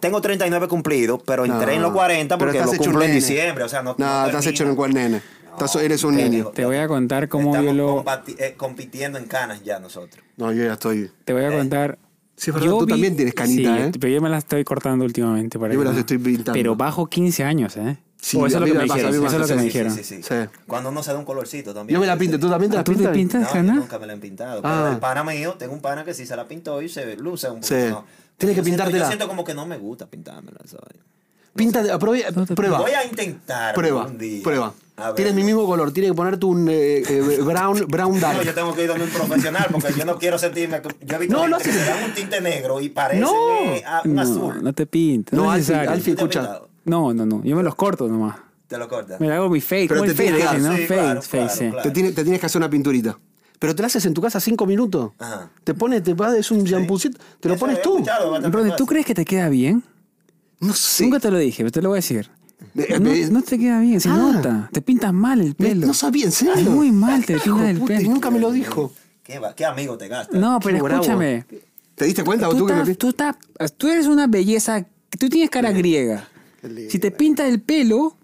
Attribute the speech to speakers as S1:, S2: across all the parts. S1: tengo 39 cumplidos, pero Pues entré
S2: No.
S1: en los 40
S2: Ah, Pero
S1: porque lo
S2: estás hecho un
S1: cumplo en
S2: nene.
S1: diciembre. O sea, no.
S2: No, estás
S1: termino.
S2: hecho un buen nene. Estás- eres un
S1: te
S2: niño.
S1: digo,
S3: Te voy a contar cómo
S1: Estamos
S3: yo lo.
S1: compati- eh, compitiendo en canas ya nosotros.
S2: No, yo ya estoy.
S3: Te voy a contar.
S2: ¿Eh? Sí, Fernando, tú también tienes canita,
S3: sí,
S2: ¿eh?
S3: Pero yo me las estoy cortando últimamente. Para
S2: Yo me
S3: que
S2: las
S3: no.
S2: estoy pintando.
S3: Pero bajo 15 años, ¿eh?
S2: Sí,
S3: O
S2: a
S3: eso es lo
S2: mí
S3: que
S2: me
S3: me
S2: pasa, a
S3: dijeron.
S2: mí me
S3: Eso es lo
S2: pasa,
S3: que me
S2: sí,
S3: dijeron.
S1: Sí, sí, sí.
S2: Sí.
S1: Cuando uno se da un colorcito también.
S2: Yo me la pinto, tú también te
S3: Ah,
S2: la
S3: ¿Tú te
S2: pintas.
S3: pintas
S1: No, yo
S3: cana?
S1: nunca me la han pintado. Pero
S2: Ah.
S1: el pana mío, tengo un pana que sí se la pintó y se luce un poco.
S2: Sí.
S1: ¿no?
S2: Tienes que
S1: Yo siento-
S2: pintártela.
S1: Yo siento como que no me gusta pintármela. esa vaina.
S2: Pinta, prueba.
S3: No te-
S2: prueba.
S1: Voy a intentar
S2: Prueba,
S1: un día.
S2: prueba.
S1: A ver.
S2: Tienes mi mismo color, tienes que ponerte un eh, eh, brown, brown
S1: No, yo
S2: dark.
S1: tengo que ir donde un profesional porque yo no quiero sentirme. que- Yo he visto
S2: No,
S1: gente
S2: no,
S1: que
S2: sí.
S1: se dan un tinte negro y parece
S2: No.
S1: eh, a- un
S3: No,
S1: azul.
S3: no te pintes.
S2: No,
S3: No, es
S2: Alfie,
S3: necesario.
S2: Alfie,
S1: ¿Tú te has
S2: escucha.
S1: pintado?
S3: No, no, no. Yo me los corto nomás.
S1: Te lo cortas.
S3: Me la hago mi fake.
S2: Pero
S3: ¿Cómo
S2: te
S3: el fake?
S2: tienes que
S3: Dicen,
S2: dar-
S3: ¿no?
S1: sí,
S3: Fake,
S1: claro,
S3: fake,
S1: claro,
S3: sí.
S1: claro.
S2: Te, tiene- te tienes que hacer una pinturita. Pero te la haces en tu casa cinco minutos.
S1: Ajá.
S2: Te pones, te vas, es un champucito, te lo
S1: Ah. Eso
S2: pones
S1: he
S2: tú.
S1: escuchado bastante
S3: Ronnie, ¿tú
S1: fácil.
S3: crees que te queda bien?
S2: No sé.
S3: Nunca te lo dije, pero te lo voy a decir.
S2: Eh,
S3: No,
S2: eh,
S3: no te queda bien, se
S2: Ah.
S3: nota. Te pintas mal el
S2: Me-
S3: pelo.
S2: no sabía, en serio.
S3: Ay, Muy mal te
S2: Hijo
S3: pintas el
S2: puta,
S3: pelo.
S2: Nunca me lo dijo.
S1: ¿Qué, va- qué amigo te gastas?
S3: No, pero
S2: Qué bravo.
S3: escúchame.
S2: ¿Te diste cuenta o
S3: Tú,
S2: tú que me
S3: estás-
S2: pintas?
S3: tú estás- tú eres una belleza. Tú tienes cara griega. Si te pintas el pelo.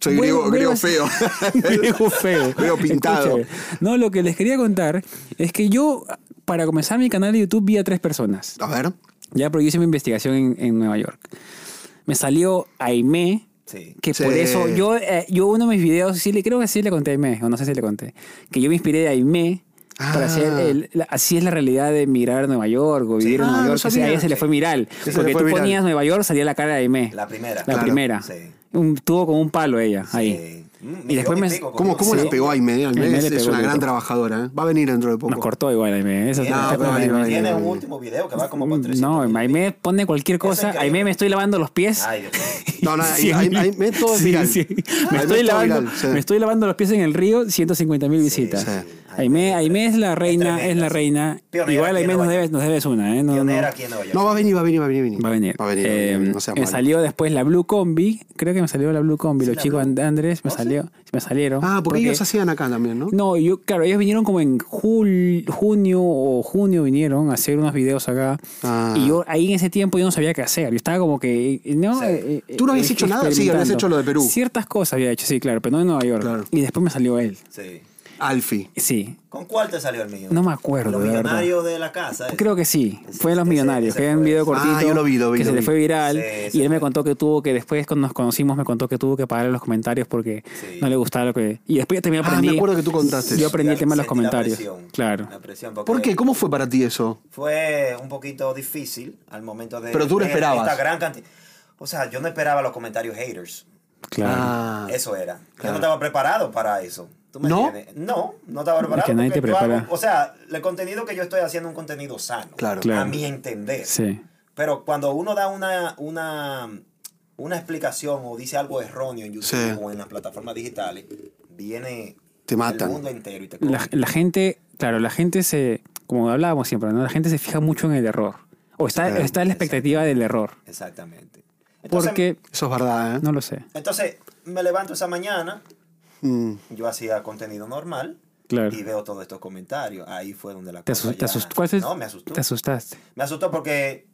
S2: Soy griego,
S3: vuelvo-
S2: griego
S3: vuelvas-
S2: feo.
S3: griego feo.
S2: Griego pintado.
S3: Escúchame. No, lo que les quería contar es que yo, para comenzar mi canal de YouTube, vi a tres personas.
S2: A ver.
S3: Ya, pero yo hice mi investigación en, en Nueva York. Me salió Aimé,
S1: Sí.
S3: que
S2: Sí.
S3: por eso yo, eh, yo uno de mis videos, sí le, creo que sí le conté a Aimé, o no sé si le conté, que yo me inspiré de Aimé
S2: Ah.
S3: para hacer el- la- así es la realidad de mirar Nueva York o vivir
S2: Ah,
S3: en Nueva
S2: no
S3: York. o sea, a
S2: sabía.
S3: ella se le fue viral.
S2: Sí, se
S3: porque
S2: le fue
S3: tú
S2: viral.
S3: ponías Nueva York, salía la cara de Aimé.
S1: La primera.
S3: La
S1: Claro.
S3: primera.
S1: Sí.
S3: Un, tuvo como un palo ella
S1: Sí.
S3: ahí.
S1: Mm,
S3: Y
S1: millón
S3: después
S1: y
S3: me...
S1: pico,
S2: ¿Cómo, cómo
S3: Sí.
S2: la pegó Aime? Aime
S3: Aimé
S2: es,
S3: le
S2: es
S3: pegó,
S2: una
S3: le
S2: gran
S3: pegó.
S2: trabajadora. ¿eh? Va a venir dentro de poco.
S3: Nos cortó igual Aimé. Eso
S1: Tiene-
S2: No,
S3: está
S2: pero
S3: con
S2: vale,
S3: Aimé.
S2: vale,
S1: tiene
S2: vale.
S1: un último video que va como para 300.
S3: No,
S1: mil
S3: Aimé pone cualquier cosa.
S1: increíble.
S3: Aimé me estoy lavando los pies.
S1: Ay, Dios mío.
S2: No, no,
S3: Sí.
S2: ahí, ahí- ahí- todo es
S3: Sí,
S2: viral.
S3: sí.
S2: Ahí
S3: Me,
S2: es
S3: estoy
S2: todo
S3: lavando,
S2: viral, sí.
S3: me estoy lavando los pies en el río, 150 mil visitas.
S2: sí.
S3: Aimé, Aimé es la reina,
S1: tremenda,
S3: es la
S1: sí.
S3: reina.
S1: Pionera
S3: Igual
S1: aquí en
S3: Aimé nos
S1: Nueva
S3: debes, nos debes una, ¿eh? No, no.
S1: Pionera aquí en Nueva York.
S2: No, va a venir, va a venir, va a venir.
S3: Va a venir.
S2: Va a venir. va a
S3: Eh,
S2: venir, no seas
S3: me
S2: malo.
S3: salió después la Blue Combi. Creo que me salió la Blue Combi.
S1: Sí,
S3: los
S1: la
S3: chicos
S1: Blue.
S3: and- Andrés
S1: ¿Oh,
S3: me
S1: sí?
S3: salió, me salieron.
S2: Ah, porque, ellos hacían acá también, ¿no?
S3: No, yo, claro, ellos vinieron como en jul- junio o junio vinieron a hacer unos videos acá.
S2: Ah.
S3: Y yo ahí en ese tiempo yo no sabía qué hacer. Yo estaba como que. eh, No,
S1: Sí.
S3: eh, eh,
S2: ¿Tú no habías
S3: eh,
S2: hecho nada? Sí, habías
S3: experimentando.
S2: hecho lo de Perú.
S3: Ciertas cosas había hecho, sí, claro, pero no en Nueva York.
S2: Claro.
S3: Y después me salió él.
S1: Sí.
S2: Alfie.
S3: Sí.
S1: ¿Con cuál te salió el mío?
S3: No me acuerdo,
S1: Los
S3: la verdad.
S1: millonarios de la casa. eh. ese.
S3: Creo que sí, fue de los
S1: Ese-
S3: millonarios,
S1: ese
S3: que era un
S1: fue.
S3: video cortito
S2: Ah, yo lo vi, lo vi,
S3: que
S2: lo
S3: se le
S2: vi.
S3: fue viral
S1: Sí,
S3: y
S1: sí,
S3: él me
S1: fue.
S3: contó que tuvo que después cuando nos conocimos me contó que tuvo que pagar los comentarios porque
S1: Sí.
S3: no le gustaba lo que y después yo también
S2: Ah,
S3: aprendí
S2: me acuerdo que tú contaste.
S3: yo aprendí el tema de los
S1: Sentí
S3: comentarios,
S1: La presión,
S3: claro.
S1: La presión, porque
S2: ¿Por qué? ¿Cómo fue para ti eso?
S1: Fue un poquito difícil al momento de.
S2: Pero tú lo
S1: ver
S2: esperabas.
S1: Esta gran cantidad. O sea, yo no esperaba los comentarios haters.
S3: Claro.
S2: Ah,
S1: Eso era. Yo
S2: claro.
S1: no estaba preparado para eso. ¿Tú me
S2: ¿No?
S1: entiendes? No, no estaba preparado.
S3: que nadie
S1: porque
S3: te
S1: yo
S3: prepara.
S1: hago- o sea, el contenido que yo estoy haciendo es un contenido sano.
S2: Claro.
S3: Claro.
S1: A mi entender.
S3: Sí.
S1: Pero cuando uno da una, una, una explicación o dice algo erróneo en YouTube
S2: Sí.
S1: o en las plataformas digitales, viene
S2: Te matan.
S1: el mundo entero y te come.
S3: La, la gente, claro, la gente se como hablábamos siempre, ¿no? La gente se fija mucho en el error o está
S2: Sí,
S3: está en la expectativa del error,
S1: Exactamente. Entonces, Ah.
S3: porque
S2: eso es verdad, ¿eh?
S3: no lo sé.
S1: Entonces, me levanto esa mañana,
S2: Mm.
S1: yo hacía contenido normal
S3: Claro.
S1: y veo todos estos comentarios. Ahí fue donde la
S3: Te,
S1: cosa
S3: asu-
S1: ya-
S3: te asust- ¿cuál es-
S1: No, me asustó.
S3: Te asustaste.
S1: Me asustó porque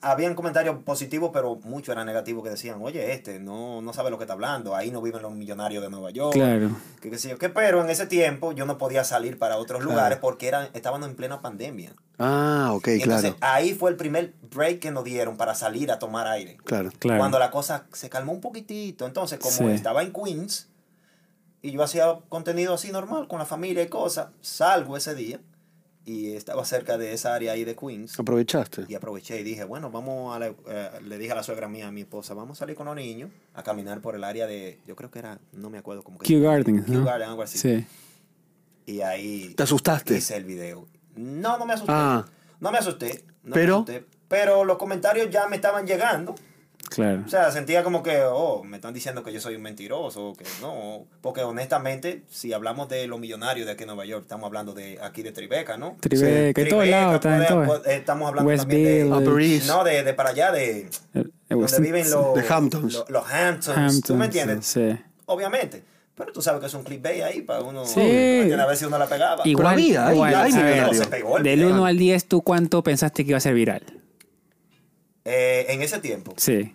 S1: habían comentarios positivos, pero muchos eran negativos que decían, oye, este no, no sabe lo que está hablando, ahí no viven los millonarios de Nueva York.
S3: Claro.
S1: Que, qué sé yo qué. pero en ese tiempo yo no podía salir para otros lugares porque eran, estaban en plena pandemia.
S2: Ah, ok,
S1: Y Entonces
S2: claro.
S1: ahí fue el primer break que nos dieron para salir a tomar aire.
S2: Claro.
S3: Claro.
S1: Cuando la cosa se calmó un poquitito. Entonces, como
S3: Sí.
S1: estaba en Queens y yo hacía contenido así normal con la familia y cosas, salgo ese día y estaba cerca de esa área ahí de Queens.
S2: Aprovechaste.
S1: Y aproveché y dije, bueno, vamos a la- eh, le dije a la suegra mía, a mi esposa, vamos a salir con los niños a caminar por el área de, yo creo que era, no me acuerdo cómo que
S3: Kew Gardens,
S1: Kew
S3: ¿no?
S1: Garden, algo así.
S3: Sí.
S1: Y ahí
S2: ¿Te asustaste?
S1: hice el video. No, no me asusté.
S2: Ah.
S1: No me asusté. no me
S2: Pero-
S1: asusté, pero los comentarios ya me estaban llegando.
S3: Claro.
S1: O sea, sentía como que, oh, me están diciendo que yo soy un mentiroso, o que no. Porque honestamente, si hablamos de los millonarios de aquí en Nueva York, estamos hablando de aquí de Tribeca, ¿no?
S3: Tribeca, en todos
S1: Tribeca,
S3: lados, está en
S1: pues,
S3: todos.
S1: pues, eh, Estamos hablando
S3: West
S1: también de-
S3: Village.
S2: Upper East.
S1: No, de, de para allá, de
S3: El- el
S1: donde
S3: West-
S1: viven los...
S2: De Hamptons.
S1: Los, los Hamptons, ¿Tú
S3: Hamptons,
S1: me entiendes?
S3: eh, Sí.
S1: Obviamente. Pero tú sabes que es un clickbait ahí para uno...
S3: Sí.
S1: ¿tú me entiendes? A ver si uno la pegaba.
S2: Igual- había, hay-
S3: igual,
S2: hay
S3: a ver,
S2: millonarios.
S1: Se pegó el
S3: Del
S1: tema.
S3: 1 al 10, ¿tú cuánto pensaste que iba a ser viral?
S1: Eh, en ese tiempo,
S3: Sí.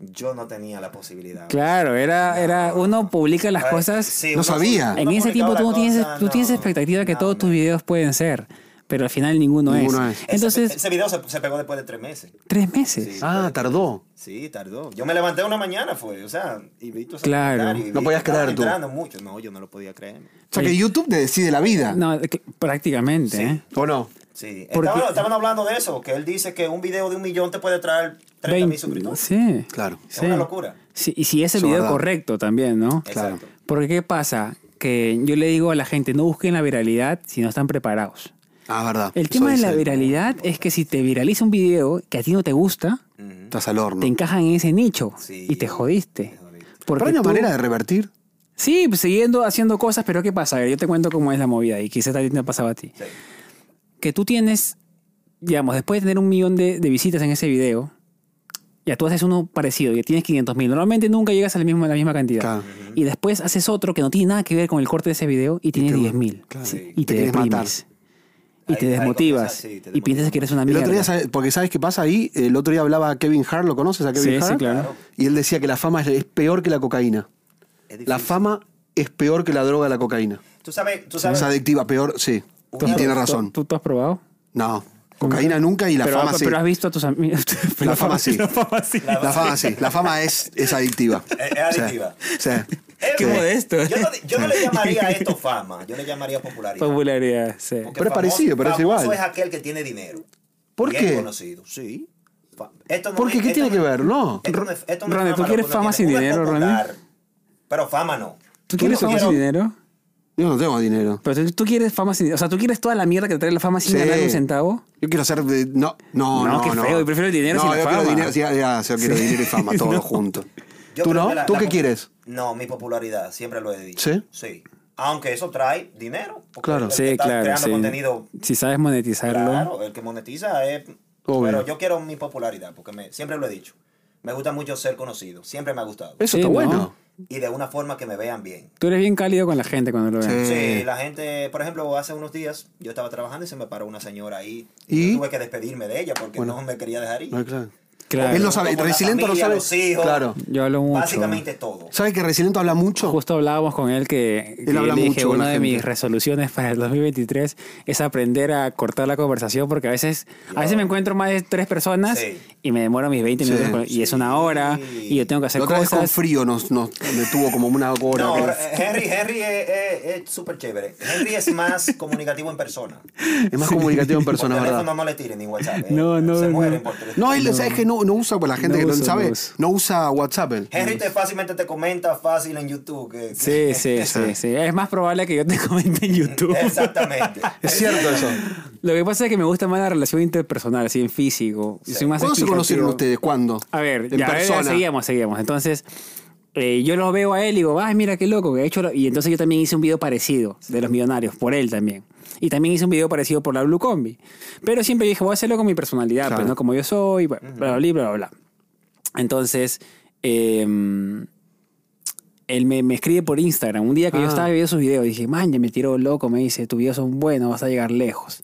S1: yo no tenía la posibilidad.
S3: Claro, era, era uno publica las
S1: Eh,
S3: cosas.
S1: sí,
S2: No
S1: uno-
S2: sabía.
S1: uno
S3: en ese
S1: publicaba
S3: tiempo tú, no
S1: las
S3: tienes,
S1: cosas,
S3: tú tienes
S1: no,
S3: expectativa que
S1: no,
S3: todos
S1: no.
S3: tus videos pueden ser, pero al final ninguno,
S2: Ninguno
S3: es.
S2: es.
S1: Ese-
S3: Entonces,
S1: ese, video se, se pegó después de tres meses.
S3: tres meses.
S1: Sí.
S2: Ah, tardó.
S1: Sí, tardó. Yo me levanté una mañana, fue, o sea, y vi tus
S3: Claro.
S1: comentarios, y
S2: No
S1: vi
S2: podías
S1: que estaban
S2: creer tú.
S1: entrando mucho. No, yo no lo podía creer.
S2: O sea que YouTube te decide la vida.
S3: No, de que- prácticamente.
S1: Sí.
S3: ¿eh?
S2: ¿O no?
S1: Sí.
S3: Porque-
S1: Estaban, estaban hablando de eso, que él dice que un video de un millón te puede traer 30 mil
S3: Veinte-
S1: suscriptores.
S3: Sí.
S2: Claro.
S1: Es una locura.
S3: Sí, y si es
S2: Eso
S3: el
S2: es
S3: video
S2: verdad.
S3: correcto también, ¿no?
S1: Exacto. Claro.
S3: Porque ¿qué pasa? Que yo le digo a la gente, no busquen la viralidad si no están preparados.
S2: Ah, verdad.
S3: El tema
S2: Eso
S3: de la
S2: dice.
S3: viralidad es que si te viraliza un video que a ti no te gusta,
S1: Ujú.
S2: Estás al horno.
S3: te encajan en ese nicho
S1: Sí.
S3: y te jodiste.
S1: Te jodiste.
S2: ¿Pero
S3: Porque
S2: hay una
S3: tú-
S2: manera de revertir?
S3: Sí, pues, siguiendo haciendo cosas, pero ¿qué pasa? A ver, Yo te cuento cómo es la movida y quizás también te ha pasado a ti.
S1: Sí.
S3: Que tú tienes, digamos, después de tener un millón de, de visitas en ese video, ya tú haces uno parecido, ya tienes 500 mil. Normalmente nunca llegas a la misma, a la misma cantidad.
S2: Claro.
S3: Y después haces otro que no tiene nada que ver con el corte de ese video y tiene
S2: te-
S3: 10 mil.
S2: claro.
S1: Sí.
S3: Y
S2: Te
S3: te,
S2: quieres
S3: deprimes. Y
S1: Ahí-
S3: te
S1: ahí
S3: desmotivas.
S1: comienza, sí, te
S3: y piensas
S1: desmotivas.
S3: que eres una
S2: El
S3: mierda.
S2: otro día, ¿sabe- porque ¿sabes qué pasa ahí? El otro día hablaba a Kevin Hart, ¿lo conoces a Kevin
S3: Sí, sí,
S2: Hart?
S3: claro.
S2: Y él decía que la fama es, es peor que la cocaína.
S1: Es
S2: La
S1: difícil.
S2: fama es peor que la droga de la cocaína.
S1: Tú sabes, tú sabes.
S2: Es adictiva, peor, sí.
S1: Una
S2: y
S1: de-
S2: tiene
S3: ¿Tú-
S2: razón.
S3: ¿Tú, tú has probado?
S2: No, cocaína nunca y la
S3: pero,
S2: fama sí.
S3: pero has visto a tus amigos.
S2: La fama sí.
S3: La fama sí.
S1: La-
S2: La fama sí. La fama es, es adictiva.
S1: Es- es adictiva.
S2: Sí. sí.
S1: Eh,
S3: Qué
S1: eh,
S3: modesto,
S1: Yo no,
S3: eh.
S1: yo no le llamaría a esto fama, yo le llamaría popularidad.
S3: Popularidad, sí.
S1: Porque
S2: Pero es parecido, pero es
S1: famoso
S2: igual.
S1: es aquel que tiene dinero.
S2: ¿Por
S1: Y
S2: qué?
S1: Es conocido, sí. Fa- Esto no
S2: ¿Por qué?
S1: es-
S2: ¿Qué
S1: esto
S2: tiene
S1: no
S2: que
S1: es-
S2: ver? No.
S1: esto no es- esto no es
S3: Ronnie, ¿tú
S1: lo
S3: quieres
S1: que uno
S3: fama
S1: tiene.
S3: sin
S1: Uno es
S3: dinero,
S1: popular,
S3: Ronnie?
S1: Pero fama no.
S3: ¿Tú quieres
S1: Yo no
S3: fama sin
S1: quiero-
S3: dinero?
S2: Yo no tengo dinero.
S3: Pero tú, tú quieres fama sin O sea, tú quieres toda la mierda que te trae la fama sin
S2: Sí.
S3: ganar un centavo.
S2: Yo quiero ser. de- No, no,
S3: No,
S2: no.
S3: qué feo, yo prefiero el dinero
S2: no,
S3: sin la
S2: yo
S3: fama.
S2: Quiero dinero, ya, ya, yo quiero dinero y fama, todo junto.
S1: Yo
S2: ¿Tú
S1: creo
S2: no?
S1: que la-
S2: ¿Tú
S1: la
S2: qué
S1: pop-
S2: quieres?
S1: No, mi popularidad, siempre lo he dicho.
S2: ¿Sí?
S1: Sí. Aunque eso trae dinero. porque
S2: Claro.
S1: el que
S3: Sí,
S1: está
S3: claro.
S1: creando
S3: sí.
S1: contenido,
S3: Si sabes monetizarlo.
S1: claro, el que monetiza es...
S2: Obvio.
S1: Pero yo quiero mi popularidad, porque me- siempre lo he dicho. Me gusta mucho ser conocido, siempre me ha gustado.
S2: Eso
S3: Sí,
S2: está
S3: ¿no?
S2: bueno.
S1: Y de una forma que me vean bien.
S3: Tú eres bien cálido con la gente cuando lo ves.
S2: Sí.
S3: Eh,
S1: Sí, la gente, por ejemplo, hace unos días yo estaba trabajando y se me paró una señora ahí.
S2: ¿Y?
S1: Y yo tuve que despedirme de ella porque no me quería dejar ir.
S2: No, claro.
S3: Claro.
S2: Él lo sabe,
S1: Como la
S2: Resiliento lo
S1: familia,
S2: sabe.
S1: los hijos.
S2: Claro.
S3: Yo hablo mucho.
S1: Básicamente todo.
S2: ¿Sabe que Resiliento habla mucho?
S3: Justo hablábamos con él que, que
S2: habla
S3: le dije,
S2: mucho con
S3: una
S2: la
S3: de
S2: gente.
S3: mis resoluciones para el 2023 es aprender a cortar la conversación porque a veces a veces me encuentro más de tres personas
S1: Sí.
S3: y me demoro mis 20
S2: Sí,
S3: minutos con- y es una hora y yo tengo que hacer
S2: La otra vez con
S3: cosas.
S2: frío nos, nos me tuvo como una hora.
S1: No,
S2: creo.
S1: Henry, Henry es- es es súper chévere. Henry es más comunicativo en persona.
S2: es más comunicativo en persona,
S1: por
S2: ¿verdad?
S1: teléfono no le tiren ni WhatsApp. eh.
S3: No, no,
S1: Se
S3: no.
S1: mueren por teléfono.
S2: No, él, ¿sabes que no, no usa, pues la gente
S3: No
S2: que
S3: usa,
S2: no sabe,
S3: no
S2: no
S3: usa.
S2: usa, WhatsApp. él.
S1: Henry te fácilmente te comenta fácil en YouTube. que-
S3: Sí, sí, sí, sí. Es más probable que yo te comente en YouTube.
S1: Exactamente.
S2: Es cierto eso.
S3: Lo que pasa es que me gusta más la relación interpersonal, así en físico. Soy
S2: ¿Cuándo
S3: más
S2: se
S3: explicativo.
S2: conocieron ustedes? ¿Cuándo?
S3: A ver,
S2: en
S3: ya, a ver, ya,
S2: persona.
S3: seguíamos, seguíamos. Entonces, eh, yo lo veo a él y digo, ay, mira qué loco que ha hecho. lo-". Y entonces yo también hice un video parecido de los millonarios, por él también. Y también hice un video parecido por la Blue Combi. Pero siempre dije, voy a hacerlo con mi personalidad,
S2: Claro.
S3: pues, ¿no? Como yo soy, bla, bla, bla, bla, bla. Entonces, eh, él me, me escribe por Instagram. Un día que yo
S2: Ah.
S3: estaba viendo sus videos, dije, man, ya me tiró loco, me dice, tus videos son buenos, vas a llegar lejos.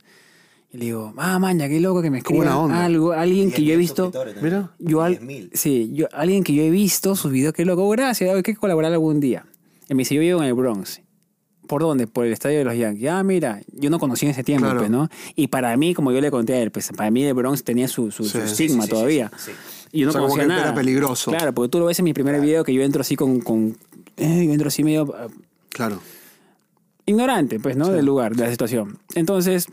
S3: Y le digo, ah, man, ya qué loco que me
S2: Qué buena
S3: escriba
S2: onda.
S3: algo, alguien que yo he visto.
S2: Mira,
S3: Yo, al- sí, yo, alguien que yo he visto sus videos, que loco, gracias, hay que colaborar algún día. Y me dice, yo vivo en el Bronx. ¿Por dónde? Por el estadio de los Yankees. Ah, mira, yo no conocí en ese tiempo,
S2: Claro.
S3: pues, ¿no? Y para mí, como yo le conté a él, pues para mí el Bronx tenía su, su,
S2: Sí.
S3: su
S2: Sí,
S3: estigma
S1: sí, sí,
S3: todavía.
S1: sí, sí,
S3: Y yo no
S2: O sea, como
S3: conocía
S2: que era
S3: nada.
S2: peligroso.
S3: Claro, porque tú lo ves en mi primer video que yo entro así con. con eh, yo entro así medio. ah,
S2: claro.
S3: ignorante, pues, ¿no? Del lugar, de la situación. Entonces,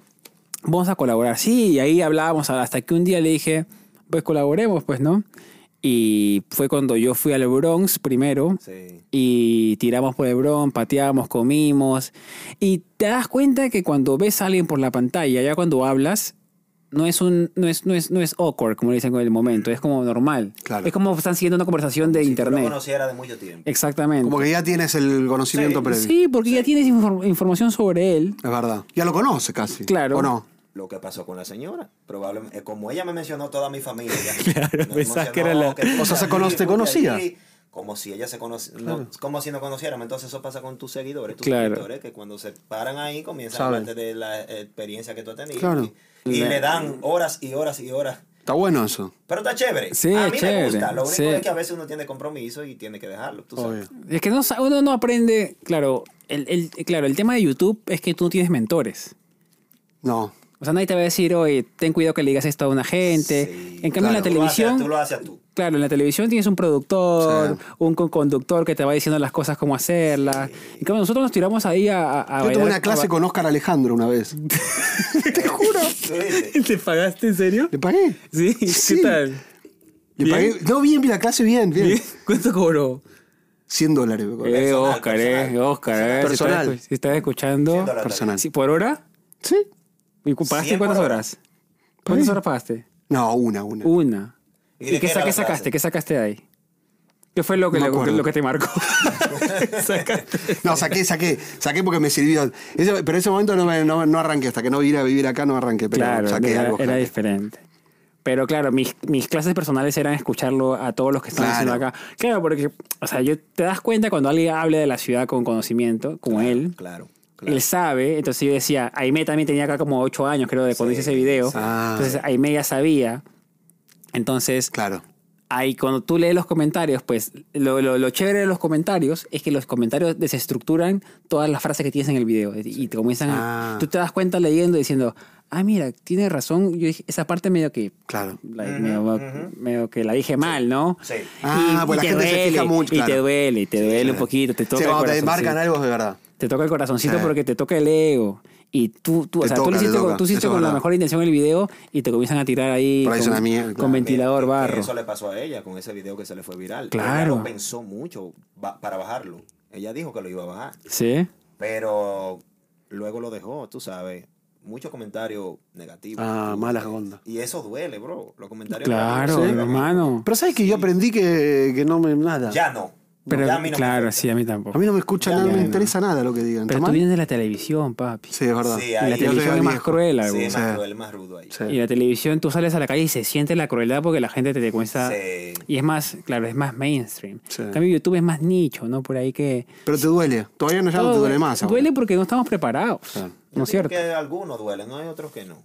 S3: vamos a colaborar. Sí, y ahí hablábamos hasta que un día le dije, pues colaboremos, pues, ¿no? Y fue cuando yo fui al Bronx primero
S1: Sí.
S3: y tiramos por el Bronx, pateamos, comimos. Y te das cuenta que cuando ves a alguien por la pantalla, ya cuando hablas, no es un no es no es no es awkward como le dicen con el momento, es como normal.
S2: Claro.
S3: Es como están siguiendo una conversación de
S1: Si tú lo
S3: internet.
S1: conociera de mucho tiempo.
S3: Exactamente.
S2: Como que ya tienes el conocimiento previo.
S3: Sí, porque ya tienes infor- información sobre él.
S2: Es verdad. Ya lo conoce casi.
S3: Claro.
S2: ¿O no?
S1: lo que pasó con la señora. Probablemente, eh, como ella me mencionó toda mi familia.
S3: Claro,
S1: me
S3: pensás
S1: mencionó
S3: que era la-
S1: tú
S2: O sea, se
S1: de
S2: cono-
S1: aquí,
S2: te
S1: tú de
S2: conocía.
S1: allí, Como si ella se conociera, como si no conociéramos. Entonces eso pasa con tus seguidores, tus
S3: Claro.
S1: seguidores, que cuando se paran ahí comienzan a
S2: Saben.
S1: hablarte de la experiencia que tú has tenido.
S2: Claro.
S1: Y, y le dan horas y horas y horas
S2: Está bueno eso.
S1: Pero está chévere.
S3: Sí,
S1: a mí
S3: chévere,
S1: me gusta. Lo único
S3: sí.
S1: es que a veces uno tiene compromiso y tiene que dejarlo. Tú sabes.
S3: Es que no, sa- uno no aprende, claro el, el- claro, el tema de YouTube es que tú no tienes mentores.
S2: No.
S3: O sea, nadie te va a decir, oye, ten cuidado que le digas esto a una gente.
S1: Sí,
S3: en cambio, en la
S2: claro.
S1: Tú lo haces-
S3: televisión...
S1: Tú lo haces a tú.
S3: Claro, en la televisión tienes un productor,
S2: Sí.
S3: un co- conductor que te va diciendo las cosas, cómo hacerlas. Y como nosotros nos tiramos ahí a, a- a
S2: Yo tuve
S3: bailar-
S2: una clase
S3: a-
S2: con Oscar Alejandro una vez. Te juro.
S1: Tú dices,
S3: ¿Te pagaste en serio?
S2: Le pagué.
S3: Sí, ¿qué
S2: Sí.
S3: tal?
S2: Le
S3: ¿Bien?
S2: pagué. No, bien, bien, la clase bien, bien.
S3: ¿Bien? ¿Cuánto cobró?
S2: 100 dólares. me acuerdo.
S3: Eh,
S1: Personal,
S3: Oscar, eh,
S1: personal.
S3: Oscar, eh. si
S2: Personal.
S3: estás escu- Si estás escuchando.
S1: Cien dólares.
S2: Personal.
S3: Sí, ¿Por hora?
S2: Sí.
S3: ¿Y cu- pagaste
S1: Cien
S3: cuántas
S1: por hora.
S3: horas? ¿Cuántas horas pagaste?
S2: No, una, una.
S3: Una.
S1: ¿Y
S3: ¿Y,
S1: de
S3: qué,
S1: qué era
S3: sa- qué
S1: la clase?
S3: sacaste? ¿Qué sacaste de ahí? ¿Qué fue lo que,
S2: No me
S3: lo-
S2: acuerdo.
S3: lo que te marcó? sacaste.
S2: No, saqué, saqué. Saqué porque me sirvió. Ese- pero en ese momento no, me- no, no arranqué. Hasta que no vine a vivir acá, no arranqué. Pero
S3: Claro,
S2: saqué
S3: era,
S2: algo.
S3: era
S2: claro.
S3: diferente. Pero claro, mis, mis clases personales eran escucharlo a todos los que están
S2: Claro.
S3: haciendo acá. Claro, porque, o sea, yo te das cuenta cuando alguien habla de la ciudad con conocimiento, como él,
S1: Claro, claro.
S3: él sabe. Entonces yo decía, Aime también tenía acá como 8 años, creo, de cuando
S1: Sí,
S3: hice ese video.
S2: sí. Ah.
S3: Entonces Aime ya sabía. Entonces,
S2: Claro.
S3: ahí cuando tú lees los comentarios, pues lo, lo- lo chévere de los comentarios es que los comentarios desestructuran todas las frases que tienes en el video y- y te comienzan a-
S2: Ah.
S3: Tú te das cuenta leyendo diciendo, ah, mira, tiene razón, yo dije- esa parte medio que...
S2: Claro.
S3: like, medio, medio que la dije mal, ¿no?
S1: Sí.
S2: Ah, pues la gente se fija mucho,
S3: Y te
S2: claro.
S3: duele, y te duele un poquito, te toca
S2: Sí,
S3: el
S2: cuando te
S3: corazoncito.
S2: embarcan algo es de verdad.
S3: Te toca el corazoncito
S2: Sí.
S3: porque te toca el ego. Y tú, tú, o
S2: Te
S3: sea, tú
S2: toca,
S3: lo
S2: te
S3: hiciste, con,
S2: toca.
S3: tú hiciste
S2: Eso es
S3: con la
S2: verdad.
S3: mejor intención el video y te comienzan a tirar ahí
S2: Por ahí es
S3: con,
S2: una mierda,
S3: con
S2: claro.
S3: ventilador
S2: eh,
S1: Que
S3: barro.
S1: Eso le pasó a ella con ese video que se le fue viral.
S3: Claro.
S1: Ella lo pensó mucho ba- para bajarlo. Ella dijo que lo iba a bajar.
S3: Sí.
S1: Pero luego lo dejó, tú sabes. Muchos comentarios negativos.
S2: Ah,
S1: Tú-
S2: malas ondas.
S1: Y eso duele, bro. Los comentarios
S3: Claro,
S1: negativos.
S3: hermano.
S2: Pero sabes que yo aprendí que, que no me. Nada.
S1: Ya no.
S3: Pero,
S1: Ya a mí no me
S3: claro,
S1: afecta.
S3: sí, a mí tampoco.
S2: A mí no me escuchan,
S1: Ya,
S2: nada, no
S1: ya,
S2: me
S1: no.
S2: interesa nada lo que digan.
S3: Pero
S2: ¿Está mal?
S3: tú vienes de la televisión, papi.
S2: Sí, es verdad.
S1: Sí,
S3: y
S1: ahí
S3: la
S1: yo
S3: televisión
S2: soy
S3: es más
S2: viejo.
S3: cruel,
S1: Sí,
S3: algo.
S1: es
S2: Sí.
S1: más cruel, más rudo ahí.
S2: Sí.
S3: Y la televisión, tú sales a la calle y se siente la crueldad porque la gente te, te cuesta.
S1: Sí.
S3: Y es más, claro, es más mainstream.
S2: Sí.
S3: En cambio, YouTube es más nicho, ¿no? Por ahí que.
S2: Pero te duele. Todavía no, ya no te
S3: Todo
S2: Oh, duele más. ahora.
S3: Duele porque no estamos preparados.
S2: Claro.
S1: Yo
S3: ¿No es
S1: digo
S3: cierto?
S1: Que algunos duelen, no hay otros que no.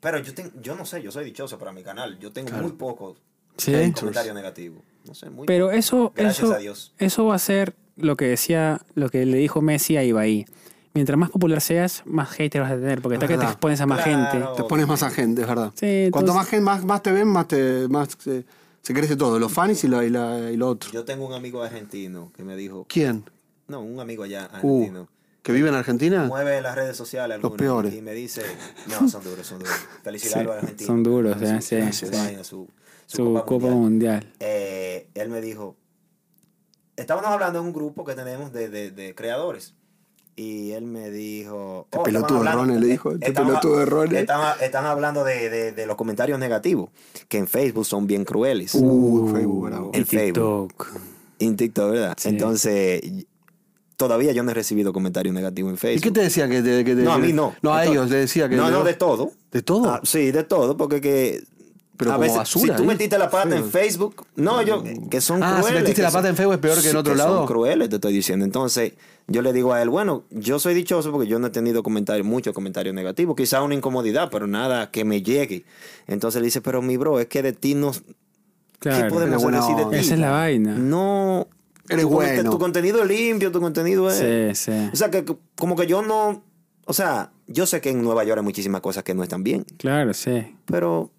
S1: Pero yo, ten- yo no sé, yo soy dichoso para mi canal. Yo tengo muy pocos
S3: Sí.
S1: comentarios negativos. No sé, muy
S3: Pero eso,
S1: Gracias
S3: eso,
S1: a Dios.
S3: eso va a ser lo que decía, lo que le dijo Messi a Ibai. Mientras más popular seas, más haters vas a tener, porque hasta que te
S2: Verdad.
S3: expones a más
S1: Claro.
S3: gente.
S2: Te pones más agente, es verdad.
S3: Sí, entonces-
S2: Cuanto más, gen- más, más te ven, más, te, más se, se crece todo. Los fans y, la- y la- y lo otro.
S1: Yo tengo un amigo argentino que me dijo,
S2: ¿Quién?
S1: no, un amigo allá
S2: Uh,
S1: argentino,
S2: ¿Que vive en Argentina?
S1: mueve las redes sociales
S2: Los
S1: algunas
S2: peores.
S1: y me dice, no, son duros, son duros. Felicidades a los argentinos.
S3: son duros, eh, sí,
S1: su,
S3: sí.
S1: vaina, su- su
S3: Su
S1: Copa
S3: Copa
S1: Mundial.
S3: Mundial.
S1: Eh, él me dijo, estábamos hablando en un grupo que tenemos de, de- de creadores. Y él me dijo...
S2: Este
S1: "Oh, estaban
S2: pelotudo de
S1: hablando-
S2: Ronald", le dijo, este
S1: estamos-
S2: pelotudo de Ronald.
S1: Están, están hablando de, de- de los comentarios negativos, que en Facebook son bien crueles.
S2: Uh, Facebook, bravo.
S1: El
S3: Y TikTok.
S1: En TikTok, ¿verdad?
S3: Sí.
S1: Entonces, y- todavía yo no he recibido comentarios negativos en
S2: ¿Y
S1: Facebook.
S2: qué te decía que te, que te-
S1: No, a mí no.
S2: No, a
S1: De todo.
S2: ellos le decía que.
S1: No, no, de todo.
S2: ¿De todo?
S1: Ah, sí, de todo, porque que...
S2: Pero
S1: a
S2: como
S1: veces,
S2: basura,
S1: si tú
S2: ¿eh?
S1: metiste la pata en
S2: Feo.
S1: Facebook, no, yo, que son
S2: Ah, si
S1: crueles.
S2: metiste
S1: que
S2: la
S1: son-
S2: pata en Facebook es peor que en
S1: Sí,
S2: otro lado.
S1: Son crueles, te estoy diciendo. Entonces, yo le digo a él, bueno, yo soy dichoso porque yo no he tenido comentarios, muchos comentarios negativos, quizá una incomodidad, pero nada que me llegue. Entonces le dice, pero mi bro, es que de ti no... ¿Qué
S3: Claro.
S1: podemos
S2: Pero
S1: decir de
S2: bueno,
S1: ti?
S3: Esa es la vaina.
S1: No.
S2: Eres
S1: tu, conte-
S2: bueno.
S1: tu contenido es limpio, tu contenido es.
S3: Sí, sí.
S1: O sea, que c- como que yo no. O sea, yo sé que en Nueva York hay muchísimas cosas que no están bien,
S3: Claro, sí.
S1: pero.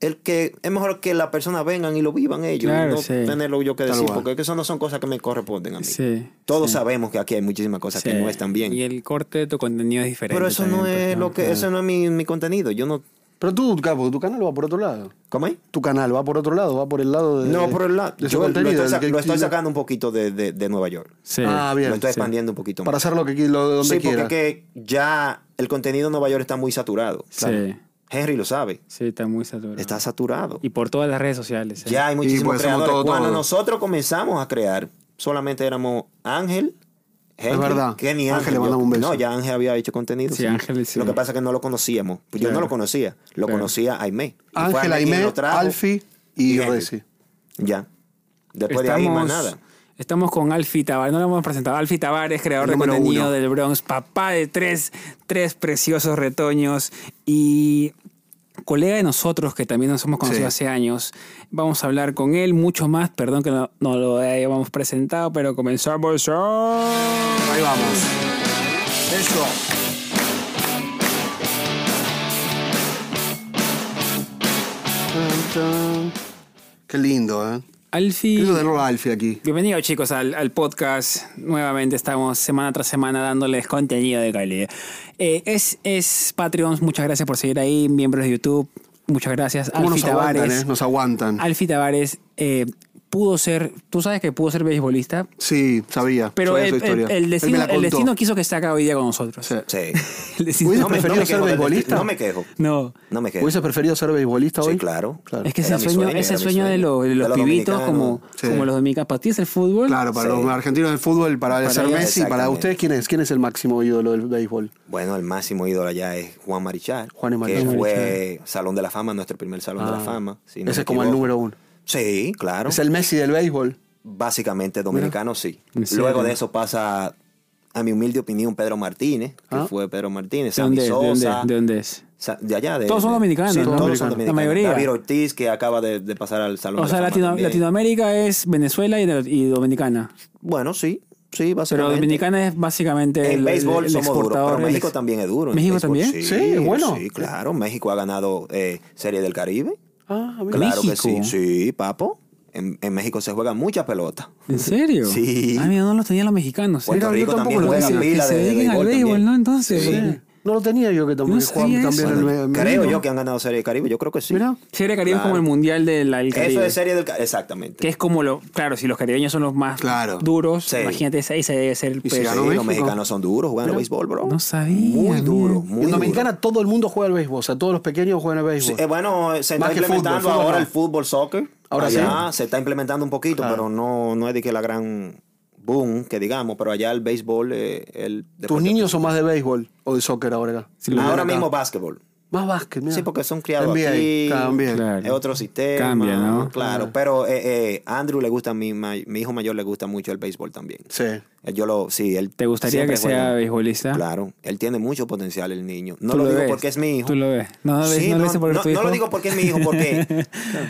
S1: El que es mejor que las personas vengan y lo vivan ellos,
S3: Claro,
S1: y no
S3: sí.
S1: tenerlo yo que
S2: Tal
S1: decir,
S2: cual.
S1: porque eso no son cosas que me corresponden a mí.
S3: Sí,
S1: Todos
S3: sí.
S1: sabemos que aquí hay muchísimas cosas que
S3: Sí.
S1: no están bien,
S3: Y el corte de tu contenido es diferente.
S1: pero eso no
S3: también, pues,
S1: es lo que, eso no es mi, mi contenido. Yo no,
S2: Pero tú, claro, porque tu canal va por otro lado.
S1: ¿cómo es?
S2: Tu canal va por otro lado, va por el lado de.
S1: No, por el lado,
S2: de su
S1: yo lo
S2: contenido,
S1: estoy,
S2: el
S1: sa-
S2: que-
S1: lo estoy sacando un poquito de, de- de Nueva York,
S3: Sí.
S2: Ah, bien.
S1: lo estoy
S2: sí.
S1: expandiendo un poquito más.
S2: Para hacer lo que qui- lo- donde
S1: Sí, porque
S2: quiera.
S1: que ya el contenido en Nueva York está muy saturado.
S3: Sí.
S1: Henry lo sabe.
S3: Sí, está muy saturado.
S1: Está saturado.
S3: Y por todas las redes sociales. ¿eh? sí.
S1: Ya hay muchísimos
S2: pues, somos
S1: creadores.
S2: todo,
S1: Cuando
S2: todo.
S1: nosotros comenzamos a crear, solamente éramos Ángel, Henry,
S2: verdad.
S1: Kenny
S2: Ángel,
S1: Ángel.
S2: le mandamos un beso.
S1: No, ya Ángel había hecho contenido.
S3: Sí, Ángel, sí.
S1: Lo que pasa es que no lo conocíamos. Pues Yo
S3: Claro.
S1: no lo conocía. Lo
S3: Claro.
S1: conocía Aimé. Y fue
S2: Ángel,
S1: quien
S2: Aimé,
S1: lo trajo.
S2: Alfi y
S1: Y Henry.
S2: Resi.
S1: Ya. Después de ahí, más nada.
S3: Estamos con Alfie Tavares, no lo hemos presentado. Alfie Tavares, creador
S2: El
S3: de
S2: número
S3: contenido
S2: uno.
S3: del Bronx, papá de tres, tres preciosos retoños y colega de nosotros que también nos hemos conocido
S2: Sí.
S3: hace años. Vamos a hablar con él mucho más. Perdón que no, no lo hayamos presentado, pero comenzamos. a-
S2: Ahí vamos. Eso. Tan, tan. Qué lindo, ¿eh? Qué
S3: Alfie.
S2: lindo tenerlo a Alfie aquí.
S3: Bienvenidos chicos al, al podcast. Nuevamente estamos semana tras semana dándoles contenido de calidad. Eh, es, es Patreons, muchas gracias por seguir ahí, miembros de YouTube, muchas gracias.
S2: ¿Cómo
S3: Alfie
S2: nos aguantan,
S3: Tavares,
S2: eh? Nos aguantan.
S3: Alfie Tavares eh, pudo ser, tú sabes que pudo ser beisbolista,
S2: Sí, sabía.
S3: pero
S2: sabía
S3: el,
S2: su
S3: el-
S2: historia.
S3: el
S2: Él me
S3: destino,
S2: la
S3: el
S2: contó.
S3: destino quiso que esté acá hoy día con nosotros.
S2: Sí.
S1: Sí.
S3: El destino-
S2: Hubiese
S1: No me, no
S2: preferido
S1: me
S2: ser
S1: quejo del
S2: beisbolista?
S1: destino, no me quejo.
S3: no. Pues
S1: No me quejo.
S2: ¿Hubieses preferido ser beisbolista hoy?
S1: Sí, claro.
S3: Es que es
S1: Era
S3: el
S1: mi
S3: sueño,
S1: sueño,
S3: es
S1: era mi
S3: el sueño de,
S1: sueño.
S3: lo- de
S1: De
S3: los
S1: los
S3: pibitos como,
S1: dominicanos.
S2: Sí.
S3: como los dominicanos. Para ti es el fútbol.
S2: Claro, para
S1: Sí.
S2: los argentinos del fútbol, para,
S3: Para
S2: ser
S3: ellos,
S2: Messi, para
S1: exactamente.
S2: ustedes, ¿quién es? ¿Quién es el máximo ídolo del béisbol?
S1: Bueno, el máximo ídolo allá es Juan Marichal.
S2: Juan y
S1: Que
S2: Marichal.
S1: fue Salón de la Fama, nuestro primer Salón de
S2: Ah.
S1: la Fama. si no
S2: Ese
S1: me
S2: es como el
S1: equivoco.
S2: número uno.
S1: Sí, claro.
S2: Es el Messi del béisbol.
S1: Básicamente dominicano, sí.
S3: ¿En serio?
S1: Luego de eso pasa, a mi humilde opinión, Pedro Martínez, que
S2: Ah.
S1: fue Pedro Martínez,
S3: ¿De
S1: Sammy
S3: dónde es? ¿De dónde
S1: Sosa.
S3: es? ¿De dónde es?
S1: Sa- de allá. De,
S3: Todos son
S1: de-
S3: dominicanos,
S1: Sí,
S3: ¿no?
S1: todos son
S3: La
S1: dominicanos.
S3: mayoría.
S1: David Ortiz, que acaba de, de pasar al Salón
S3: O
S1: de la
S3: sea,
S1: Fama.
S3: Latino-
S1: también.
S3: Latinoamérica es Venezuela y, y Dominicana.
S1: Bueno, sí, sí,
S3: Pero
S1: básicamente.
S3: Dominicana es básicamente
S1: En
S3: el,
S1: béisbol
S3: el
S1: somos duros,
S3: exportador.
S1: pero
S3: el
S1: México
S3: ex-
S1: también es duro. en
S3: ¿México
S1: béisbol,
S3: también?
S2: Sí, bueno.
S1: Sí, claro. México ha ganado eh, Serie del Caribe.
S2: Ah, mira.
S1: Claro
S3: México.
S1: que sí. Sí, papo. En, en México se juega mucha pelota.
S3: ¿En serio?
S1: Sí.
S3: Ah, mira, no los tenían los mexicanos.
S1: Puerto
S3: Mira, yo
S1: Rico también
S3: tampoco lo
S1: juega
S3: tenía.
S1: pila
S3: Que se
S1: de
S3: dediquen al
S1: béisbol
S3: béisbol,
S1: también.
S3: ¿no? Entonces.
S1: Sí.
S3: porque-
S2: No lo tenía yo que
S3: No
S2: también
S3: sabía
S2: jugaba
S3: eso.
S2: también
S3: Bueno,
S2: el el-
S1: Creo
S2: el-
S1: yo que han ganado Serie del Caribe. Yo creo que sí.
S2: Mira.
S3: Serie Caribe es
S1: Claro.
S3: como el mundial del del
S1: Eso
S3: Caribe.
S1: es Serie del Caribe. Exactamente.
S3: Que es como lo. Claro, si los caribeños son los más
S2: Claro.
S3: duros,
S1: Sí.
S3: imagínate, ese, ese debe ser pues, el
S2: Y si
S1: Sí,
S3: peso.
S2: ganó México.
S1: los mexicanos son duros jugando
S2: Mira.
S1: béisbol, bro.
S3: No sabía, mira.
S1: Muy duro, muy
S2: En
S1: duro.
S2: Dominicana todo el mundo juega al béisbol, o sea, todos los pequeños juegan al béisbol.
S1: Sí, eh, bueno, eh, se está
S2: Más que
S1: implementando
S2: fútbol, fútbol
S1: ahora
S2: no.
S1: el fútbol, soccer.
S2: Ahora
S1: allá se está implementando un poquito,
S2: Claro.
S1: pero no, no es de que la gran boom que digamos, pero allá el béisbol, eh, el
S2: ¿Tus
S1: deporte- Ah,
S2: niños son más de béisbol o de soccer ahora acá?
S3: Sí, lo
S1: ahora
S3: acá.
S1: mismo básquetbol.
S2: Más básquet, mira.
S1: Sí, porque son criados
S2: NBA,
S1: aquí.
S2: también.
S3: Claro.
S1: Es otro sistema.
S3: Cambia, ¿no?
S1: Claro, pero eh, eh, a Andrew le gusta, mi, ma- mi hijo mayor le gusta mucho el béisbol también.
S2: Sí.
S1: Eh, Yo lo, sí, él
S3: ¿Te gustaría
S1: siempre
S3: que
S1: juega.
S3: sea beisbolista?
S1: Claro, él tiene mucho potencial el niño. No
S3: Tú
S1: lo, digo
S3: ves.
S1: porque es mi hijo.
S3: Tú lo ves. No, lo ves,
S1: Sí,
S3: no, lo
S1: no,
S3: ves porque
S1: no-
S3: es tu
S1: no lo
S3: hijo.
S1: digo porque es mi hijo, porque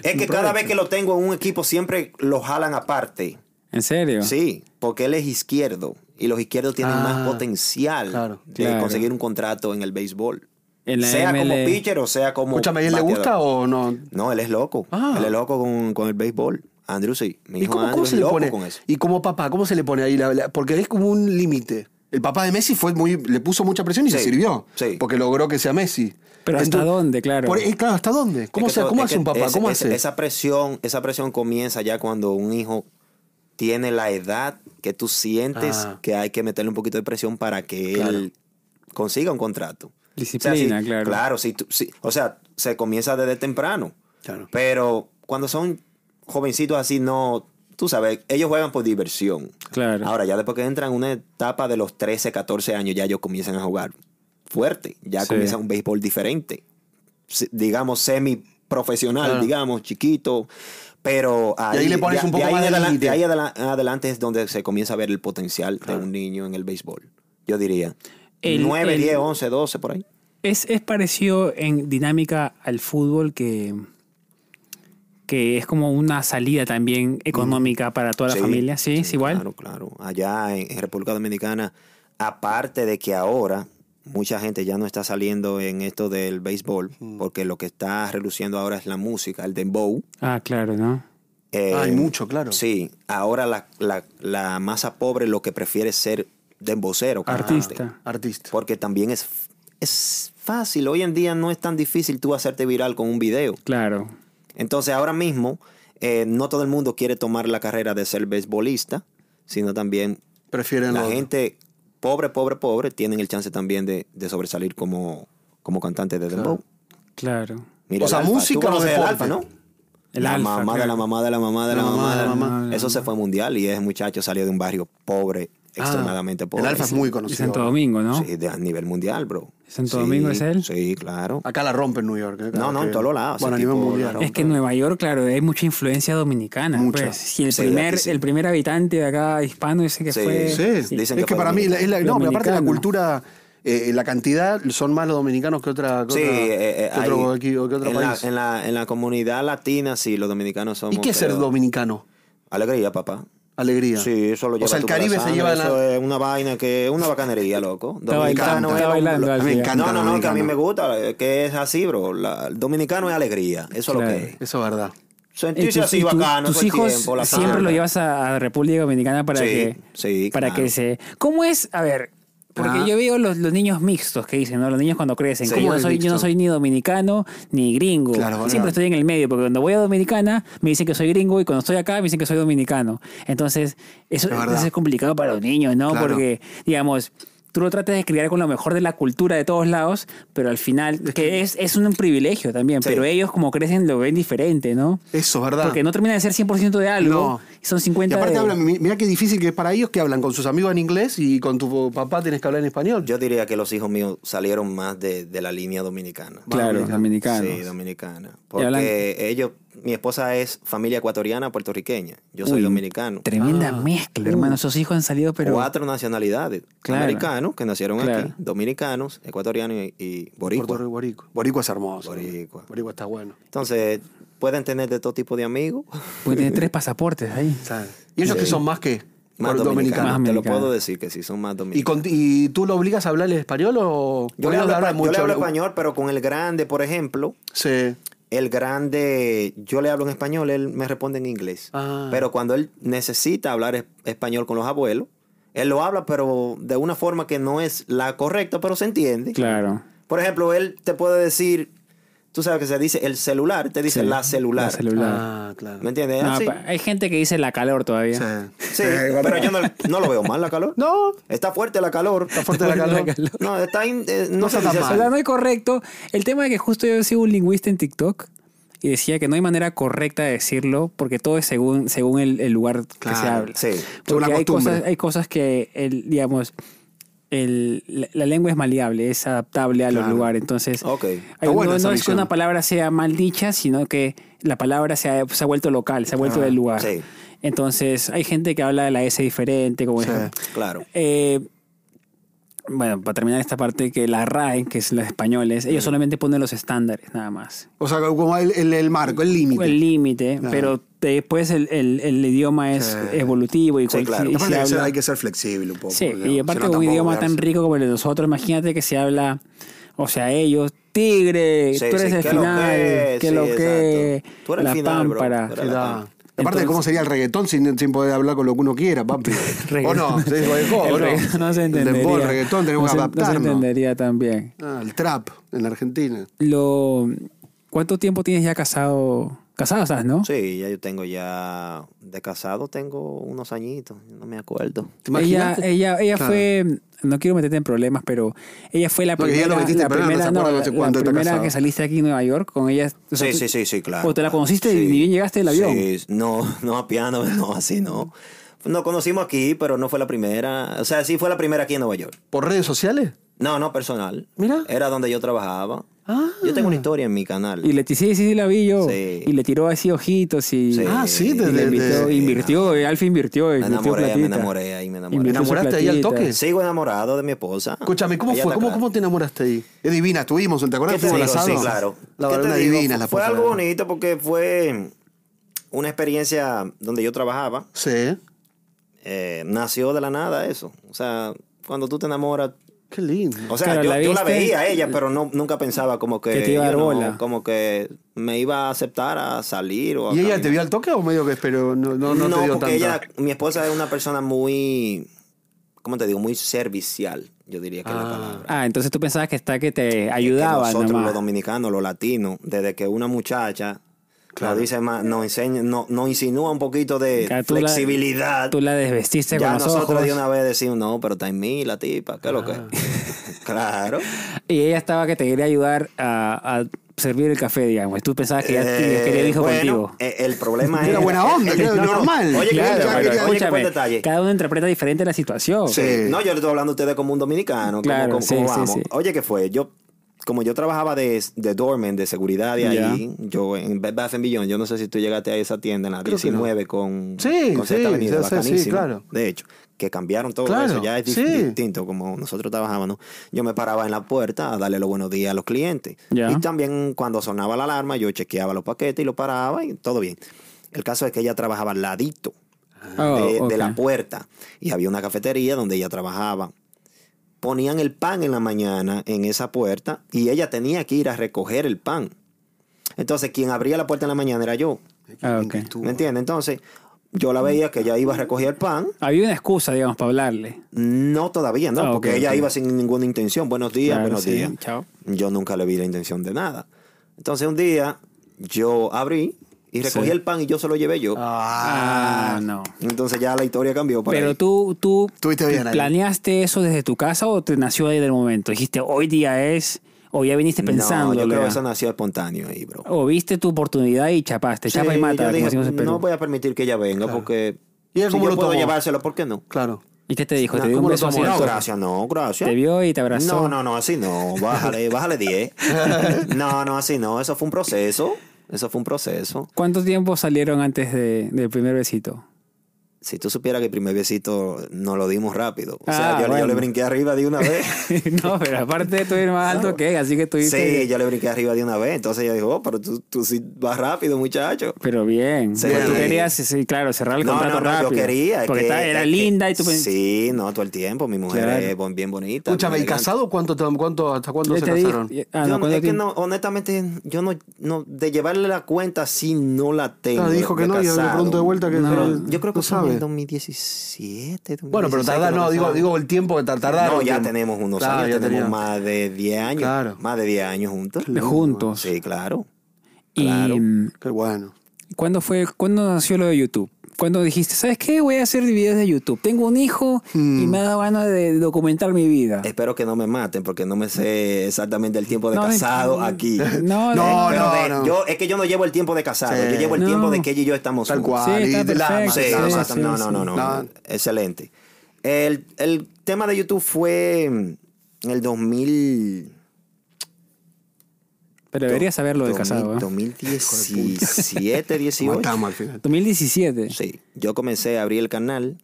S1: es que cada vez que lo tengo en un equipo siempre lo jalan aparte.
S3: ¿En serio?
S1: Sí, porque él es izquierdo y los izquierdos tienen
S2: Ah,
S1: más potencial
S2: claro.
S1: de
S3: Claro.
S1: conseguir un contrato en el béisbol.
S3: En la E.
S1: sea como
S3: ML.
S1: pitcher o sea como.
S2: Escúchame, ¿y él le
S1: bateador.
S2: gusta o no?
S1: No, él es loco.
S2: Ah.
S1: Él es loco con, con el béisbol. Andrew sí. Mi
S2: ¿Y
S1: hijo
S2: cómo, cómo
S1: Andrew es
S2: se le
S1: loco
S2: pone?
S1: con eso.
S2: ¿Y como papá, cómo se le pone ahí? la- la- porque es como un límite. El papá de Messi fue muy, le puso mucha presión y se
S1: Sí,
S2: sirvió.
S1: sí.
S2: Porque logró que sea Messi.
S3: Pero ¿hasta dónde? Claro.
S2: por- eh, claro, ¿hasta dónde? ¿Cómo,
S1: Es que
S2: se-
S1: todo-
S2: cómo
S1: es
S2: hace
S1: que
S2: un papá?
S1: ese-
S2: ¿Cómo
S1: ese-
S2: hace?
S1: Esa presión, esa presión comienza ya cuando un hijo tiene la edad que tú sientes
S2: Ah.
S1: que hay que meterle un poquito de presión para que él consiga un contrato.
S3: Disciplina,
S1: si-
S3: claro.
S1: Claro, si tú- si- o sea, se comienza desde temprano.
S2: Claro.
S1: Pero cuando son jovencitos así, no. Tú sabes, ellos juegan por diversión.
S3: Claro.
S1: Ahora, ya después que entran en una etapa de los 13, 14 años, ya ellos comienzan a jugar fuerte. Ya
S3: Sí.
S1: comienzan un béisbol diferente. Se- Digamos, semiprofesional,
S2: Claro.
S1: digamos, chiquito. Pero ahí,
S2: ahí le pones un poco
S1: ahí
S2: más de
S1: adela-
S2: límite.
S1: de ahí adela- adelante es donde se comienza a ver el potencial de un niño en el béisbol. Yo diría.
S3: El-
S1: 9,
S3: el-
S1: 10, 11, 12, por ahí.
S3: Es, es parecido en dinámica al fútbol que, que es como una salida también económica para toda la
S1: Sí,
S3: familia, ¿sí? es igual.
S1: Claro, claro. Allá en, en República Dominicana, aparte de que ahora mucha gente ya no está saliendo en esto del béisbol,
S2: Mm.
S1: porque lo que está reluciendo ahora es la música, el dembow.
S3: Ah, claro, ¿no?
S1: Eh,
S2: Ah, hay mucho, claro.
S1: Sí, ahora la, la- la masa pobre lo que prefiere es ser dembocero. cantante.
S3: Artista.
S2: Artista.
S1: Porque también es, es fácil. Hoy en día no es tan difícil tú hacerte viral con un video.
S3: Claro.
S1: Entonces, ahora mismo, eh, no todo el mundo quiere tomar la carrera de ser beisbolista, sino también
S2: Prefieren
S1: la
S2: lo-
S1: gente pobre, pobre, pobre, tienen el chance también de, de sobresalir como, como cantante de dembow.
S3: Claro.
S1: Mira
S2: O sea,
S1: el Alfa.
S2: música
S1: Tú conoces
S2: o
S1: el
S2: deporte.
S1: alfa, ¿no?
S3: El
S1: la
S3: Alfa,
S1: mamá de
S3: claro.
S1: la mamá de la mamá de la,
S2: La mamá
S1: mamá.
S2: de la
S3: mamá.
S1: Eso se fue mundial y ese muchacho salió de un barrio pobre,
S2: Ah,
S1: extremadamente pobre.
S2: El Alfa es
S1: Sí.
S2: muy
S3: Es
S2: conocido.
S3: Santo Domingo, ¿no?
S1: Sí, de- a nivel mundial, bro.
S3: ¿Santo
S1: Sí,
S3: Domingo es él?
S1: Sí, claro.
S2: Acá la rompe en New York. eh, claro
S1: no,
S2: que-
S1: en todos los lados,
S2: Bueno, a
S1: ese
S2: nivel
S1: tipo,
S2: mundial.
S1: la
S3: Es que en Nueva York, claro, hay mucha influencia dominicana.
S2: Mucha.
S3: Pues. Si el
S1: Sí,
S3: primer,
S1: aquí sí.
S3: el primer habitante de acá hispano dice que
S1: Sí.
S3: fue.
S2: Sí,
S1: Dicen
S2: es
S1: que
S2: que
S1: fue
S2: para mí, la- es la- no, pero aparte la
S3: Dominicano.
S2: cultura eh, la cantidad son más los dominicanos que otra que
S1: Sí,
S2: otra-
S1: eh, eh,
S2: que otro,
S1: ahí,
S2: equi- que otro
S1: en,
S2: país.
S1: La, en, la, en la comunidad latina, sí, los dominicanos somos.
S2: ¿Y qué es ser
S1: pero-
S2: dominicano?
S1: Alegría, papá.
S2: Alegría.
S1: Sí, eso lo lleva
S2: O sea, el
S1: tu
S2: Caribe se
S1: corazón,
S2: lleva
S1: Eso
S2: la-
S1: es una vaina que es una bacanería, loco.
S3: Está
S1: Dominicano
S3: bailando, está
S1: es-
S3: bailando.
S2: me
S3: así. ¿eh?
S2: encanta.
S1: No, no, no, que a mí
S2: dominicano.
S1: me gusta, eh, que es así, bro. La- el dominicano es alegría, eso
S3: Claro.
S1: es lo que es.
S2: Eso es verdad.
S3: Y
S1: Sentirse
S3: tus,
S1: así
S3: y tu-
S1: bacano,
S3: tus
S1: todo el
S3: hijos
S1: tiempo, la
S3: siempre
S1: samba.
S3: lo llevas a, a República Dominicana para
S1: Sí,
S3: que
S1: sí,
S3: para
S1: claro.
S3: que se ¿Cómo es? A ver, porque
S2: Ah.
S3: yo veo los, los niños mixtos que dicen, ¿no? Los niños cuando crecen,
S1: Sí.
S3: que
S1: ¿Cómo
S3: yo no
S2: es
S3: soy yo no
S2: mixto?
S3: soy ni dominicano ni gringo.
S2: Claro,
S3: Siempre
S2: claro.
S3: estoy en el medio, porque cuando voy a Dominicana me dicen que soy gringo y cuando estoy acá me dicen que soy dominicano. Entonces, eso
S2: Es
S3: eso
S2: verdad.
S3: es complicado para los niños, ¿no?
S2: Claro.
S3: Porque digamos Tú lo tratas de criar con lo mejor de la cultura de todos lados, pero al final, que es, es un privilegio también,
S1: Sí.
S3: pero ellos como crecen lo ven diferente, ¿no?
S2: Eso es verdad.
S3: Porque no termina de ser 100% de algo.
S2: No.
S3: y Son 50
S2: y aparte
S3: de-
S2: hablan, mi- mirá qué difícil que es para ellos que hablan con sus amigos en inglés y con tu papá tienes que hablar en español.
S1: Yo diría que los hijos míos salieron más de, de la línea dominicana.
S3: Claro, dominicanos.
S1: Sí, dominicana.
S3: Y hablan-
S1: Porque ellos, mi esposa es familia ecuatoriana puertorriqueña. Yo soy
S3: Uy,
S1: dominicano.
S2: Ah.
S3: Tremenda mezcla, hermano. Esos hijos han salido, pero.
S1: Cuatro nacionalidades.
S3: Claro.
S1: Americanos que nacieron
S3: Claro.
S1: aquí, dominicanos, ecuatorianos y, y
S2: Puerto
S1: boricuas.
S2: Rico, Boricua. Boricua es hermoso.
S1: Boricua.
S2: Boricua está bueno.
S1: Entonces, pueden tener de todo tipo de amigos.
S3: Puede tener tres pasaportes ahí.
S2: ¿sabes? ¿Y ellos
S1: Sí.
S2: que son más que
S1: Más
S2: Por-
S1: dominicanos.
S3: Más
S1: Te lo
S3: dominicanos.
S1: puedo decir que sí, son más
S2: ¿Y,
S1: dominicanos.
S2: con- y tú lo obligas a hablar el español o
S1: Yo
S2: o
S1: le,
S2: ellos
S1: hablo,
S2: hablan
S1: espa- yo le hablo
S2: lo-
S1: español, pero con el grande, por ejemplo,
S2: Sí.
S1: el grande, yo le hablo en español, él me responde en inglés.
S2: Ah.
S1: Pero cuando él necesita hablar es- español con los abuelos, él lo habla, pero de una forma que no es la correcta, pero se entiende.
S3: Claro.
S1: Por ejemplo, él te puede decir, tú sabes que se dice el celular, te dice
S3: Sí,
S1: la celular.
S3: la celular.
S2: Ah, claro.
S1: ¿Me entiendes?
S3: No,
S1: Así.
S3: pa- hay gente que dice la calor todavía.
S2: Sí.
S1: Sí,
S2: Eh,
S1: pero yo no, no lo veo mal la calor.
S2: No,
S1: Está fuerte la calor. Está
S2: fuerte la calor.
S1: No, está in- eh, no,
S2: No
S1: se
S2: está tan
S1: dice
S2: mal.
S1: así.
S3: Hablando de correcto, el tema de que justo yo sigo un lingüista en TikTok y decía que no hay manera correcta de decirlo porque todo es según, según el, el lugar que se
S2: Claro,
S3: habla.
S1: sí.
S2: Según la
S3: Porque hay
S2: costumbre.
S3: cosas, hay cosas que, el, digamos, el- la, la lengua es maleable, es adaptable a los
S2: Claro.
S3: lugares. Entonces,
S1: Ok.
S3: hay-
S1: Está
S3: no,
S2: buena
S3: no
S2: esa
S3: es que una
S2: visión.
S3: palabra sea mal dicha, sino que la palabra se ha, se ha vuelto local, se ha vuelto
S2: Ah,
S3: del lugar.
S1: sí.
S3: Entonces, hay gente que habla de la S diferente, como
S2: Sí.
S3: ejemplo.
S1: Claro.
S3: Eh, bueno, para terminar esta parte, que la RAE, que es los españoles, ellos solamente ponen los estándares, nada más.
S2: O sea, como el, el- el marco, el límite.
S3: El límite,
S2: Claro.
S3: pero después el, el- el idioma es
S2: Sí.
S3: evolutivo y
S1: Sí, claro.
S3: cual- y
S2: Aparte
S3: se
S2: hay que ser-
S3: habla-
S2: hay que ser flexible un poco.
S3: Sí,
S2: digamos,
S3: y
S2: si
S3: aparte
S2: no
S3: con un
S2: tampoco
S3: idioma
S2: voy a-
S3: tan rico como el de nosotros, imagínate que se habla, o sea, ellos, tigre,
S1: Sí,
S3: tú eres
S1: sí,
S3: el
S1: que lo
S3: final,
S1: que,
S3: que
S1: sí,
S3: lo que,
S1: exacto. Tú eres el
S3: la
S1: final, bro.
S3: pámpara.
S1: Tú eres
S2: Sí,
S1: la
S2: da.
S1: pan.
S2: Aparte,
S3: Entonces-
S2: ¿cómo sería el reggaetón sin, sin poder hablar con lo que uno quiera, papi? ¿O no? ¿Sí? ¿O el
S3: El
S2: ¿O
S3: reggaetón no se
S2: El
S3: entendería.
S2: dembow, el reggaetón tenemos
S3: no
S2: que
S3: se- No se
S2: adaptarnos.
S3: entendería también.
S2: Ah, el trap en la Argentina.
S3: Lo, ¿Cuánto tiempo tienes ya casado? Casado estás, ¿no?
S1: Sí, ya yo tengo ya. De casado tengo unos añitos, no me acuerdo.
S2: ¿Te
S3: Ella,
S2: imaginas?
S3: ella, ella
S2: Claro.
S3: fue, no quiero meterte en problemas, pero ella fue la
S2: No, que ya
S3: primera,
S2: lo metiste
S3: la
S2: en problemas, no
S3: primera,
S2: se acuerda
S3: no,
S2: no sé
S3: la-
S2: cuánto
S3: la
S2: está
S3: primera
S2: casado.
S3: que saliste aquí en Nueva York con ella. o sea,
S1: Sí,
S3: tú-
S1: sí, sí, sí, claro.
S3: O te la conociste y
S1: Sí.
S3: ni bien llegaste del avión.
S1: Sí, no, no a piano, no, así no. Nos conocimos aquí, pero no fue la primera. O sea, sí fue la primera aquí en Nueva York.
S2: ¿Por redes sociales?
S1: No, no, personal.
S2: Mira.
S1: Era donde yo trabajaba.
S2: Ah.
S1: Yo tengo una historia en mi canal.
S3: Y le sí, sí, sí, la vi yo.
S1: Sí.
S3: Y le tiró así ojitos y,
S1: Sí. Ah.
S2: Ah, sí,
S3: y
S2: de-
S3: le
S2: de-
S3: invitó,
S2: de-
S3: invirtió, eh, Alfa invirtió,
S1: me
S3: invirtió
S1: enamoré, me
S3: platita.
S1: enamoré, ahí me
S2: ¿Te
S1: enamoré.
S3: Invirtió su
S2: enamoraste ahí al
S3: platita.
S2: toque?
S1: Sigo enamorado de mi esposa.
S2: Escúchame, ¿cómo
S1: Ella
S2: fue?
S1: está
S2: ¿Cómo,
S1: acá.
S2: ¿Cómo te enamoraste ahí? Es divina, estuvimos, ¿te acordás?
S1: ¿Qué te
S2: Estuvimos
S1: digo?
S2: al asado.
S1: Sí, claro.
S2: La
S1: ¿Qué te
S2: verdad,
S1: digo?
S2: divina la
S1: Fue
S2: esposa.
S1: algo bonito porque fue una experiencia donde yo trabajaba.
S2: Sí,
S1: Eh, nació de la nada eso. O sea, cuando tú te enamoras.
S2: qué lindo.
S1: O sea,
S3: Claro,
S1: yo yo
S3: la
S1: la,
S3: viste- eh,
S1: veía a ella, pero no, nunca pensaba como que.
S3: Que te iba a dar
S1: yo no-
S3: bola.
S1: como que me iba a aceptar a salir o a
S2: ¿Y ella
S1: caminar.
S2: te vio al toque o medio que esperó? No, no, no, te dio
S1: porque
S2: tanta.
S1: ella, mi esposa es una persona muy. ¿Cómo te digo? Muy servicial, yo diría que es la palabra.
S3: Ah, entonces tú pensabas que está que te
S1: que
S3: ayudaba
S1: nosotros
S3: nomás.
S1: los dominicanos, los latinos, desde que una muchacha nos dice más, nos enseña, no- nos insinúa un poquito de
S3: Ya tú la-
S1: flexibilidad.
S3: Tú la desvestiste
S1: ya
S3: con los
S1: nosotros
S3: ojos.
S1: de una vez decimos, no, pero está en mí la tipa, ¿qué es lo que?
S3: Ah.
S1: es?" claro.
S3: Y ella estaba que te quería ayudar a, a servir el café, digamos. Tú pensabas que ya
S1: Eh,
S3: te- quería el hijo
S1: bueno,
S3: contigo.
S1: eh, el problema
S2: Era
S1: es.
S2: buena onda, que era normal.
S1: Oye, que
S2: Claro,
S1: yo- yo
S3: pero
S1: quería- oye, que
S3: escúchame,
S1: buen detalle.
S3: cada uno interpreta diferente la situación.
S2: Sí.
S1: No, yo le estoy hablando a ustedes como un dominicano, como-
S3: Claro,
S1: como,
S3: sí,
S1: como
S3: sí,
S1: vamos.
S3: sí.
S1: Oye, ¿qué fue? Yo como yo trabajaba de, de doorman, de seguridad de
S3: Ya.
S1: ahí, yo en Bed Bath Beyond, yo no sé si tú llegaste a esa tienda en la
S2: Creo que no.
S1: 19 con,
S2: Sí,
S1: con Sexta
S2: sí,
S1: Avenida,
S2: ya sé, sí,
S1: bacanísimo.
S2: claro.
S1: De hecho, que cambiaron todo
S2: Claro,
S1: eso, ya es di-
S2: sí.
S1: distinto como nosotros trabajábamos. Yo me paraba en la puerta a darle los buenos días a los clientes.
S3: Ya.
S1: Y también cuando sonaba la alarma, yo chequeaba los paquetes y los paraba y todo bien. El caso es que ella trabajaba al ladito de,
S3: Oh,
S1: de la
S3: ok.
S1: puerta. Y había una cafetería donde ella trabajaba. Ponían el pan en la mañana en esa puerta y ella tenía que ir a recoger el pan. Entonces, quien abría la puerta en la mañana era yo.
S3: Ah, ok.
S1: ¿Me entiendes? Entonces, yo la veía que ella iba a recoger el pan.
S3: Había una excusa, digamos, para hablarle.
S1: No todavía, no,
S3: Ah,
S1: porque
S3: ok,
S1: ella
S3: ok.
S1: iba sin ninguna intención. Buenos días,
S3: Claro,
S1: buenos
S3: sí,
S1: días.
S3: chao.
S1: Yo nunca le vi la intención de nada. Entonces, un día yo abrí y recogí
S3: Sí.
S1: el pan y yo se lo llevé yo.
S3: Ah, no.
S1: Entonces, ya la historia cambió. para
S3: Pero tú, tú
S2: Estuviste bien ahí.
S3: planeaste eso desde tu casa o te nació ahí del momento. Dijiste, hoy día es, o ya viniste pensando.
S1: No, yo creo que eso nació espontáneo ahí, bro.
S3: O viste tu oportunidad y chapaste, chapa y
S1: Sí,
S3: mata,
S1: yo
S3: como
S1: dije,
S3: decimos en Perú.
S1: no voy a permitir que ella venga porque
S2: ¿Y ella
S1: si
S2: cómo
S1: yo
S2: lo
S1: puedo
S2: tomó?
S1: llevárselo, ¿por qué no?
S2: Claro.
S3: ¿Y qué te dijo?
S1: No,
S3: ¿Te dio un
S1: ¿cómo lo
S3: beso así?
S1: tomó?
S3: en
S1: No,
S3: la boca?
S1: gracias, no, gracias.
S3: Te vio y te abrazó.
S1: No, no, no, así no. Bájale, bájale 10. No, no, así no. Eso fue un proceso. Eso fue un proceso.
S3: ¿Cuánto tiempo salieron antes de- del primer besito?
S1: Si tú supieras que el primer besito nos lo dimos rápido. O sea,
S3: Ah,
S1: yo, yo
S3: bueno.
S1: le brinqué arriba de una vez.
S3: no, pero aparte tú eres más alto que él, así que tú
S1: Sí,
S3: dices...
S1: yo le brinqué arriba de una vez. Entonces ella dijo, oh, pero tú, tú sí vas rápido, muchacho.
S3: Pero bien,
S1: Sí.
S3: porque tú querías, sí, claro, cerrar el
S1: No,
S3: contrato
S1: no, no,
S3: rápido.
S1: yo quería. es
S3: porque
S1: que-
S3: estaba- era
S1: es que-
S3: linda y tú pensabas...
S1: Sí, no, todo el tiempo. Mi mujer
S3: Claro.
S1: es bon- bien bonita.
S2: Escúchame,
S1: bien
S2: ¿y casado cuánto, tam- cuánto, hasta cuándo
S3: Yo
S2: se
S3: te dije-
S2: casaron?
S3: Ah,
S1: Yo
S3: no,
S1: no-
S3: ¿cuánto
S1: es que
S3: tiempo?
S1: no, honestamente, yo no, no, de llevarle la cuenta sí no la tengo.
S2: Ah, dijo que
S1: de
S2: no, y yo le
S1: casado.
S2: pregunto de vuelta que
S1: No,
S2: no-
S1: yo creo que fue
S2: no
S1: en
S2: sabe.
S1: el 2017.
S2: Bueno, pero
S1: 2016
S2: tardar,
S1: que
S2: no,
S1: nos
S2: digo,
S1: casamos.
S2: digo el tiempo que tar- tardaron.
S1: No, ya
S2: tiempo.
S1: tenemos unos
S2: Claro,
S1: años,
S2: ya
S1: tenemos
S2: tenían.
S1: más de 10 años.
S2: Claro.
S1: Más de 10 años juntos.
S3: De juntos.
S1: Sí, claro.
S3: Y
S1: Claro.
S3: mm,
S2: Qué bueno.
S3: ¿cuándo fue, cuándo nació lo de YouTube? Cuando dijiste, ¿sabes qué? Voy a hacer videos de YouTube. Tengo un hijo y
S1: Mm.
S3: me ha dado ganas de documentar mi vida.
S1: Espero que no me maten porque no me sé exactamente el tiempo de
S3: No, no,
S1: casado
S3: no,
S1: aquí.
S3: No,
S2: No,
S3: no,
S1: Pero
S2: Oh, no.
S1: de- yo, es que yo no llevo el tiempo de casado,
S2: Sí.
S1: yo llevo el
S3: No.
S1: tiempo de que ella y yo estamos
S2: Tal
S1: juntos.
S2: cual.
S3: Sí,
S2: y
S3: está
S2: de la-
S3: perfecto.
S1: Sí,
S2: sí,
S1: no,
S2: sí,
S1: exacto.
S3: sí,
S1: no, no, no,
S3: sí.
S1: no.
S2: No.
S1: Excelente. El, el tema de YouTube fue en el 2000.
S3: Pero deberías saberlo de
S1: 2000,
S3: casado. ¿eh?
S1: 2017, 18.
S2: Matamos al final.
S3: 2017.
S1: Sí, yo comencé a abrir el canal.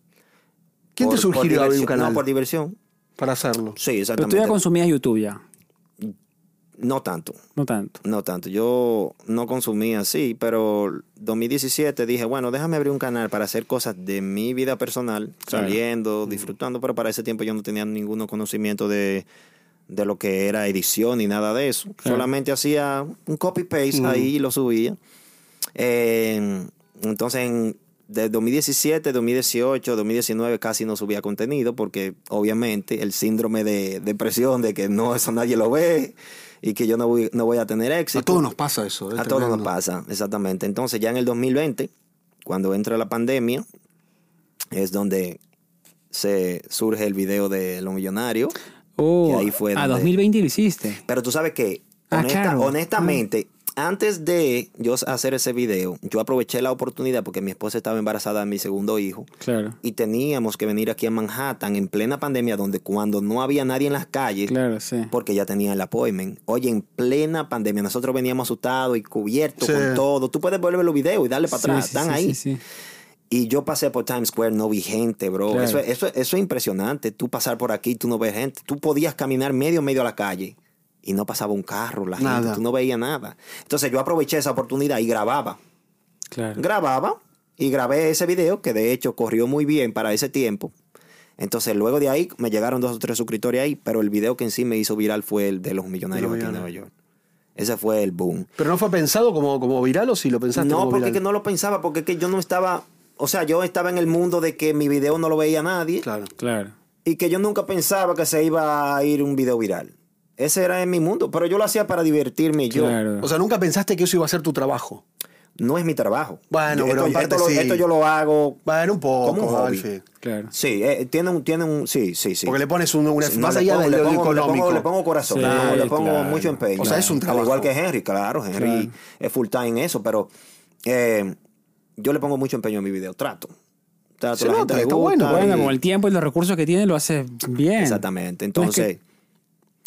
S2: ¿Quién te
S1: por- por
S2: sugirió abrir
S1: diversión-
S2: un canal
S1: No, por diversión.
S2: para hacerlo?
S1: Sí,
S3: Pero tú
S1: exactamente.
S3: ya consumías YouTube ya.
S1: No tanto.
S3: No tanto.
S1: No tanto, yo no consumía así, pero 2017 dije, bueno, déjame abrir un canal para hacer cosas de mi vida personal,
S3: Claro.
S1: saliendo, disfrutando, pero para ese tiempo yo no tenía ningún conocimiento de, de lo que era edición ni nada de eso.
S3: Claro.
S1: Solamente hacía un copy-paste ahí y lo subía. Eh, entonces, en, de 2017, 2018, 2019 casi no subía contenido porque obviamente el síndrome de depresión, de que no, eso nadie lo ve y que yo no voy, no voy a tener éxito.
S2: A todos nos pasa eso. es
S1: A todos nos
S2: tremendo.
S1: pasa, exactamente. Entonces, ya en el 2020, cuando entra la pandemia, es donde se surge el video de Los Millonarios.
S3: Oh,
S1: Y ahí fue
S3: a
S1: donde-
S3: 2020 lo hiciste.
S1: Pero tú sabes que,
S3: Ah,
S1: honesta-
S3: claro.
S1: honestamente, antes de yo hacer ese video, yo aproveché la oportunidad porque mi esposa estaba embarazada de mi segundo hijo
S3: Claro.
S1: y teníamos que venir aquí a Manhattan en plena pandemia, donde cuando no había nadie en las calles,
S3: Claro, sí.
S1: porque ya tenía el appointment. Oye, en plena pandemia, nosotros veníamos asustados y cubiertos
S2: Sí.
S1: con todo. Tú puedes volver los videos y darle para
S3: Sí,
S1: atrás,
S3: sí,
S1: están
S3: sí,
S1: ahí.
S3: sí, sí.
S1: Y yo pasé por Times Square, no vi gente, bro.
S3: Claro.
S1: Eso, es- eso, es- eso es impresionante. Tú pasar por aquí, tú no ves gente. Tú podías caminar medio, medio a la calle y no pasaba un carro, la
S2: Nada.
S1: gente. Tú no veías nada. Entonces yo aproveché esa oportunidad y grababa.
S3: Claro.
S1: Grababa y grabé ese video que de hecho corrió muy bien para ese tiempo. Entonces luego de ahí me llegaron dos o tres suscriptores ahí, pero el video que en sí me hizo viral fue el de los millonarios
S2: Los
S1: aquí en Nueva
S2: Millonarios.
S1: York. Ese fue el boom.
S2: Pero no fue pensado como, como viral o si lo pensaste
S1: No,
S2: como
S1: porque
S2: viral?
S1: que no lo pensaba, porque es que yo no estaba, o sea, yo estaba en el mundo de que mi video no lo veía nadie
S2: Claro.
S3: Claro.
S1: y que yo nunca pensaba que se iba a ir un video viral. Ese era en mi mundo, pero yo lo hacía para divertirme yo.
S3: Claro.
S2: O sea, nunca pensaste que eso iba a ser tu trabajo.
S1: No es mi trabajo.
S2: Bueno,
S1: Yo-
S2: pero
S1: esto,
S2: este
S1: esto lo-
S2: sí.
S1: esto yo lo hago.
S2: Bueno, un poco,
S1: Como un hobby.
S2: Alfie.
S3: claro.
S1: Sí, eh, tiene un, tiene un, sí, sí, sí.
S2: Porque le pones un, una
S1: Sí, no,
S2: más
S1: le
S2: allá
S1: pongo-
S2: de
S1: le
S2: lo
S1: pongo- le pongo-
S2: económico.
S1: Le pongo corazón,
S3: Sí,
S1: claro, le pongo
S3: claro.
S1: mucho empeño.
S2: O sea, es un
S1: Al igual
S2: trabajo.
S1: que Henry, claro, Henry
S3: Claro.
S1: es full time en eso, pero eh, yo le pongo mucho empeño a mi video, trato. Trato,
S2: Se
S1: la
S2: nota,
S1: gente le
S2: está
S1: gusta
S2: bueno,
S1: y-
S3: Bueno, con el tiempo y los recursos que tiene lo haces bien.
S1: Exactamente,
S3: No es que-
S1: entonces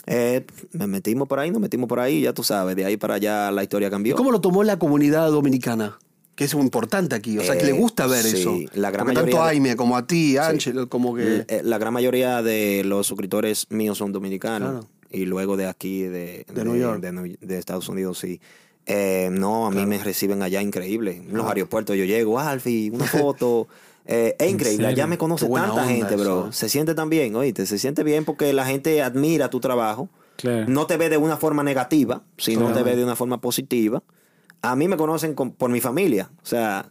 S1: eh, nos metimos por ahí, nos metimos por ahí, ya tú sabes, de ahí para allá la historia cambió.
S2: ¿Cómo lo tomó la comunidad dominicana? Que es muy importante aquí, o sea, que le
S1: Eh,
S2: gusta ver
S1: sí,
S2: eso.
S1: la gran
S2: Porque tanto
S1: mayoría
S2: a
S1: de-
S2: Aime como a ti, Ángel, como que...
S1: Eh, La gran mayoría de los suscriptores míos son dominicanos.
S2: Claro.
S1: Y luego de aquí, de,
S2: De New York.
S1: de New- de Estados Unidos, sí. Eh, no, a mí me reciben allá increíble. En los aeropuertos yo llego, Alfie, una foto. Eh, es increíble, allá
S3: serio?
S1: me conoce
S2: Qué buena
S1: tanta
S2: onda
S1: gente,
S2: eso,
S1: bro.
S2: eh.
S1: Se siente tan bien, oíste, se siente bien porque la gente admira tu trabajo.
S2: Eh.
S3: Claro.
S1: No te ve de una forma negativa, sino
S3: Claro.
S1: te ve de una forma positiva. A mí me conocen con- por mi familia, o sea,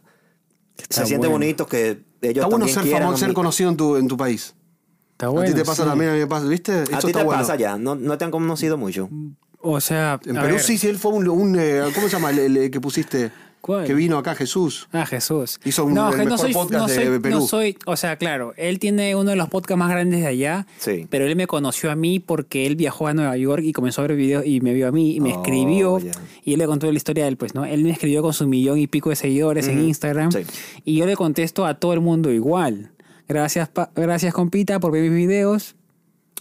S1: se siente
S3: bueno.
S1: bonito que ellos
S2: Está bueno
S1: también
S2: ser
S1: quieran
S2: famoso,
S1: a
S2: ser
S1: mí.
S2: conocido en tu, en tu país.
S3: Está
S2: a
S3: bueno,
S2: ti te pasa
S3: sí.
S2: también, a mí me pasa, ¿viste?
S1: A
S2: Esto
S1: ti
S2: está
S1: te
S2: bueno.
S1: pasa ya, no, no te han conocido mucho.
S3: O sea.
S2: En
S3: a
S2: Perú
S3: ver.
S2: sí, sí, él fue un... un, eh, ¿Cómo se llama el, el que pusiste?
S3: ¿Cuál?
S2: Que vino acá, Jesús.
S3: Ah, Jesús.
S2: Hizo un- el
S3: que
S2: mejor podcast
S3: no
S2: de
S3: soy,
S2: Perú.
S3: no soy- o sea, claro, él tiene uno de los podcasts más grandes de allá,
S1: Sí.
S3: pero él me conoció a mí porque él viajó a Nueva York y comenzó a ver videos y me vio a mí y me
S1: Oh,
S3: escribió
S1: ya.
S3: y él le contó la historia de él, pues, ¿no? Él me escribió con su millón y pico de seguidores en Instagram
S1: Sí.
S3: y yo le contesto a todo el mundo igual. Gracias, pa- gracias compita por ver mis videos.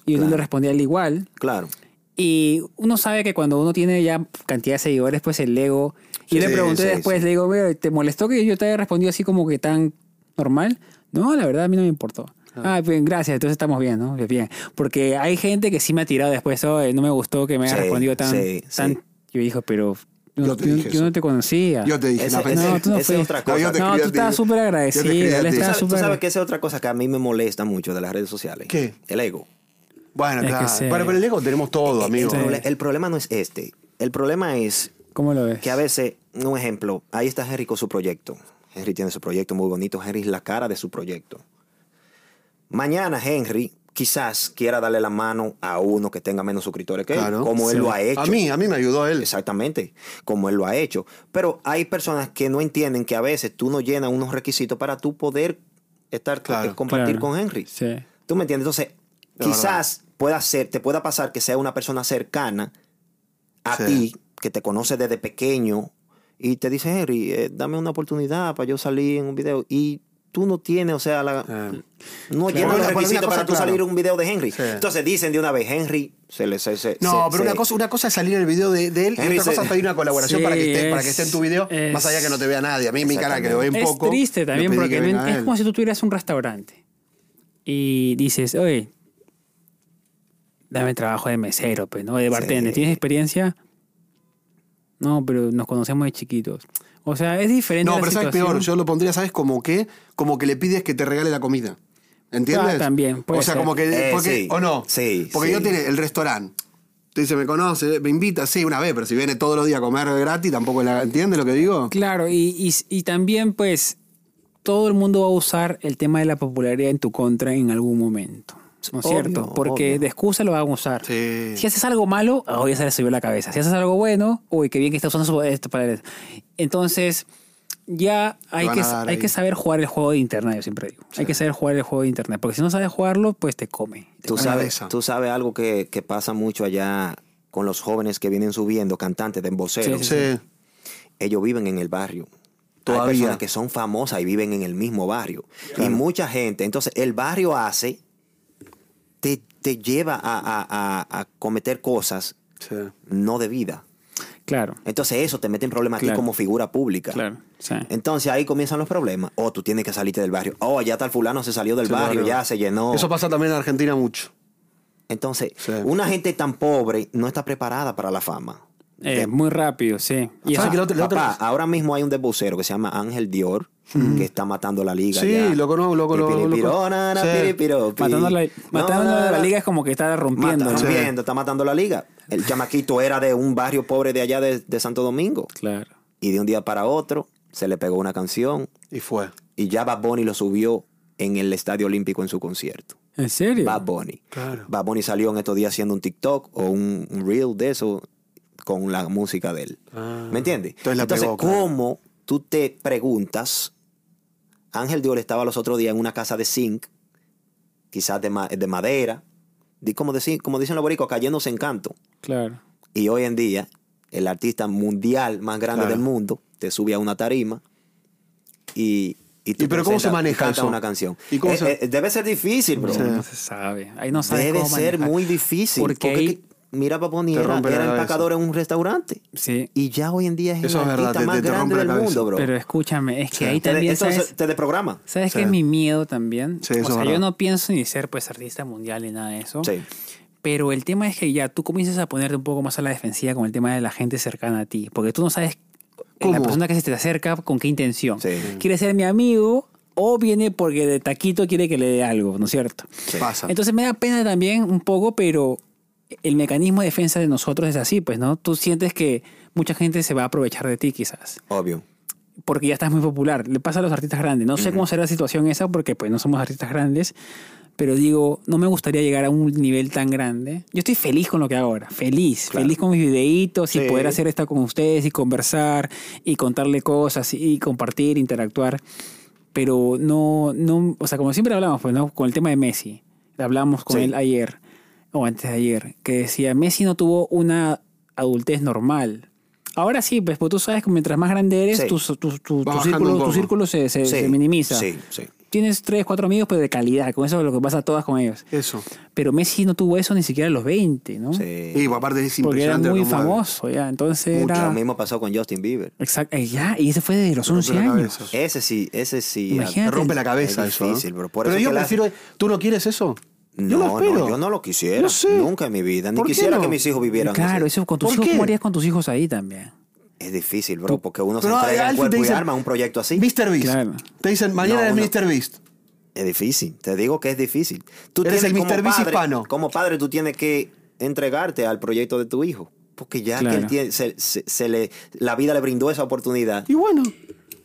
S3: Y yo le respondí al igual.
S1: Claro.
S3: Y uno sabe que cuando uno tiene ya cantidad de seguidores, pues el ego. Y yo le
S1: Sí,
S3: pregunté
S1: sí,
S3: después,
S1: sí.
S3: le digo, "Ve, ¿te molestó que yo te haya respondido así como que tan normal? No, la verdad a mí no me importó. Ah, bien, gracias, entonces estamos bien, ¿no? Bien. Porque hay gente que sí me ha tirado después, "Oye, no me gustó que me haya
S1: Sí,
S3: respondido tan.
S1: sí,
S3: tan...
S1: sí.
S3: Yo dije, pero no,
S2: Yo te
S3: yo,
S2: dije
S3: yo no
S2: eso.
S3: te conocía.
S2: Yo te dije,
S1: Ese-
S2: no,
S1: ese-
S2: pensé-
S3: No, tú no
S1: esa es
S3: fuiste.
S1: otra
S2: No,
S1: cosa.
S2: yo te
S3: No,
S2: escribí
S3: tú
S2: a ti.
S3: estabas súper
S2: Yo te
S3: agradecido,
S2: escribí a
S3: él
S2: ti.
S1: ¿Tú
S3: estaba
S1: sabes, tú
S3: súper-
S1: sabes que esa es otra cosa que a mí me molesta mucho de las redes sociales?
S2: ¿Qué?
S1: El ego.
S2: Bueno,
S3: Es que
S2: claro.
S3: sí.
S2: Bueno, pero el ego tenemos todo, amigo.
S1: El, proble- el problema no es este. El problema es
S3: ¿Cómo lo ves?
S1: que a veces, un ejemplo, ahí está Henry con su proyecto. Henry tiene su proyecto muy bonito. Henry es la cara de su proyecto. Mañana Henry quizás quiera darle la mano a uno que tenga menos suscriptores que él,
S2: Claro.
S1: como
S3: Sí.
S1: él lo ha hecho.
S2: A mí, a mí me ayudó él.
S1: Exactamente, como él lo ha hecho. Pero hay personas que no entienden que a veces tú no llenas unos requisitos para tú poder estar
S2: Claro,
S1: eh, compartir
S3: claro.
S1: con Henry.
S3: Sí.
S1: ¿Tú me entiendes? Entonces,
S2: La
S1: quizás pueda ser, te pueda pasar que sea una persona cercana a
S2: Sí.
S1: ti, que te conoce desde pequeño, y te dice, Henry, eh, dame una oportunidad para yo salir en un video. Y tú no tienes, o sea, la,
S2: Eh.
S1: no
S2: Claro.
S1: llenas los
S2: Bueno, por una
S1: requisitos
S2: cosa,
S1: para tú
S2: claro.
S1: salir en un video de Henry.
S2: Sí.
S1: Entonces dicen de una vez, Henry, se le... se- se-
S2: No,
S1: se-
S2: pero una
S1: se-
S2: cosa, una cosa es salir en el video de, de él y
S1: Henry
S2: otra
S1: se-
S2: cosa es pedir una colaboración
S3: Sí,
S2: para, que esté,
S3: es-
S2: para que esté en tu video,
S3: es-
S2: más allá que no te vea nadie. A mí mi cara que lo ve un
S3: es
S2: poco.
S3: triste
S2: le
S3: también
S2: pedí
S3: porque
S2: que
S3: no-
S2: venga
S3: es
S2: él.
S3: como si tú tuvieras un restaurante y dices, oye, dame trabajo de mesero, pues, ¿no? De bartender.
S1: Sí.
S3: ¿Tienes experiencia? No, pero nos conocemos de chiquitos. O sea, es diferente.
S2: No,
S3: la
S2: pero sabes peor,
S3: situación.
S2: yo lo pondría, ¿sabes? Como que, como que le pides que te regale la comida. ¿Entiendes?
S3: Ah, también, puede
S2: O sea,
S3: ser.
S2: como que.
S1: Eh,
S2: porque-
S1: sí.
S2: ¿O no?
S1: Sí,
S2: Porque
S1: sí.
S2: yo tiene el restaurante. Te dice, me conoce, me invita, sí, una vez, pero si viene todos los días a comer gratis, tampoco la. ¿Entiendes lo que digo?
S3: Claro, y, y, y también, pues, todo el mundo va a usar el tema de la popularidad en tu contra en algún momento. ¿No es
S1: Obvio,
S3: cierto? Porque
S1: obvio.
S3: de excusa lo van a usar.
S2: Sí.
S3: Si haces algo malo, hoy ya se le subió la cabeza. Si haces algo bueno, uy, qué bien que está usando su- esto para él. Entonces, ya hay,
S2: van
S3: que,
S2: a dar
S3: hay
S2: ahí.
S3: que saber jugar el juego de internet, yo siempre digo. Hay que saber jugar el juego de internet. Porque si no sabes jugarlo, pues te come. Te
S1: Tú
S2: Una de
S1: sabes,
S2: esas.
S1: tú sabes algo que, que pasa mucho allá con los jóvenes que vienen subiendo, cantantes de emboceros.
S3: Sí,
S2: Sí.
S1: Ellos viven en el barrio.
S2: Todavía.
S1: Hay personas que son famosas y viven en el mismo barrio. Y mucha gente. Entonces, el barrio hace, te, te lleva a, a- a- a cometer cosas
S2: Sí.
S1: no debidas.
S3: Claro,
S1: Entonces, eso te mete en problemas a
S3: Claro.
S1: ti como figura pública.
S3: claro. sí.
S1: Entonces ahí comienzan los problemas. Oh, tú tienes que salirte del barrio. Oh, ya tal fulano se salió del
S2: Sí,
S1: barrio,
S2: barrio.
S1: ya se llenó.
S2: Eso pasa también en Argentina mucho.
S1: Entonces,
S2: Sí.
S1: una gente tan pobre no está preparada para la fama.
S3: Eh, muy rápido, sí. Y
S2: ¿Sabes
S1: Ah,
S3: eso-
S2: que la otra- la otra
S1: Papá,
S2: vez-
S1: ahora mismo hay un desbocero que se llama Ángel Dior, que está matando la liga.
S2: Mm. Sí,
S1: ya.
S2: lo conozco, lo conozco, lo
S1: Piripiro,
S2: conozco.
S1: na, na,
S2: Sí.
S1: piripiro, pi.
S3: matando la,
S1: No,
S3: matando
S1: na, na,
S3: la
S1: na.
S3: liga es como que está rompiendo.
S1: Mata-
S3: ¿no?
S2: Sí.
S1: rompiendo, está matando la liga. El chamaquito era de un barrio pobre de allá de, de Santo Domingo.
S3: Claro.
S1: Y de un día para otro se le pegó una canción
S2: Y fue.
S1: y ya Bad Bunny lo subió en el Estadio Olímpico en su concierto.
S3: ¿En serio?
S1: Bad Bunny.
S2: Claro.
S1: Bad Bunny salió en estos días haciendo un TikTok o un, un reel de eso con la música de él.
S2: Ah.
S1: ¿Me entiendes?
S2: Entonces la pegó, claro.
S1: ¿cómo tú te preguntas? Ángel Dior estaba los otros días en una casa de zinc, quizás de, ma- de madera, di- como, deci- como dicen los boricos, cayéndose en canto.
S3: Claro.
S1: Y hoy en día, el artista mundial más grande
S2: Claro.
S1: del mundo te sube a una tarima y, y te
S2: ¿Y pero cómo se
S1: presenta-
S2: maneja
S1: canta
S2: eso?
S1: una canción.
S2: ¿Y cómo
S1: Eh,
S2: se-
S1: eh, debe ser difícil, bro.
S2: Sí.
S3: No se sabe. Ahí no sabes
S1: Debe
S3: cómo
S1: ser
S3: manejar.
S1: muy difícil.
S3: Porque
S1: Porque
S3: ahí-
S1: que- mira Papá Pony
S2: Te
S1: era,
S2: rompe la
S1: era
S2: cabeza.
S1: empacador en un restaurante.
S3: Sí.
S1: Y ya hoy en día es
S2: Eso
S1: el
S2: es verdad,
S1: artista
S2: te-
S1: más
S2: te- te
S1: grande
S2: rompe la
S1: del
S2: cabeza.
S1: mundo, bro.
S3: Pero escúchame, es que ahí
S1: Te de-
S3: también
S1: entonces
S3: sabes,
S1: te desprograma.
S3: ¿sabes
S2: Sí.
S3: qué es mi miedo también.
S2: Sí, eso es
S3: o sea,
S2: verdad.
S3: yo no pienso ni ser pues artista mundial ni nada de eso.
S1: Sí.
S3: Pero el tema es que ya tú comienzas a ponerte un poco más a la defensiva con el tema de la gente cercana a ti. Porque tú no sabes la
S2: ¿Cómo?
S3: persona que se te acerca con qué intención.
S1: Sí.
S3: Quiere ser mi amigo o viene porque de taquito quiere que le dé algo, ¿no es cierto?
S1: Sí.
S2: Pasa.
S3: Entonces me da pena también un poco, pero el mecanismo de defensa de nosotros es así, pues, ¿no? Tú sientes que mucha gente se va a aprovechar de ti quizás,
S1: Obvio.
S3: porque ya estás muy popular. Le pasa a los artistas grandes. No sé cómo será la situación esa, porque pues no somos artistas grandes, pero digo, no me gustaría llegar a un nivel tan grande. Yo estoy feliz con lo que hago ahora, feliz,
S1: Claro.
S3: feliz con mis videitos y
S1: Sí.
S3: poder hacer esto con ustedes y conversar y contarle cosas y compartir, interactuar pero no, no, o sea, como siempre hablamos, pues, ¿no? Con el tema de Messi, hablamos con
S1: Sí.
S3: él ayer, o antes de ayer, que decía, Messi no tuvo una adultez normal. Ahora sí, pues, pues tú sabes que mientras más grande eres,
S1: Sí.
S3: tu, tu- tu- tu
S2: bajando un
S3: círculo,
S2: poco.
S3: tu círculo se, se-
S1: Sí,
S3: se minimiza.
S1: Sí, sí.
S3: Tienes tres, cuatro amigos, pero de calidad, con eso es lo que pasa a todas con ellos.
S2: Eso.
S3: Pero Messi no tuvo eso ni siquiera a los 20, ¿no?
S1: sí.
S2: Y aparte es
S3: Porque era
S2: impresionante.
S3: muy
S2: lo que mueve.
S3: famoso, ya. Entonces
S2: Mucho,
S1: Lo
S3: era...
S1: mismo pasó con Justin Bieber.
S3: Exacto, ya, y ese fue desde los
S2: rompe
S3: 11
S2: la
S3: años.
S2: cabeza.
S1: Ese sí, ese sí.
S3: Imagínate.
S2: Te rompe la cabeza
S1: Es
S2: eso. ¿no?
S1: difícil, bro. Por
S2: Pero
S1: eso
S2: yo
S1: que la-
S2: prefiero. ¿Tú no quieres eso? yo lo
S1: No,
S2: espero.
S1: no, yo no lo quisiera.
S2: No sé.
S1: Nunca en mi vida. Ni
S2: ¿Por qué
S1: quisiera
S2: no?
S1: que mis hijos vivieran
S3: Claro,
S1: así.
S3: eso con tus
S2: ¿Por
S3: hijos,
S2: qué?
S3: ¿cómo harías con tus hijos ahí también?
S1: Es difícil, bro, porque uno
S2: Pero,
S1: se entrega
S2: ah,
S1: en
S2: Alfie, te
S1: cuerpo y
S2: dicen-
S1: alma a un proyecto así.
S2: Mr. Beast.
S3: Claro.
S2: Te dicen, mañana
S1: No,
S2: es
S1: no.
S2: Mr. Beast.
S1: Es difícil, te digo que es difícil. Tú
S2: Eres el
S1: como
S2: Mr. Beast
S1: padre-
S2: hispano.
S1: Como padre, tú tienes que entregarte al proyecto de tu hijo. Porque ya
S3: Claro.
S1: que él tiene- se, se- se le, la vida le brindó esa oportunidad,
S2: Y bueno,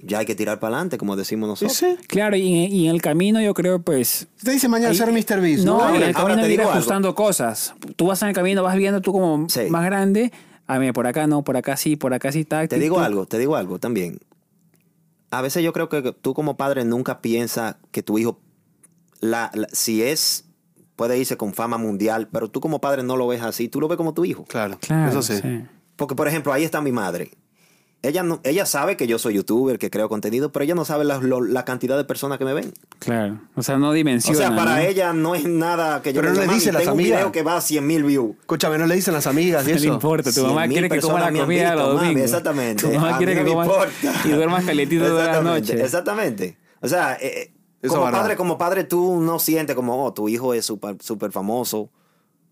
S1: ya hay que tirar para adelante, como decimos nosotros.
S2: ese.
S3: Claro, y, y en el camino yo creo pues...
S2: Te dicen mañana ser Mr. Beast.
S3: No,
S2: No,
S1: ahora-
S3: en el
S1: ahora
S3: camino
S1: te
S3: ir
S1: digo algo.
S3: ajustando cosas. Tú vas en el camino, vas viendo tú como
S1: Sí.
S3: más grande. A mí, por acá no, por acá sí, por acá sí, tal.
S1: Te digo algo, te digo algo también. A veces yo creo que tú como padre nunca piensas que tu hijo, la, la- si es, puede irse con fama mundial, pero tú como padre no lo ves así, tú lo ves como tu hijo.
S2: Claro,
S3: Claro,
S2: eso sí.
S3: sí.
S1: Porque, por ejemplo, ahí está mi madre. Ella, no, ella sabe que yo soy youtuber, que creo contenido, pero ella no sabe la, lo- la cantidad de personas que me ven.
S3: Claro. O sea, no
S1: o
S3: dimensiona.
S1: sea, para
S3: ¿no?
S1: ella no es nada que yo
S2: Pero no
S1: diga,
S2: le
S1: "Mami,
S2: dice a la
S1: tengo
S2: familia".
S1: un video que va a 100 mil views.
S2: Escúchame, no le dicen las amigas y
S3: No le
S2: eso.
S3: importa, tu
S1: Cien
S3: mamá
S1: mil
S3: quiere que coma
S1: personas
S3: la
S1: me han
S3: comida
S1: visto,
S3: los
S1: mami,
S3: domingos.
S1: Exactamente.
S3: Tu mamá
S1: A
S3: quiere
S1: mí
S3: que
S1: no me
S3: comas
S1: importa.
S3: y duermas calentito toda la
S1: Exactamente,
S3: noche.
S1: Exactamente. O sea, eh, eh,
S2: Eso
S1: como
S2: es verdad.
S1: padre, como padre, tú no sientes como, oh, tu hijo es súper super famoso.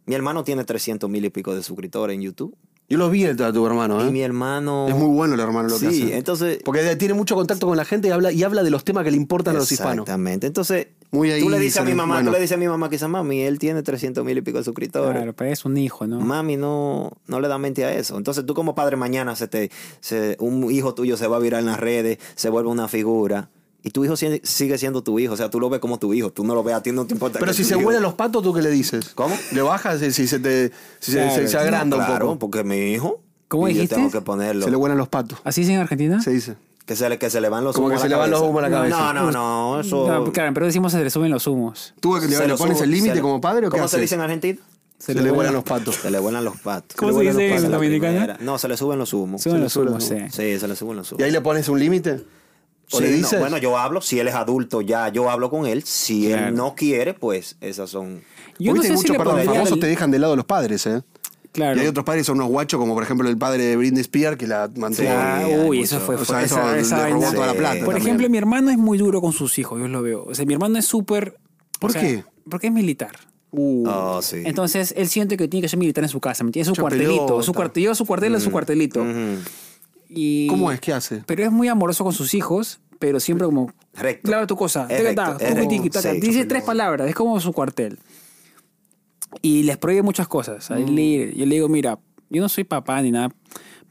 S1: Mi hermano tiene 300 mil y pico de suscriptores en YouTube.
S2: Yo lo vi a tu- a tu
S3: Ah.
S2: hermano,
S1: Y mi
S2: ¿eh?
S1: hermano...
S2: Es muy bueno el hermano lo que
S1: Sí,
S2: hace.
S1: entonces-
S2: Porque tiene mucho contacto con la gente y habla, y habla de los temas que le importan a los hispanos.
S1: Exactamente. Entonces,
S2: Muy ahí
S1: tú le dices a mi
S2: dicen,
S1: mamá,
S2: bueno.
S1: tú le dices a mi mamá que esa mami, él tiene 300 mil y pico de suscriptores.
S3: Claro, pero es un hijo, ¿no?
S1: Mami no, no le da mente a eso. Entonces tú como padre mañana se te, se- un hijo tuyo se va a virar en las redes, se vuelve una figura. Y tu hijo si- sigue siendo tu hijo. O sea, tú lo ves como tu hijo. Tú no lo ves a ti, no te importa.
S2: Pero
S1: que
S2: si
S1: tu
S2: se
S1: hijo-
S2: huelen los patos, ¿tú qué le dices?
S1: ¿Cómo?
S2: ¿Le bajas si, si se te si se-
S3: Claro.
S2: se, se
S3: No,
S2: agranda
S1: Claro,
S2: un poco?
S1: porque mi hijo...
S3: ¿Cómo
S1: y
S3: dijiste?
S1: Yo tengo que ponerlo.
S2: Se le huelen los patos.
S3: ¿Así es en Argentina?
S2: Se dice.
S1: que, se le, que se le van los
S2: Como
S1: humos
S2: que
S1: a
S2: se
S1: la
S2: le van los
S1: cabeza.
S2: humos a la cabeza.
S1: No, no, no. Eso...
S3: No, pues, claro, pero decimos se le suben los humos.
S2: ¿Tú le,
S1: se
S2: le
S1: lo
S2: pones
S1: sube-
S2: el
S1: se
S2: límite
S1: lo-
S2: como padre o qué
S1: ¿Cómo
S2: haces?
S1: se dice en Argentina?
S2: Se le huelen los patos.
S1: Se le vuelan los patos.
S3: ¿Cómo
S1: le
S3: se
S1: vuelan
S3: dice
S1: los
S3: en
S1: patos.
S3: Dominicana?
S1: primera. No, se le suben los humos.
S3: Suben los
S2: suben
S3: humos,
S2: los
S3: sí.
S1: Sí, se le suben los humos.
S2: ¿Y ahí le pones un límite? ¿O
S1: Sí,
S2: le
S1: no,
S2: dices?
S1: bueno, yo hablo, si él es adulto ya, yo hablo con él. Si
S3: Claro.
S1: él no quiere, pues esas son...
S3: Yo no
S2: Viste
S3: sé si
S2: muchos
S3: le
S2: perdón,
S3: pondría
S2: famosos
S3: el-
S2: te dejan de lado los padres, ¿eh?
S3: Claro.
S2: Y hay otros padres que son unos guachos, como por ejemplo el padre de Britney Spears, que la mantuvo.
S3: Ah,
S1: Sí, hay
S3: uy,
S1: mucho.
S3: eso fue
S2: O sea,
S3: fuerte.
S2: eso le robó
S3: vaina-
S1: toda la plata
S3: Por
S1: también.
S3: ejemplo, mi hermano es muy duro con sus hijos, yo lo veo. O sea, mi hermano es súper. o
S2: ¿Por
S3: sea,
S2: qué?
S3: Porque es militar.
S2: Uh,
S1: Oh, sí.
S3: Entonces, él siente que tiene que ser militar en su casa, ¿me entiendes? Su
S2: Mucha
S3: cuartelito,
S2: pelota.
S3: su cuartelito, su cuartel es su cuartelito.
S1: Ujú.
S3: Y-
S2: ¿Cómo es? ¿Qué hace?
S3: Pero es muy amoroso con sus hijos, pero siempre como...
S1: Recto.
S3: Claro, tu cosa.
S1: Es
S3: taca,
S1: recto,
S3: taca,
S1: es
S3: tucu,
S1: recto.
S3: tiqui, taca.
S1: Sí,
S3: Dice tres palabras, es como su cuartel. Y les prohíbe muchas cosas.
S1: Mm.
S3: Ahí le- Yo le digo, mira, yo no soy papá ni nada,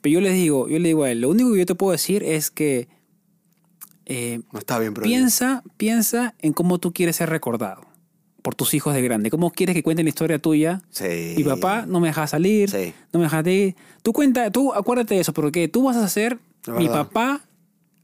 S3: pero yo les digo, yo le digo a él, lo único que yo te puedo decir es que eh,
S2: No está bien, pero.
S3: piensa, piensa en cómo tú quieres ser recordado por tus hijos de grande, cómo quieres que cuenten la historia tuya
S1: Sí.
S3: y papá no me dejaba salir,
S1: Sí.
S3: no me dejaba de ir. Tú cuenta, tú acuérdate de eso, porque tú vas a ser
S2: La
S3: mi
S2: verdad.
S3: papá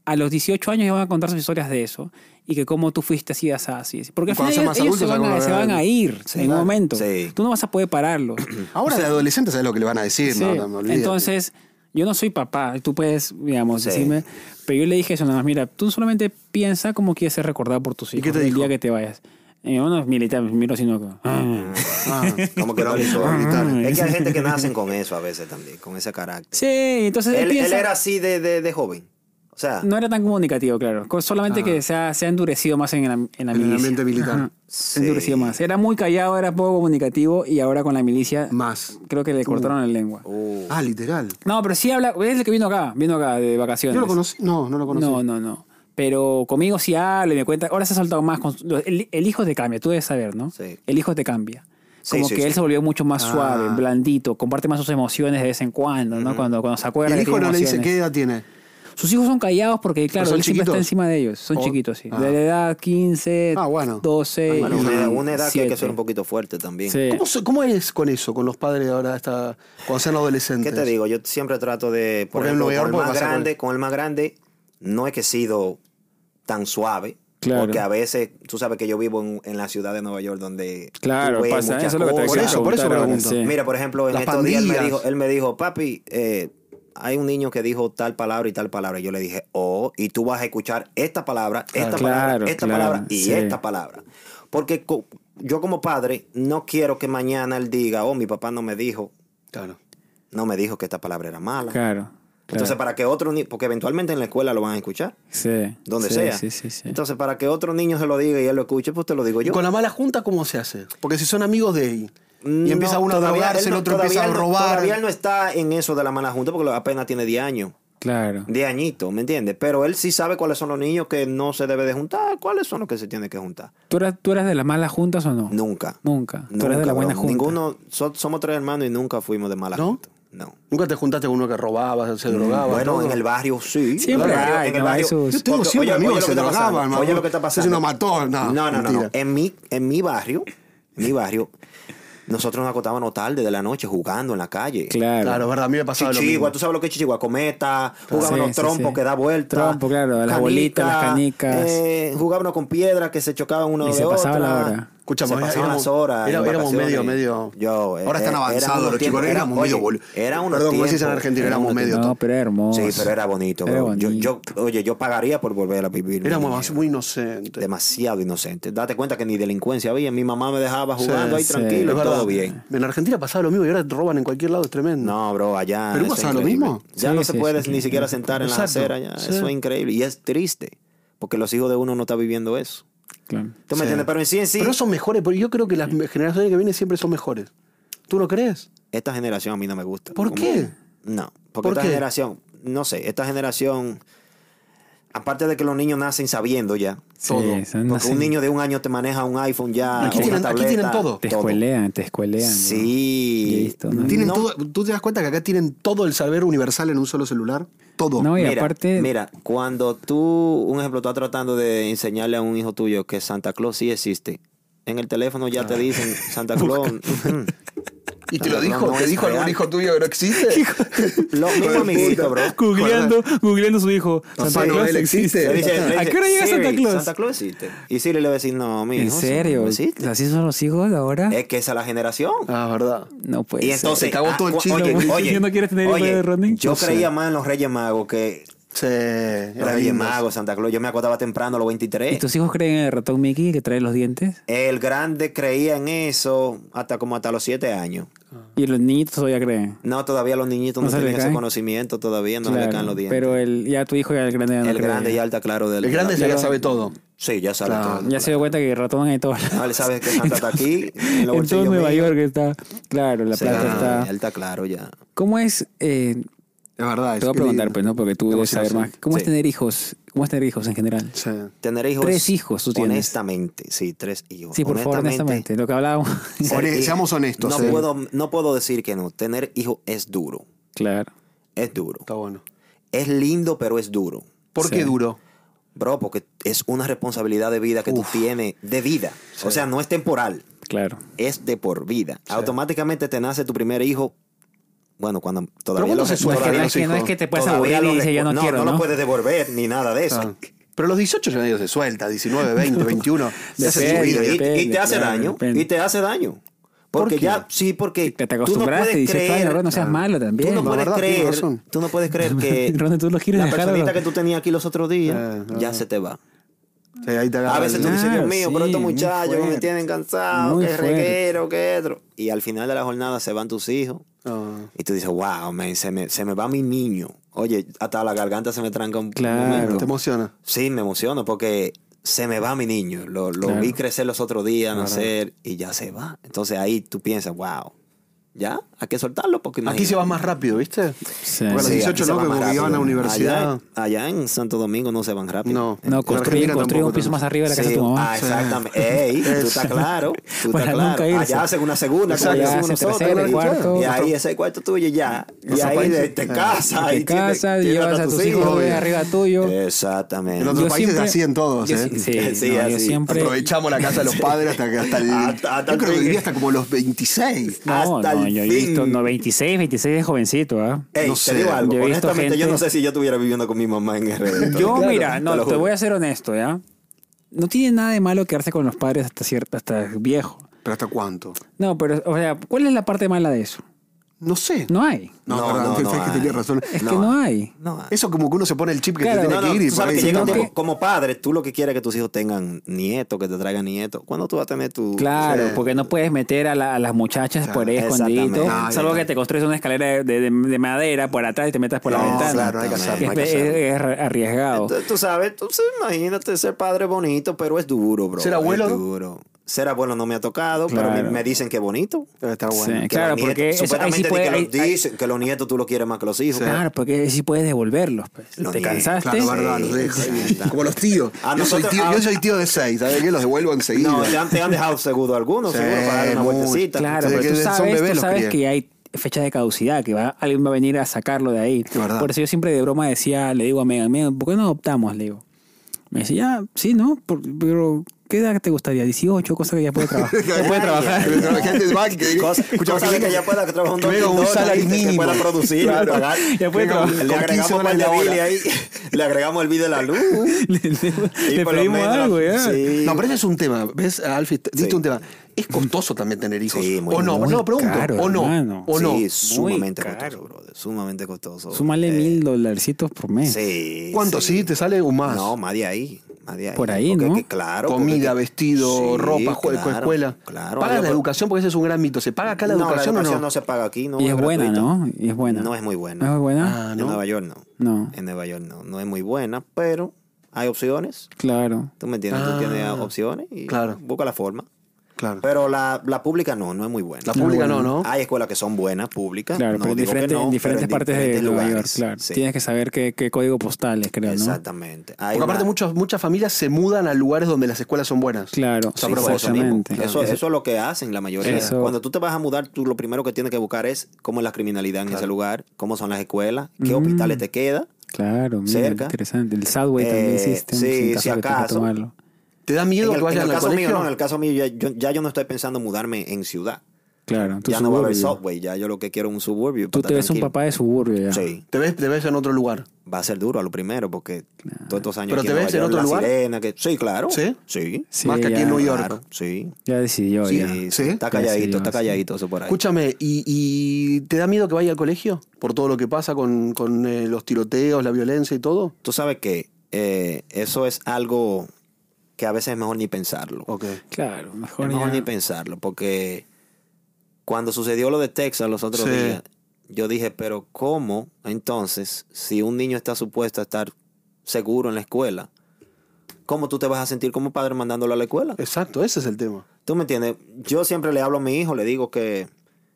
S3: a los 18 años y van a contar sus historias de eso y que cómo tú fuiste así, así, así. Porque al
S2: Cuando
S3: final ellos,
S2: sean más
S3: ellos se,
S2: adultos,
S3: van a,
S2: algo
S3: se
S2: lo
S3: van
S2: verán.
S3: a ir
S2: Sí,
S3: en un
S2: claro.
S3: momento.
S1: Sí.
S3: Tú no vas a poder pararlos.
S2: Ahora de adolescente sabes lo que le van a decir,
S3: Sí.
S2: ¿no? No, no, olvídate.
S3: Entonces, yo no soy papá, tú puedes, digamos,
S1: Sí.
S3: decirme, pero yo le dije eso nada más, mira, tú solamente piensa cómo quieres ser recordado por tus hijos
S2: qué te
S3: el
S2: dijo?
S3: día que te vayas. Y uno es militar, miro sino que, ah.
S1: Como que no le hizo.
S2: Militar.
S1: Es que hay gente que nacen con eso a veces también, con ese carácter.
S3: Sí, entonces él
S1: Él, él
S3: piensa-
S1: era así de, de, de joven. O sea,
S3: no era tan comunicativo, claro. Co- Solamente que se ha, se ha endurecido más en, la- en la
S2: Ah. En el
S3: milicia.
S2: ambiente militar.
S3: Ajá.
S1: Sí.
S3: Se ha endurecido más. Era muy callado, era poco comunicativo y ahora con la milicia
S2: Más.
S3: creo que le cortaron la lengua.
S1: uh,
S2: Ah, literal.
S3: No, pero sí habla, es el que vino acá, vino acá de vacaciones.
S2: Yo lo conocí. No, no lo conocí.
S3: No, no, no. Pero conmigo sí habla y me cuenta. Ahora se ha soltado más. con- el, el hijo te cambia, tú debes saber, ¿no?
S1: Sí.
S3: El hijo te cambia.
S1: Sí,
S3: Como
S1: sí,
S3: que
S1: sí.
S3: él se volvió mucho más
S2: Ah.
S3: suave, blandito, comparte más sus emociones de vez en cuando, ¿no? cuando, cuando se
S2: Y
S3: acuerda.
S2: el
S3: que
S2: hijo
S3: tiene
S2: no le dice
S3: emociones.
S2: qué edad tiene.
S3: Sus hijos son callados porque, claro,
S2: son
S3: él siempre está
S2: chiquitos?
S3: encima de ellos. Son
S2: O-
S3: chiquitos, sí.
S2: Ah.
S3: De la edad 15,
S2: Ah, bueno.
S3: 12.
S1: bueno, una, edad-
S3: y
S1: una edad que hay que ser
S3: 7.
S1: un poquito fuerte también.
S3: Sí.
S2: ¿Cómo, so- cómo es con eso, con los padres de ahora, hasta, cuando sean adolescentes?
S1: ¿Qué te digo? Yo siempre trato de, por
S2: Porque en
S1: ejemplo,
S2: Nueva
S1: con
S2: York
S1: el
S2: puede
S1: más
S2: pasar
S1: grande, con el más grande, no es que he sido tan suave.
S3: Claro.
S1: Porque a veces, tú sabes que yo vivo en, en la ciudad de Nueva York donde...
S3: Claro,
S1: tú ves
S3: pasa.
S1: muchas
S3: Eso es lo que te
S1: cosas.
S2: Por eso, por eso
S3: preguntar ahora,
S2: pregunto.
S3: sí.
S1: Mira, por ejemplo, en
S2: Las
S1: estos días él me,
S2: pandillas.
S1: dijo, él me dijo, papi, eh, hay un niño que dijo tal palabra y tal palabra. Y yo le dije, oh, y tú vas a escuchar esta palabra, esta
S3: Ah, Claro,
S1: palabra,
S3: claro,
S1: esta
S3: claro,
S1: palabra y
S3: sí.
S1: esta palabra. Porque co- yo como padre no quiero que mañana él diga, oh, mi papá no me dijo,
S2: Claro.
S1: no me dijo que esta palabra era mala.
S3: Claro. claro.
S1: Entonces, para que otro niño, porque eventualmente en la escuela lo van a escuchar,
S3: sí.
S1: donde
S3: sí,
S1: sea.
S3: Sí, sí, sí.
S1: Entonces, para que otro niño se lo diga y él lo escuche, pues te lo digo
S2: ¿Y
S1: yo.
S2: con la mala junta cómo se hace? Porque si son amigos de él y
S1: No,
S2: empieza uno a
S1: todavía
S2: drogarse,
S1: él
S2: el
S1: no-
S2: otro empieza a
S1: todavía él no-
S2: robar.
S1: Todavía él no está en eso de la mala junta porque lo- apenas tiene 10 años.
S3: Claro.
S1: 10 añitos, ¿me entiendes? Pero él sí sabe cuáles son los niños que no se debe de juntar, cuáles son los que se tiene que juntar.
S3: ¿Tú eras, ¿Tú eras de las malas juntas o no?
S1: Nunca.
S3: Nunca. Tú
S1: Nunca,
S3: eras de la buena
S1: bro.
S3: junta.
S1: Ninguno, so- somos tres hermanos y nunca fuimos de mala
S2: ¿No?
S1: junta. No.
S2: ¿Nunca te juntaste con uno que robaba, se drogaba?
S1: Mm, Bueno,
S2: todo?
S1: en el barrio sí.
S3: Siempre
S1: En el barrio-
S3: hay,
S1: en el
S3: no,
S1: barrio-
S3: eso-
S2: Yo tengo
S1: Porque-
S2: siempre
S1: oye,
S2: amigos
S1: oye
S2: que se
S1: lo está
S2: drogaban,
S1: pasando,
S2: mamá.
S1: Oye lo que está
S2: Ese
S1: pasando.
S2: no mató,
S1: No,
S2: no,
S1: no, no.
S2: mentira.
S1: En, mi, en mi barrio, en mi barrio, nosotros nos acostábamos tarde de la noche jugando en la calle.
S3: Claro.
S2: Claro, es verdad, a mí me pasaba lo
S1: Chichigua,
S2: mismo.
S1: tú sabes lo que es Chichigua, cometa, jugábamos
S3: Sí, sí,
S1: trompo
S3: sí.
S1: que da vuelta.
S3: Trompo, claro, las bolitas, las canicas.
S1: eh, jugábamos con piedras que se chocaban uno
S3: Y
S1: de
S3: se pasaba
S1: otra.
S3: la hora.
S2: Escucha,
S1: se
S2: mamá,
S1: pasaban
S2: éramos-
S1: las horas.
S2: era-
S1: en
S2: éramos medio,
S1: vacaciones.
S2: medio-
S1: Yo, eh,
S2: Ahora están avanzados los chicos, éramos medio bol-
S1: Era unos
S2: Perdón, como decís en
S1: tiempos,
S2: Argentina,
S1: era
S2: éramos
S1: unos
S2: medio
S1: tiempos.
S3: No, pero era hermoso.
S1: Sí, pero era bonito,
S3: Era
S1: bro. Yo,
S3: bonito.
S1: yo, oye, yo pagaría por volver a vivir. mi
S2: Éramos
S1: niñez.
S2: más muy inocentes.
S1: demasiado inocente. Date cuenta que ni delincuencia había. Mi mamá me dejaba jugando ahí
S3: sí,
S1: tranquilo,
S2: Es
S1: y todo
S2: verdad.
S1: bien.
S2: En Argentina pasaba lo mismo y ahora te roban en cualquier lado, es tremendo.
S1: No, bro, allá.
S2: ¿Perú
S1: eso es
S2: pasa lo
S1: increíble.
S2: mismo?
S1: Ya
S3: Sí,
S1: no se
S3: sí,
S1: puede
S3: sí,
S1: ni
S3: sí.
S1: siquiera sentar en
S2: Exacto.
S1: la acera. Ya.
S2: Sí.
S1: Eso es increíble. Y es triste, porque los hijos de uno no están viviendo eso.
S3: Claro.
S1: ¿Tú me
S2: Sí.
S1: entiendes? Pero en sí, en sí,
S2: Pero son mejores, porque yo creo que las generaciones que vienen siempre son mejores. ¿Tú no crees?
S1: esta generación a mí no me gusta.
S2: ¿Por
S1: Como-
S2: qué?
S1: No, porque
S2: ¿Por
S1: esta
S2: qué?
S1: generación, no sé, esta generación, aparte de que los niños nacen sabiendo ya.
S3: Sí,
S2: Todo.
S3: se andan
S1: Porque un
S3: así.
S1: niño de un año te maneja un iPhone ya.
S2: Aquí
S1: una
S2: tienen- aquí tienen
S1: tableta,
S2: todo.
S3: Te escuelean, te escuelean. ¿no?
S1: Sí.
S3: Listo, ¿no?
S2: ¿Tienen
S1: No.
S2: todo- ¿Tú te das cuenta que acá tienen todo el saber universal en un solo celular? Todo.
S3: No, y
S1: mira,
S3: aparte.
S1: mira, cuando tú, un ejemplo, estás tratando de enseñarle a un hijo tuyo que Santa Claus sí existe, en el teléfono ya te dicen Santa Claus. mm,
S2: ¿Y te lo
S1: No,
S2: dijo?
S1: no
S2: ¿Te
S1: es
S2: dijo algún
S1: real.
S2: hijo tuyo que no existe?
S1: Lo mismo amiguito, bro.
S3: Googleando, googleando su hijo.
S2: Papá
S3: Santa
S2: Noel
S3: Claus
S2: existe.
S1: Le
S3: existe.
S1: dice- le
S3: ¿A
S1: dice,
S3: qué hora llega
S1: "Siri,
S3: Santa Claus?
S1: Santa Claus existe. Y Siri le va a decir, no, mi
S3: ¿En
S1: hijo, Santa
S3: serio? Eh,
S1: Claus existe.
S3: ¿Así son los hijos de ahora?
S1: Es que esa es la generación.
S2: Ah, verdad.
S3: No puede
S1: Y
S3: ser.
S1: entonces, ah,
S2: Se cagó todo el
S1: cu-
S2: chino,
S1: Oye,
S2: güey.
S1: oye,
S3: ¿Tú no quieres tener hijo
S1: oye,
S3: de Ronnie?
S1: Yo
S3: No sé.
S1: creía más en los Reyes Magos que
S2: Sí.
S1: los
S2: Era
S1: Reyes
S2: lindo.
S1: Magos, Santa Claus. Yo me acordaba temprano a los 23.
S3: ¿Y tus hijos creen en el ratón Mickey que trae los dientes?
S1: El grande creía en eso hasta como hasta los siete años.
S3: Y los niñitos todavía creen.
S1: No, todavía los niñitos no,
S3: ¿No se le
S1: tienen ese
S3: caen?
S1: conocimiento, todavía no le
S3: Claro,
S1: caen los dientes.
S3: Pero el, ya tu hijo ya el grande ya no
S1: el
S3: cree.
S1: grande ya está claro del
S2: El grande
S1: ya.
S2: ya sabe todo.
S1: Sí, ya sabe
S2: Claro.
S1: todo.
S3: Ya se dio cuenta que el ratón hay todo.
S1: Ah, él sabe que Santa está aquí, en los
S3: en todo
S1: bolsillos
S3: Nueva
S1: míos.
S3: York está. Claro, la
S1: Sí,
S3: plata
S1: ya,
S3: está.
S1: ya él está claro ya.
S3: ¿Cómo es? eh,
S2: Es verdad.
S3: te voy a preguntar, pues, ¿no? Porque tú debes saber
S2: emoción,
S3: más. ¿Cómo es
S1: Sí.
S3: tener hijos? ¿Cómo es tener hijos en general?
S2: Sí.
S1: Tener hijos.
S3: Tres hijos tú tienes.
S1: Honestamente, sí, tres hijos.
S3: Sí, por favor, honestamente. Lo que hablábamos.
S1: ser
S2: Hone-
S1: hijo-
S2: seamos honestos,
S1: No,
S2: eh.
S1: puedo, no puedo decir que no. Tener hijos es duro.
S3: claro.
S1: Es duro.
S2: Está bueno.
S1: Es lindo, pero es duro.
S2: ¿Por qué duro?
S1: Bro, porque es una responsabilidad de vida que tú tienes, de vida. O sea, no es temporal,
S3: Claro.
S1: es de por vida. Automáticamente te nace tu primer hijo. Bueno, cuando todavía
S2: ¿cuándo
S1: lo-
S2: se suelta?
S3: Es Pues
S1: todavía
S3: que no
S2: los
S3: es que, no
S2: hijos-
S3: es que te puedas
S1: todavía
S3: aburrir y
S1: lo
S3: dices, ya no,
S1: recu-
S3: quiero,
S1: No
S3: ¿no?
S1: lo puedes devolver ni nada de eso.
S2: Ah. Pero a los 18 ya medio se suelta, 19, 20, 21. Se hace su
S3: Depende,
S2: vida.
S1: Y-
S2: Y-
S1: y,
S3: depende,
S1: te hace
S3: claro,
S1: daño.
S3: depende.
S1: Y te hace daño.
S2: ¿Por
S1: Porque
S2: qué?
S1: ya, sí, porque.
S3: Que te
S1: tú no
S3: acostumbraste
S1: puedes
S3: y dices,
S1: creer-
S3: "Ay, Ron, no seas malo también".
S1: Tú no
S3: La
S1: puedes
S2: verdad, tienes
S1: creer.
S2: razón.
S1: Tú no puedes creer que.
S3: Ron, tú lo quieres
S1: la
S3: dejar, Ah,
S1: personita
S3: ¿no?
S1: que tú tenías aquí los otros días
S2: Eh,
S1: ya se te va.
S2: Sí, ahí te agarra
S1: A veces
S2: el-
S1: tú dices, Dios
S3: Claro,
S1: mío,
S3: sí,
S1: pero estos
S3: muy
S1: muchachos que me
S3: fuerte.
S1: tienen cansado,
S3: Muy
S1: que
S3: fuerte.
S1: reguero, que otro. Y al final de la jornada se van tus hijos.
S2: No.
S1: Y tú dices, wow, man, se me, se me va mi niño. Oye, hasta la garganta se me tranca un
S3: Claro.
S1: momento.
S2: Te emociona.
S1: Sí, me emociono porque se me va mi niño. Lo, lo
S3: Claro.
S1: vi crecer los otros días, nacer, y ya se va. Entonces ahí tú piensas, wow, ya, hay que soltarlo porque
S2: Aquí
S1: imagínate.
S2: se va más rápido, ¿viste?
S3: Sí.
S2: Porque a los
S1: Sí, aquí
S2: 18
S1: se
S2: no,
S1: va
S2: que
S1: más
S2: como iban a
S1: rápido.
S2: la universidad.
S1: Allá, allá en Santo Domingo no se van rápido.
S2: No.
S3: No,
S2: En
S3: construyen,
S2: Argentina
S3: construyen un
S2: tampoco,
S3: piso
S2: ¿no?
S3: más arriba de la casa
S1: Sí,
S3: de tu mamá.
S1: Ah, exactamente. Ey, tú estás claro. Tú
S3: Para
S1: estás
S3: nunca
S1: claro.
S3: irse.
S1: Allá hacen una segunda, como
S2: Exacto.
S1: le
S2: Ya
S1: decimos
S3: hace
S1: nosotros.
S3: tercera,
S1: y-
S3: cuarto.
S1: Y ahí ese cuarto tuyo ya. Y
S2: Nuestro
S1: ahí
S2: país.
S1: de- te
S2: Ah,
S1: casas.
S3: te
S1: y tienes-
S3: casas,
S1: tienes
S3: llevas
S1: a tus
S3: hijos
S2: obvio.
S3: arriba tuyo.
S2: En
S1: Exactamente.
S2: otros países así en todos,
S3: yo
S2: ¿eh?
S3: sí- sí,
S1: Sí,
S3: no, yo
S1: así.
S3: siempre...
S2: Aprovechamos la casa de los padres hasta que hasta el.
S1: Hasta- hasta
S2: yo creo que
S1: el-
S2: diría hasta como los 26.
S3: No,
S1: hasta
S3: no,
S1: el
S3: yo he visto
S1: fin.
S3: no, 26, 26 es jovencito, ¿ah?
S1: Ey,
S2: No
S1: te
S2: sé,
S1: digo algo.
S3: yo he visto
S1: Honestamente, yo
S3: gente-
S1: no sé si yo estuviera viviendo con mi mamá en RD.
S3: Yo,
S1: Claro,
S3: mira, no,
S1: lo
S3: te
S1: juro.
S3: voy a ser honesto, ¿ya? No tiene nada de malo quedarse con los padres hasta cierta, hasta viejo.
S2: ¿Pero hasta cuánto?
S3: No, pero, o sea, ¿cuál es la parte mala de eso?
S2: No sé.
S3: No hay.
S2: No,
S1: No,
S2: no,
S1: no, no
S2: que
S1: hay.
S2: tenía razón.
S3: Es
S1: No
S3: que no hay.
S1: No, ah.
S2: Eso como que uno se pone el chip que
S3: Claro.
S2: te
S1: No,
S2: tiene
S1: no,
S2: que ir y
S1: tú
S2: por
S1: sabes
S2: ahí
S1: que
S2: se
S1: llega un
S2: escapa.
S1: tiempo, como padre, tú lo que quieres es que tus hijos tengan nietos, que te traigan nietos. ¿Cuándo tú vas a tener tu...?
S3: Claro,
S2: Sí.
S3: porque no puedes meter a, la- a las muchachas por ahí
S1: exactamente.
S3: escondido.
S2: Ah,
S3: Salvo
S2: bien.
S3: que te construyes una escalera de, de- de madera por atrás y te metas por la
S2: No,
S3: ventana.
S2: claro, no hay que hacerlo,
S3: Que
S2: no hay que
S3: es- es, es arriesgado.
S1: Entonces, tú sabes, tú sí, imagínate ser padre bonito, pero es duro, bro.
S2: ¿Ser abuelo?
S1: Es duro. Ser abuelo no me ha tocado, pero
S3: Claro.
S1: me, me dicen que bonito.
S2: Debe estar
S3: Sí,
S2: bueno.
S1: Que
S3: claro,
S1: los
S3: porque
S1: nietos-
S3: eso- ahí
S1: supuestamente
S3: sí
S1: di
S3: puede-
S1: que
S3: ahí-
S1: los dicen que los nietos tú los quieres más que los hijos.
S3: Claro, porque sí puedes devolverlos. pues.
S1: Los
S3: te
S1: nietos,
S3: cansaste.
S2: Claro, verdad,
S1: Sí,
S2: los dejo.
S1: exacto.
S2: Como los tíos.
S1: A
S2: yo, soy
S1: nosotros-
S2: tío
S1: a-
S2: yo soy tío de seis, ¿sabes qué? Los devuelvo enseguida.
S1: No, te han, te han dejado seguro algunos,
S2: Sí,
S1: seguro, para dar una
S2: mucho.
S1: vueltecita.
S3: Claro,
S2: Desde
S3: pero tú
S2: que son
S3: sabes, tú
S2: bebés los
S3: sabes
S2: crían.
S3: que hay fecha de caducidad, que va, alguien va a venir a sacarlo de ahí.
S2: Es verdad.
S3: Por eso yo siempre de broma decía, le digo a Megan, Megan, ¿por qué no adoptamos? Le digo. Me decía, ya, sí, ¿no? Por- pero, ¿qué edad te gustaría? 18, cosa que ya puede trabajar.
S2: Que puede trabajar.
S1: Ay, ay, ay.
S2: Que trabaje en el banco.
S1: Cosa-
S2: Escucha,
S1: cosa de que ya pueda trabajar un
S2: que venga un
S1: $2,000,
S2: salario
S1: ¿viste? que
S2: mínimo.
S1: pueda producir,
S2: Claro.
S1: pagar.
S3: Ya puede
S1: Venga,
S3: trabajar.
S1: Le
S2: Con 15
S1: agregamos el
S2: dólares
S1: de
S2: la hora.
S1: bill ahí, le agregamos el bill de la luz.
S3: le le-
S1: Y
S3: le
S1: por lo
S3: pedimos
S1: menos la-
S3: algo, ya.
S1: Sí.
S2: No, pero ese es un tema. ¿Ves, Alfie? Te- Diste un tema. Es costoso también tener hijos.
S1: Sí, muy-
S2: o no,
S3: muy
S2: no, pregunto.
S3: caro,
S2: o no.
S3: hermano.
S2: O no.
S1: Sí, sumamente
S3: caro.
S1: costoso, brother. Sumamente costoso.
S3: Súmale
S1: Eh,
S3: mil dolarcitos por mes.
S1: Sí.
S2: ¿Cuánto? Sí. te sale un más.
S1: No, más de ahí. Más de ahí.
S3: Por ahí,
S1: Porque
S3: ¿no?
S1: que claro.
S2: Comida,
S1: porque que-
S2: vestido,
S1: Sí,
S2: ropa, jue-
S1: claro,
S2: escuela.
S1: Claro.
S2: ¿Pagas
S1: Yo
S2: la
S1: creo-
S2: educación? Porque ese es un gran mito. ¿Se paga acá la
S1: no,
S2: educación
S1: la
S2: o
S1: educación
S2: no?
S1: no? se paga aquí. No
S3: y es buena,
S1: gratuita.
S3: ¿no? Y es buena.
S1: No es muy buena.
S3: ¿No es muy buena?
S2: Ah,
S1: En
S2: ¿no?
S1: Nueva York no.
S3: No.
S1: En Nueva York no. No es muy buena, pero hay opciones.
S3: Claro.
S1: Tú me entiendes, tú
S2: Ah.
S1: tienes opciones y
S2: Claro.
S1: busca la forma.
S2: Claro.
S1: Pero la, la pública no, no es muy buena.
S2: La pública no, ¿no?
S1: Hay escuelas que son buenas, públicas.
S3: Claro,
S1: no
S3: pero, en
S1: digo que
S3: diferente-
S1: no,
S3: en
S1: pero
S3: diferentes partes de
S1: diferentes
S3: Nueva York,
S1: lugares.
S3: claro.
S1: Sí,
S3: Tienes que saber qué, qué código postales, creo, ¿no?
S1: Exactamente. Hay
S2: Porque aparte
S1: una-
S2: muchas, muchas familias se mudan a lugares donde las escuelas son buenas.
S3: Claro,
S2: O sea,
S1: Sí,
S2: a
S1: por eso
S2: propósito.
S1: mismo.
S3: exactamente.
S1: Eso, eso es lo que hacen la mayoría.
S3: Eso.
S1: Cuando tú te vas a mudar, tú lo primero que tienes que buscar es cómo es la criminalidad en ese lugar, cómo son las escuelas, qué
S3: Mm.
S1: hospitales te queda.
S3: Claro, mira,
S1: Cerca.
S3: interesante. El Subway
S1: Eh,
S3: también existe.
S1: sí,
S3: sin
S1: si
S3: caso que tengas que
S1: acaso.
S3: tomarlo.
S2: ¿Te da
S1: En
S2: miedo
S1: el,
S2: que vayan
S1: en el
S2: al
S1: caso mío,
S2: colegio?
S1: no, en el caso mío, ya yo, ya yo no estoy pensando mudarme en ciudad.
S3: Claro, tú
S1: ya no va a haber
S3: suburbio.
S1: subway, ya yo lo que quiero es un suburbio.
S3: Tú
S1: para
S3: te ves
S1: estar
S3: un papá de suburbio ya.
S1: tranquilo. Sí,
S2: te, ves, te ves en otro lugar.
S1: va a ser duro a lo primero porque todos estos años
S2: ¿Pero
S1: aquí
S2: te
S1: Nueva
S2: ves en
S1: York,
S2: otro
S1: la
S2: lugar?
S1: sirena, que- Sí, claro.
S2: ¿Sí?
S1: Sí.
S3: Sí,
S2: Más que aquí
S3: ya,
S2: en Nueva York.
S1: Claro, sí.
S3: Ya decidió
S1: Sí,
S3: ya.
S1: sí,
S2: ¿Sí?
S1: Está
S3: Sí,
S1: calladito, está
S3: sí.
S1: calladito eso por ahí.
S2: Escúchame, ¿y, y te da miedo que vaya al colegio? Por todo lo que pasa con, con, eh, los tiroteos, la violencia y todo.
S1: Tú sabes que eh, eso es algo que a veces es mejor ni pensarlo.
S2: Ok.
S3: Claro, mejor
S1: Es mejor
S3: ya.
S1: ni pensarlo, porque cuando sucedió lo de Texas los otros
S2: Sí.
S1: días, yo dije, pero ¿cómo entonces, si un niño está supuesto a estar seguro en la escuela, cómo tú te vas a sentir como padre mandándolo a la escuela?
S2: Exacto, ese es el tema.
S1: ¿Tú me entiendes? Yo siempre le hablo a mi hijo, le digo que,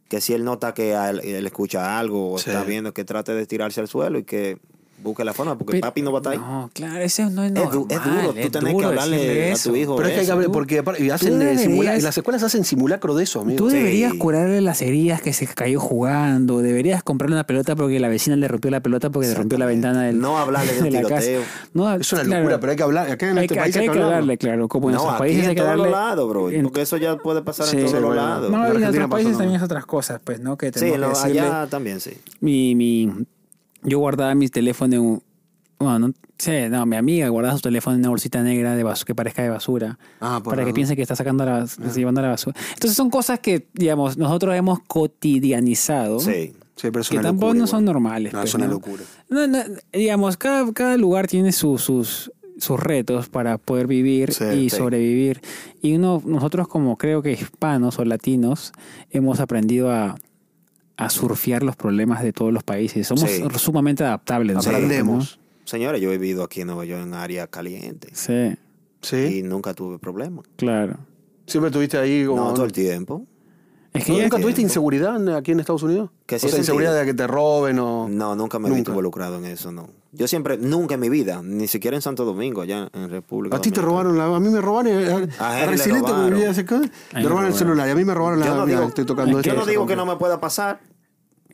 S1: que si él nota que a él, él escucha algo o
S2: Sí.
S1: está viendo, que trate de tirarse al suelo y que busque la forma, porque
S3: Pero-
S1: papi no va a estar ahí.
S3: No, claro, ese no es
S1: Es, du-
S3: normal.
S1: es duro, tú tenés que
S3: duro
S1: hablarle
S3: decirle
S1: a
S3: eso.
S1: tu hijo.
S2: Pero es que hay que
S1: eso.
S2: hablar, porque aparte- y hacen, eh,
S3: deberías-
S2: simula- en las escuelas hacen simulacro de eso, amigo.
S3: Tú
S1: Sí.
S3: deberías curarle las heridas que se cayó jugando. Deberías comprarle una pelota porque la vecina le rompió la pelota porque le rompió la ventana del.
S1: No hablarle de un
S3: la casa.
S1: tiroteo.
S3: No,
S2: Es una
S3: claro.
S2: locura, pero hay que hablar. Acá en
S3: Hay
S2: este
S3: que,
S2: país
S3: acá hay que
S2: hablarlo.
S3: hablarle, claro, como en
S1: No,
S3: nuestros
S1: aquí
S3: países
S1: en
S3: hay que
S1: todos
S3: darle.
S1: los lados, bro.
S3: en-
S1: Porque eso ya puede pasar
S3: Sí.
S1: en todos
S2: Sí,
S1: los
S2: bueno.
S1: lados.
S2: En
S3: No, y en
S2: Argentina
S3: otros
S2: pasó
S3: países
S2: lo
S3: también es
S2: mismo.
S3: otras cosas, pues, ¿no? Que tenemos
S1: sí,
S3: que
S1: lo-
S3: decirle.
S1: allá también, sí.
S3: Mi, mi, yo guardaba mis teléfonos en un... Bueno, no sé, no, mi amiga guardaba su teléfono en una bolsita negra de basu- que parezca de basura.
S2: Ah, por Ah.
S3: para que
S2: ahí.
S3: piense que está sacando la, bas- llevando la basura. Entonces son cosas que, digamos, nosotros hemos cotidianizado.
S1: Sí.
S2: Sí, pero es
S3: Que
S2: una
S3: tampoco
S2: locura
S3: no
S2: igual.
S3: son normales.
S2: No,
S3: pues,
S2: es una locura.
S3: No, no, digamos, cada, cada lugar tiene su- sus sus retos para poder vivir
S2: Sí,
S3: y
S2: sí.
S3: sobrevivir. Y uno, nosotros como creo que hispanos o latinos hemos aprendido a, a surfear los problemas de todos los países. Somos
S1: Sí.
S3: sumamente adaptables. nosotros, ¿no?
S2: Aprendemos.
S1: Señores, yo he vivido aquí en Nueva York en área caliente
S3: Sí,
S2: Sí.
S1: y nunca tuve problemas.
S3: claro.
S2: Siempre tuviste ahí como.
S1: No, todo el tiempo.
S3: Es que
S2: ¿Nunca
S1: Sí.
S2: tuviste inseguridad en- aquí en Estados Unidos?
S1: Que sí
S2: o sea,
S1: he
S2: inseguridad de que te roben o.
S1: No, nunca me he
S2: Nunca.
S1: visto involucrado en eso, no. Yo siempre, nunca en mi vida, ni siquiera en Santo Domingo, allá en República.
S2: A ti te
S1: Dominicana.
S2: robaron la. A mí me robaron. A,
S1: A
S2: a,
S1: él le
S2: Resilete, que
S1: robaron.
S2: vivía cerca,
S3: me
S2: le robaron
S3: robaron.
S2: el celular. Y a mí me robaron la.
S1: Yo no
S2: mira,
S1: digo,
S2: estoy tocando
S1: yo
S2: esto.
S1: no digo que no me pueda pasar,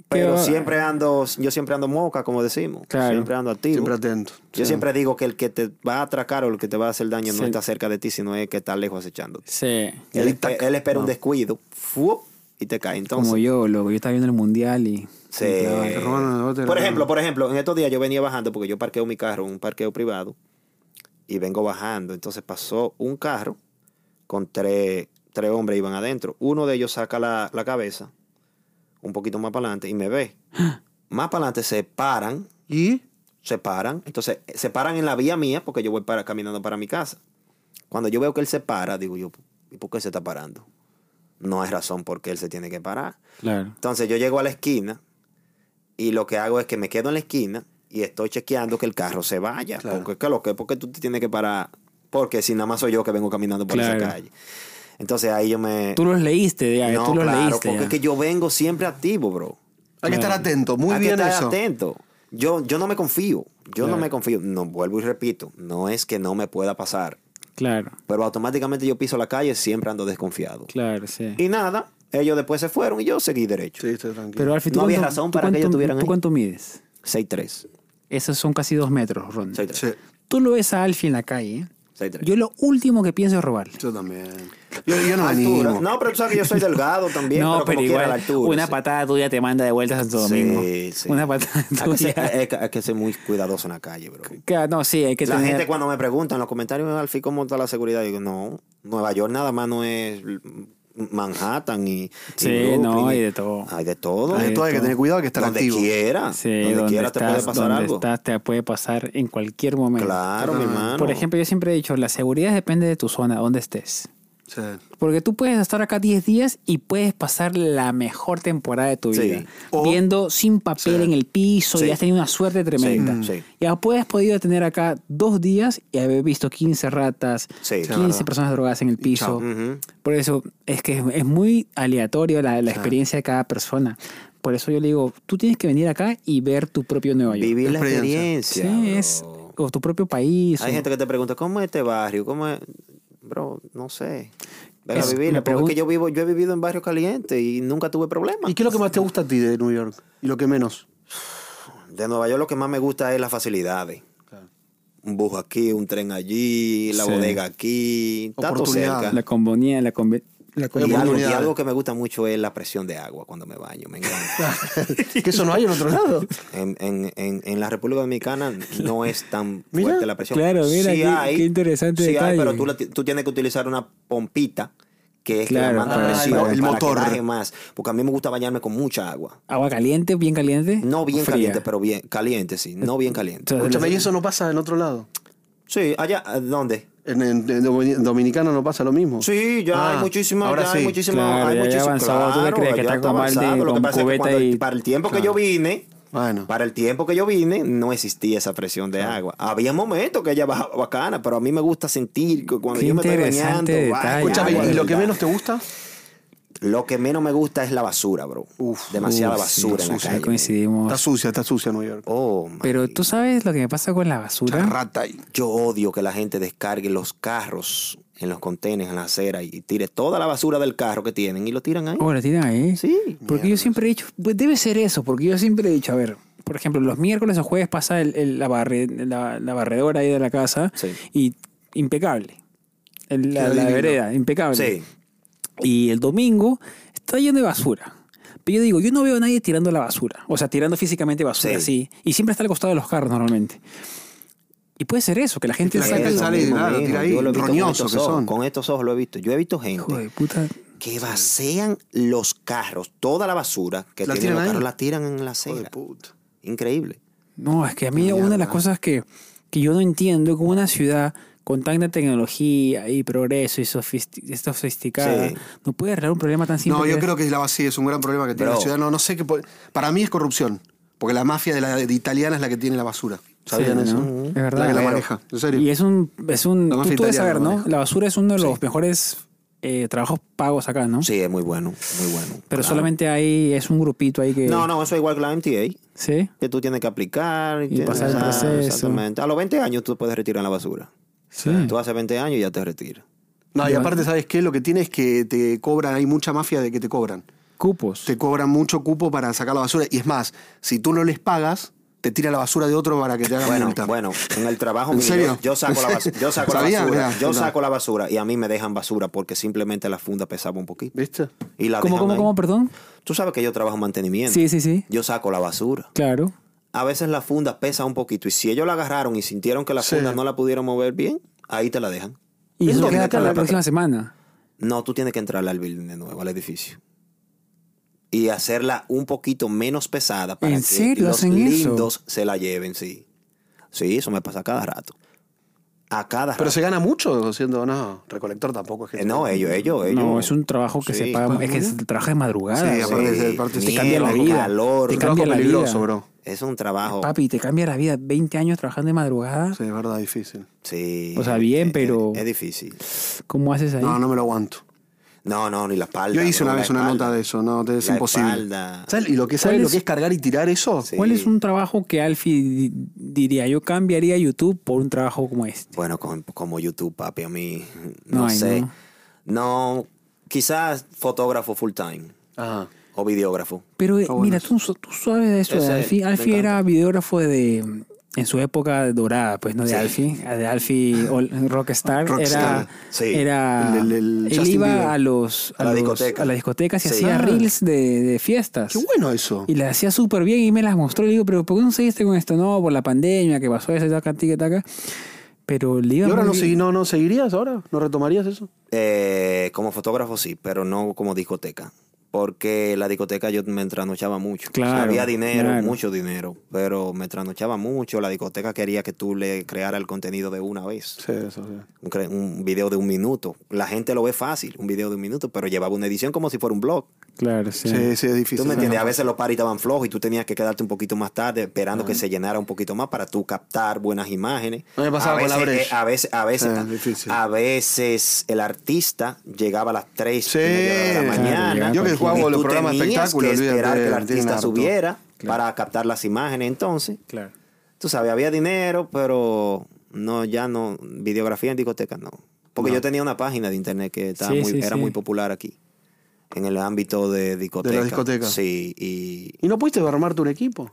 S1: pero
S3: va-
S1: siempre ando, yo siempre ando moca, como decimos.
S3: Claro.
S1: Siempre ando activo.
S2: Siempre atento.
S1: Yo siempre digo que el que te va a atracar o el que te va a hacer daño
S3: Sí.
S1: no está cerca de ti, sino es que está lejos acechándote.
S3: Sí.
S2: Y
S1: Él,
S2: ahí
S1: espe-
S2: tac.
S1: él espera un descuido ¡fuop! y te cae. Entonces,
S3: Como yo, loco. Yo estaba viendo el mundial y.
S1: Sí.
S2: te roban, luego te
S1: Por
S2: roban.
S1: ejemplo, por ejemplo, en estos días yo venía bajando porque yo parqueo mi carro en un parqueo privado y vengo bajando. Entonces pasó un carro con tres, tres hombres iban adentro. Uno de ellos saca la, la cabeza un poquito más para adelante y me ve. Más para adelante se paran,
S2: ¿Y?
S1: se paran. Entonces se paran en la vía mía porque yo voy para, caminando para mi casa. Cuando yo veo que él se para, digo yo, ¿y por qué se está parando? No hay razón por qué él se tiene que parar.
S3: Claro.
S1: Entonces yo llego a la esquina y lo que hago es que me quedo en la esquina y estoy chequeando que el carro se vaya.
S2: Claro.
S1: Porque es que lo que, porque tú te tienes que parar. Porque si nada más soy yo que vengo caminando por
S3: Claro.
S1: esa calle. Entonces ahí yo me.
S3: Tú los leíste, ya.
S1: no,
S3: tú los
S1: claro,
S3: leíste.
S1: porque
S3: ya.
S1: es que yo vengo siempre activo, bro.
S2: Hay que estar atento. Muy
S1: Hay que
S2: bien
S1: estar
S2: eso.
S1: atento. Yo, yo no me confío. Yo no
S3: Claro.
S1: me confío. No, vuelvo y repito. No es que no me pueda pasar.
S3: Claro,
S1: Pero automáticamente yo piso la calle, siempre ando desconfiado.
S3: claro, sí.
S1: Y nada, ellos después se fueron y yo seguí derecho.
S2: Sí, estoy tranquilo.
S3: Pero al final.
S1: No había razón para que ellos tuvieran
S3: ¿Tú
S1: ahí.
S3: cuánto mides?
S1: 6-3.
S3: Esos son casi dos metros, Ron.
S1: 6-3.
S2: Sí,
S3: Tú lo ves a Alfie en la calle.
S1: Seis, tres.
S3: Yo lo último que pienso es robarle.
S2: yo también. Yo, yo no me
S1: Altura.
S2: animo.
S1: No, pero tú sabes que yo soy delgado también.
S3: no,
S1: pero,
S3: pero,
S1: como quiera,
S3: igual,
S1: la altura.
S3: una
S1: sí.
S3: patada tuya te manda de vuelta a Santo
S1: Sí,
S3: Domingo.
S1: sí.
S3: Una patada
S1: Hay que, ser,
S3: tuya.
S1: hay que- hay que ser muy cuidadoso en la calle, bro.
S3: Claro, no, sí, hay que
S1: La
S3: tener...
S1: gente cuando me pregunta en los comentarios, al fin, ¿cómo está la seguridad? Digo, no, Nueva York nada más no es Manhattan y, y
S3: Sí,
S1: Brooklyn
S3: no,
S1: y-
S3: hay de todo.
S1: Hay de todo.
S2: Hay de todo, hay que tener cuidado, hay que estar
S1: donde
S2: activo.
S1: quiera,
S3: Sí,
S1: donde, quiera te puede
S3: estás-
S1: pasar
S3: donde
S1: algo.
S3: estás, te puede pasar en cualquier momento. Ah,
S1: Claro, mi hermano.
S3: Por ejemplo, yo siempre he dicho, la seguridad depende de tu zona, donde estés.
S2: Sí.
S3: Porque tú puedes estar acá 10 días y puedes pasar la mejor temporada de tu
S1: Sí.
S3: vida.
S2: O-
S3: viendo sin papel en el piso
S1: Sí.
S3: y has tenido una suerte tremenda.
S1: Sí, sí.
S3: Ya puedes podido tener acá dos días y haber visto 15 ratas,
S1: Sí. Sí,
S3: 15
S2: verdad.
S3: personas drogadas en el piso.
S2: chao.
S1: Ujú.
S3: Por eso es que es, es muy aleatorio la, la experiencia de cada persona. Por eso yo le digo, tú tienes que venir acá y ver tu propio Nueva York.
S1: Vivir la
S2: Experiencia.
S1: experiencia.
S3: Sí,
S1: bro.
S3: es o tu propio país.
S1: Hay
S3: o-
S1: gente que te pregunta, ¿cómo es este barrio? ¿Cómo es? Bro, no sé. Ven
S3: Es-
S1: a
S3: me
S1: vivirla, porque es
S3: pregun-
S1: que yo vivo, yo he vivido en barrios calientes y nunca tuve problemas.
S2: ¿Y qué es lo que más te gusta a ti de New York? ¿Y lo que menos?
S1: De Nueva York lo que más me gusta es las facilidades. Un bus aquí, un tren allí, la
S3: Sí.
S1: bodega aquí, está todo
S2: Oportunidad.
S1: cerca.
S3: la convenía, la conve-
S1: Y algo, y
S2: oportunidad.
S1: algo que me gusta mucho es la presión de agua cuando me baño, me encanta.
S2: que eso no hay en otro lado.
S1: en, en- en- en la República Dominicana no es tan
S2: Mira,
S1: fuerte la presión.
S3: claro, mira, qué- qué interesante
S1: sí hay,
S3: detalle.
S1: pero tú, la ti- tú tienes que utilizar una pompita que es
S3: Claro,
S1: que la manda
S3: para-
S1: presión
S2: para- el
S1: para
S2: motor.
S1: que baje más. Porque a mí me gusta bañarme con mucha agua.
S3: agua caliente, bien caliente.
S1: No
S3: o
S1: bien
S3: fría?
S1: caliente, pero bien caliente, sí. No bien caliente.
S3: Entonces,
S2: Escúchame, y eso no pasa en otro lado.
S1: Sí, allá, ¿dónde?
S2: En, en- en Domin- Dominicana no pasa lo mismo.
S1: Sí, ya
S2: Ah,
S1: hay muchísimas,
S2: Ahora
S1: ya
S2: sí.
S1: hay muchísimas, hay
S3: Claro, ya- ya
S1: muchísimas-
S3: avanzado, tú te
S1: claro,
S3: crees que
S1: ya
S3: está
S1: está
S3: con balde,
S1: avanzado, lo que
S3: con
S1: pasa es que
S3: cubeta
S1: cuando-
S3: y-
S1: para el tiempo que yo vine,
S2: Bueno.
S1: para el tiempo que yo vine, no existía esa presión de agua. Había momentos que ella bajaba bacana, pero a mí me gusta sentir que cuando
S3: Qué
S1: yo me estoy bañando,
S3: interesante
S1: baja
S3: detalle.
S2: Escúchame,
S1: agua,
S2: ¿y
S1: de
S2: lo que
S1: verdad.
S2: menos te gusta?
S1: Lo que menos me gusta es la basura, bro.
S2: Uf,
S1: Demasiada
S2: uf,
S1: basura en la
S2: sucia,
S1: calle.
S3: Ahí coincidimos.
S2: Está sucia, está sucia Nueva York.
S1: Oh, my
S3: Pero tú sabes lo que me pasa con la basura.
S2: Mucha rata ahí.
S1: Yo odio que la gente descargue los carros en los contenedores, en la acera y tire toda la basura del carro que tienen y lo tiran ahí.
S3: Oh, la tiran ahí.
S1: Sí.
S3: Porque yo siempre he dicho, pues debe ser eso, porque yo siempre he dicho, a ver, por ejemplo, los miércoles o jueves pasa el- el- la, barre- la- la barredora ahí de la casa
S1: Sí.
S3: y impecable. El- la,
S2: Queda
S3: la
S2: divino.
S3: vereda, impecable.
S1: Sí.
S3: Y el domingo está lleno de basura. Pero yo digo, yo no veo a nadie tirando la basura. O sea, tirando físicamente basura, sí.
S1: Sí.
S3: Y siempre está al costado de los carros normalmente. Y puede ser eso, que la gente
S2: La
S3: saca
S2: gente
S3: el-
S2: sale y
S1: mismo,
S2: nada,
S1: mismo.
S2: tira ahí,
S1: Yo lo he visto con
S2: roñoso
S1: estos
S2: que
S1: ojos,
S2: son.
S1: Con estos ojos lo he visto. Yo he visto gente
S3: Hijo de puta.
S1: que vacían los carros, toda la basura que
S2: La
S1: tienen
S2: tiran
S1: los
S2: ahí.
S1: carros, la tiran en la
S2: Hijo de
S1: acera.
S2: puta.
S1: Increíble.
S3: No, es que a mí una de las cosas que que yo no entiendo cómo una ciudad con tanta tecnología y progreso y sofisti- sofisticada
S1: Sí.
S3: no puede arreglar un problema tan simple.
S2: No, yo creo que es la sí, es un gran problema que tiene
S1: Bro.
S2: la ciudad. No, no sé qué. po- Para mí es corrupción. Porque la mafia de la de italiana es la que tiene la basura. ¿Sabían
S3: Sí,
S2: eso?
S3: ¿no? Es
S2: La
S3: verdad.
S2: que la maneja. En serio.
S3: Y es un... Es un
S2: La
S3: tú,
S2: mafia
S3: tú debes
S2: italiana
S3: saber, ¿no?
S2: maneja.
S3: La basura es uno de los mejores eh, trabajos pagos acá, ¿no?
S1: Sí, es muy bueno, muy bueno.
S3: Pero
S1: claro.
S3: solamente hay... Es un grupito ahí que...
S1: No, no, eso es igual que la MTA,
S3: ¿Sí?
S1: que tú tienes que aplicar.
S3: Y pasar el
S1: Ah,
S3: proceso.
S1: Exactamente. A los 20 años tú puedes retirar la basura.
S3: Sí.
S1: Tú haces 20 años y ya te retiras.
S2: No, y aparte, ¿sabes qué? Lo que tiene es que te cobran, hay mucha mafia de que te cobran.
S3: Cupos.
S2: Te cobran mucho cupo para sacar la basura. Y es más, si tú no les pagas, te tira la basura de otro para que te hagan
S1: Bueno,
S2: multa.
S1: bueno, en el trabajo
S2: ¿En
S1: mío,
S2: serio?
S1: yo saco la basura, yo saco la
S2: ¿Sabía?
S1: basura,
S2: Mira,
S1: yo
S2: mira.
S1: saco la basura y a mí me dejan basura porque simplemente la funda pesaba un poquito.
S2: ¿Viste?
S1: Y la
S3: ¿Cómo,
S1: dejan
S3: cómo,
S1: ahí.
S3: cómo, perdón?
S1: Tú sabes que yo trabajo en mantenimiento.
S3: Sí, sí, sí.
S1: Yo saco la basura.
S3: Claro.
S1: A veces la funda pesa un poquito y si ellos la agarraron y sintieron que la
S2: Sí.
S1: funda no la pudieron mover bien, ahí te la dejan.
S3: Y eso
S1: Entonces,
S3: queda hasta la
S1: la-
S3: próxima semana.
S1: No, tú tienes que entrar al building de nuevo, al edificio. Y hacerla un poquito menos pesada para
S3: ¿En
S1: que
S3: serio
S1: los
S3: hacen eso?
S1: lindos se la lleven, sí. Sí, eso me pasa a cada rato. A cada rato.
S2: Pero se gana mucho siendo, no, recolector tampoco es que.
S1: Eh, No, ellos, ellos, ellos.
S3: No, es un trabajo que se
S1: Sí.
S3: paga... Es que es el trabajo de madrugada.
S2: Sí,
S3: o sea,
S2: aparte es el- aparte
S1: parte
S2: es-
S3: te cambia la vida.
S1: Calor.
S3: Te
S2: Un trabajo
S3: cambia la
S2: peligroso,
S3: vida.
S2: bro.
S1: Es un trabajo.
S3: Papi, te cambia la vida. 20 años trabajando de madrugada.
S2: Sí, es verdad, difícil.
S1: Sí.
S3: O sea, bien,
S1: Es-
S3: pero-
S1: Es, es difícil.
S3: ¿Cómo haces ahí?
S2: No, no me lo aguanto.
S1: No, no, ni la espalda.
S2: Yo hice
S1: bro,
S2: una
S1: la
S2: vez una
S1: espalda.
S2: nota de eso, no, te- es
S1: La
S2: imposible.
S1: espalda.
S2: ¿Sabes? ¿Y lo que, ¿sabes
S3: ¿Cuál
S2: lo
S3: es-
S2: que es cargar y tirar eso?
S1: Sí.
S3: ¿Cuál es un trabajo que Alfie di- diría yo cambiaría YouTube por un trabajo como este?
S1: Bueno, con- como YouTube, papi, a mí.
S3: No
S1: No,
S3: hay,
S1: sé. No. quizás fotógrafo full time
S3: Ah.
S2: Ajá.
S1: o videógrafo.
S3: Pero eh,
S2: Ah, bueno
S3: mira,
S2: eso.
S3: tú, so- tú sabes de eso de
S1: Ese,
S3: Alfie.
S1: me
S3: Alfie era videógrafo de en su época dorada, pues no de
S1: Sí.
S3: Alfie, de Alfie All- Rockstar,
S2: Rockstar,
S3: era
S1: sí.
S3: era
S2: El- el- el
S3: él
S2: Justin
S3: iba
S2: Bieber.
S3: a los a,
S1: A la
S3: los-
S1: discoteca.
S3: a las discotecas y
S1: Sí.
S3: hacía
S1: Ah.
S3: reels de, de fiestas.
S2: Qué bueno eso.
S3: Y las hacía súper bien y me las mostró. Y le digo, pero ¿por qué no seguiste con esto? No, por la pandemia que pasó, esa, taca, tica, taca. Pero le
S2: ¿Y
S3: iba
S2: ahora
S3: muy
S2: no,
S3: bien.
S2: segui- no, no seguirías ahora? ¿No retomarías eso?
S1: Eh, como fotógrafo sí, pero no como discoteca. Porque la discoteca yo me entranochaba mucho.
S3: Claro,
S1: O sea, había dinero,
S3: claro.
S1: mucho dinero, pero me entranochaba mucho. La discoteca quería que tú le creara el contenido de una vez.
S2: Sí, eso sí.
S1: Un, cre- un video de un minuto. La gente lo ve fácil, un video de un minuto, pero llevaba una edición como si fuera un blog.
S3: Claro, sí.
S2: Sí, sí, es difícil.
S1: ¿Tú me entiendes? A veces los paris estaban flojos y tú tenías que quedarte un poquito más tarde esperando que se llenara un poquito más para tú captar buenas imágenes.
S2: Ah. No me pasaba
S1: a
S2: con la
S1: veces,
S2: Breche.
S1: eh, a veces, a veces,
S2: Ah, difícil.
S1: a veces el artista llegaba a las 3
S2: Sí.
S1: y media de la
S2: Claro,
S1: mañana.
S3: yo que
S1: Y
S2: jugaba
S1: tú
S2: los programas de
S1: tenías
S2: espectáculo,
S1: que esperar que
S2: olvídate,
S1: el
S2: tiene
S1: artista
S2: harto.
S1: subiera para captar las imágenes. Entonces,
S3: Claro.
S1: tú sabes, había dinero, pero no, ya no, videografía en discotecas no. Porque yo tenía una página de internet que estaba
S3: Sí,
S1: muy,
S3: sí,
S1: era
S3: sí.
S1: muy popular aquí, en el ámbito de discotecas.
S2: discotecas.
S1: Sí, y
S2: ¿Y no pudiste armarte un equipo?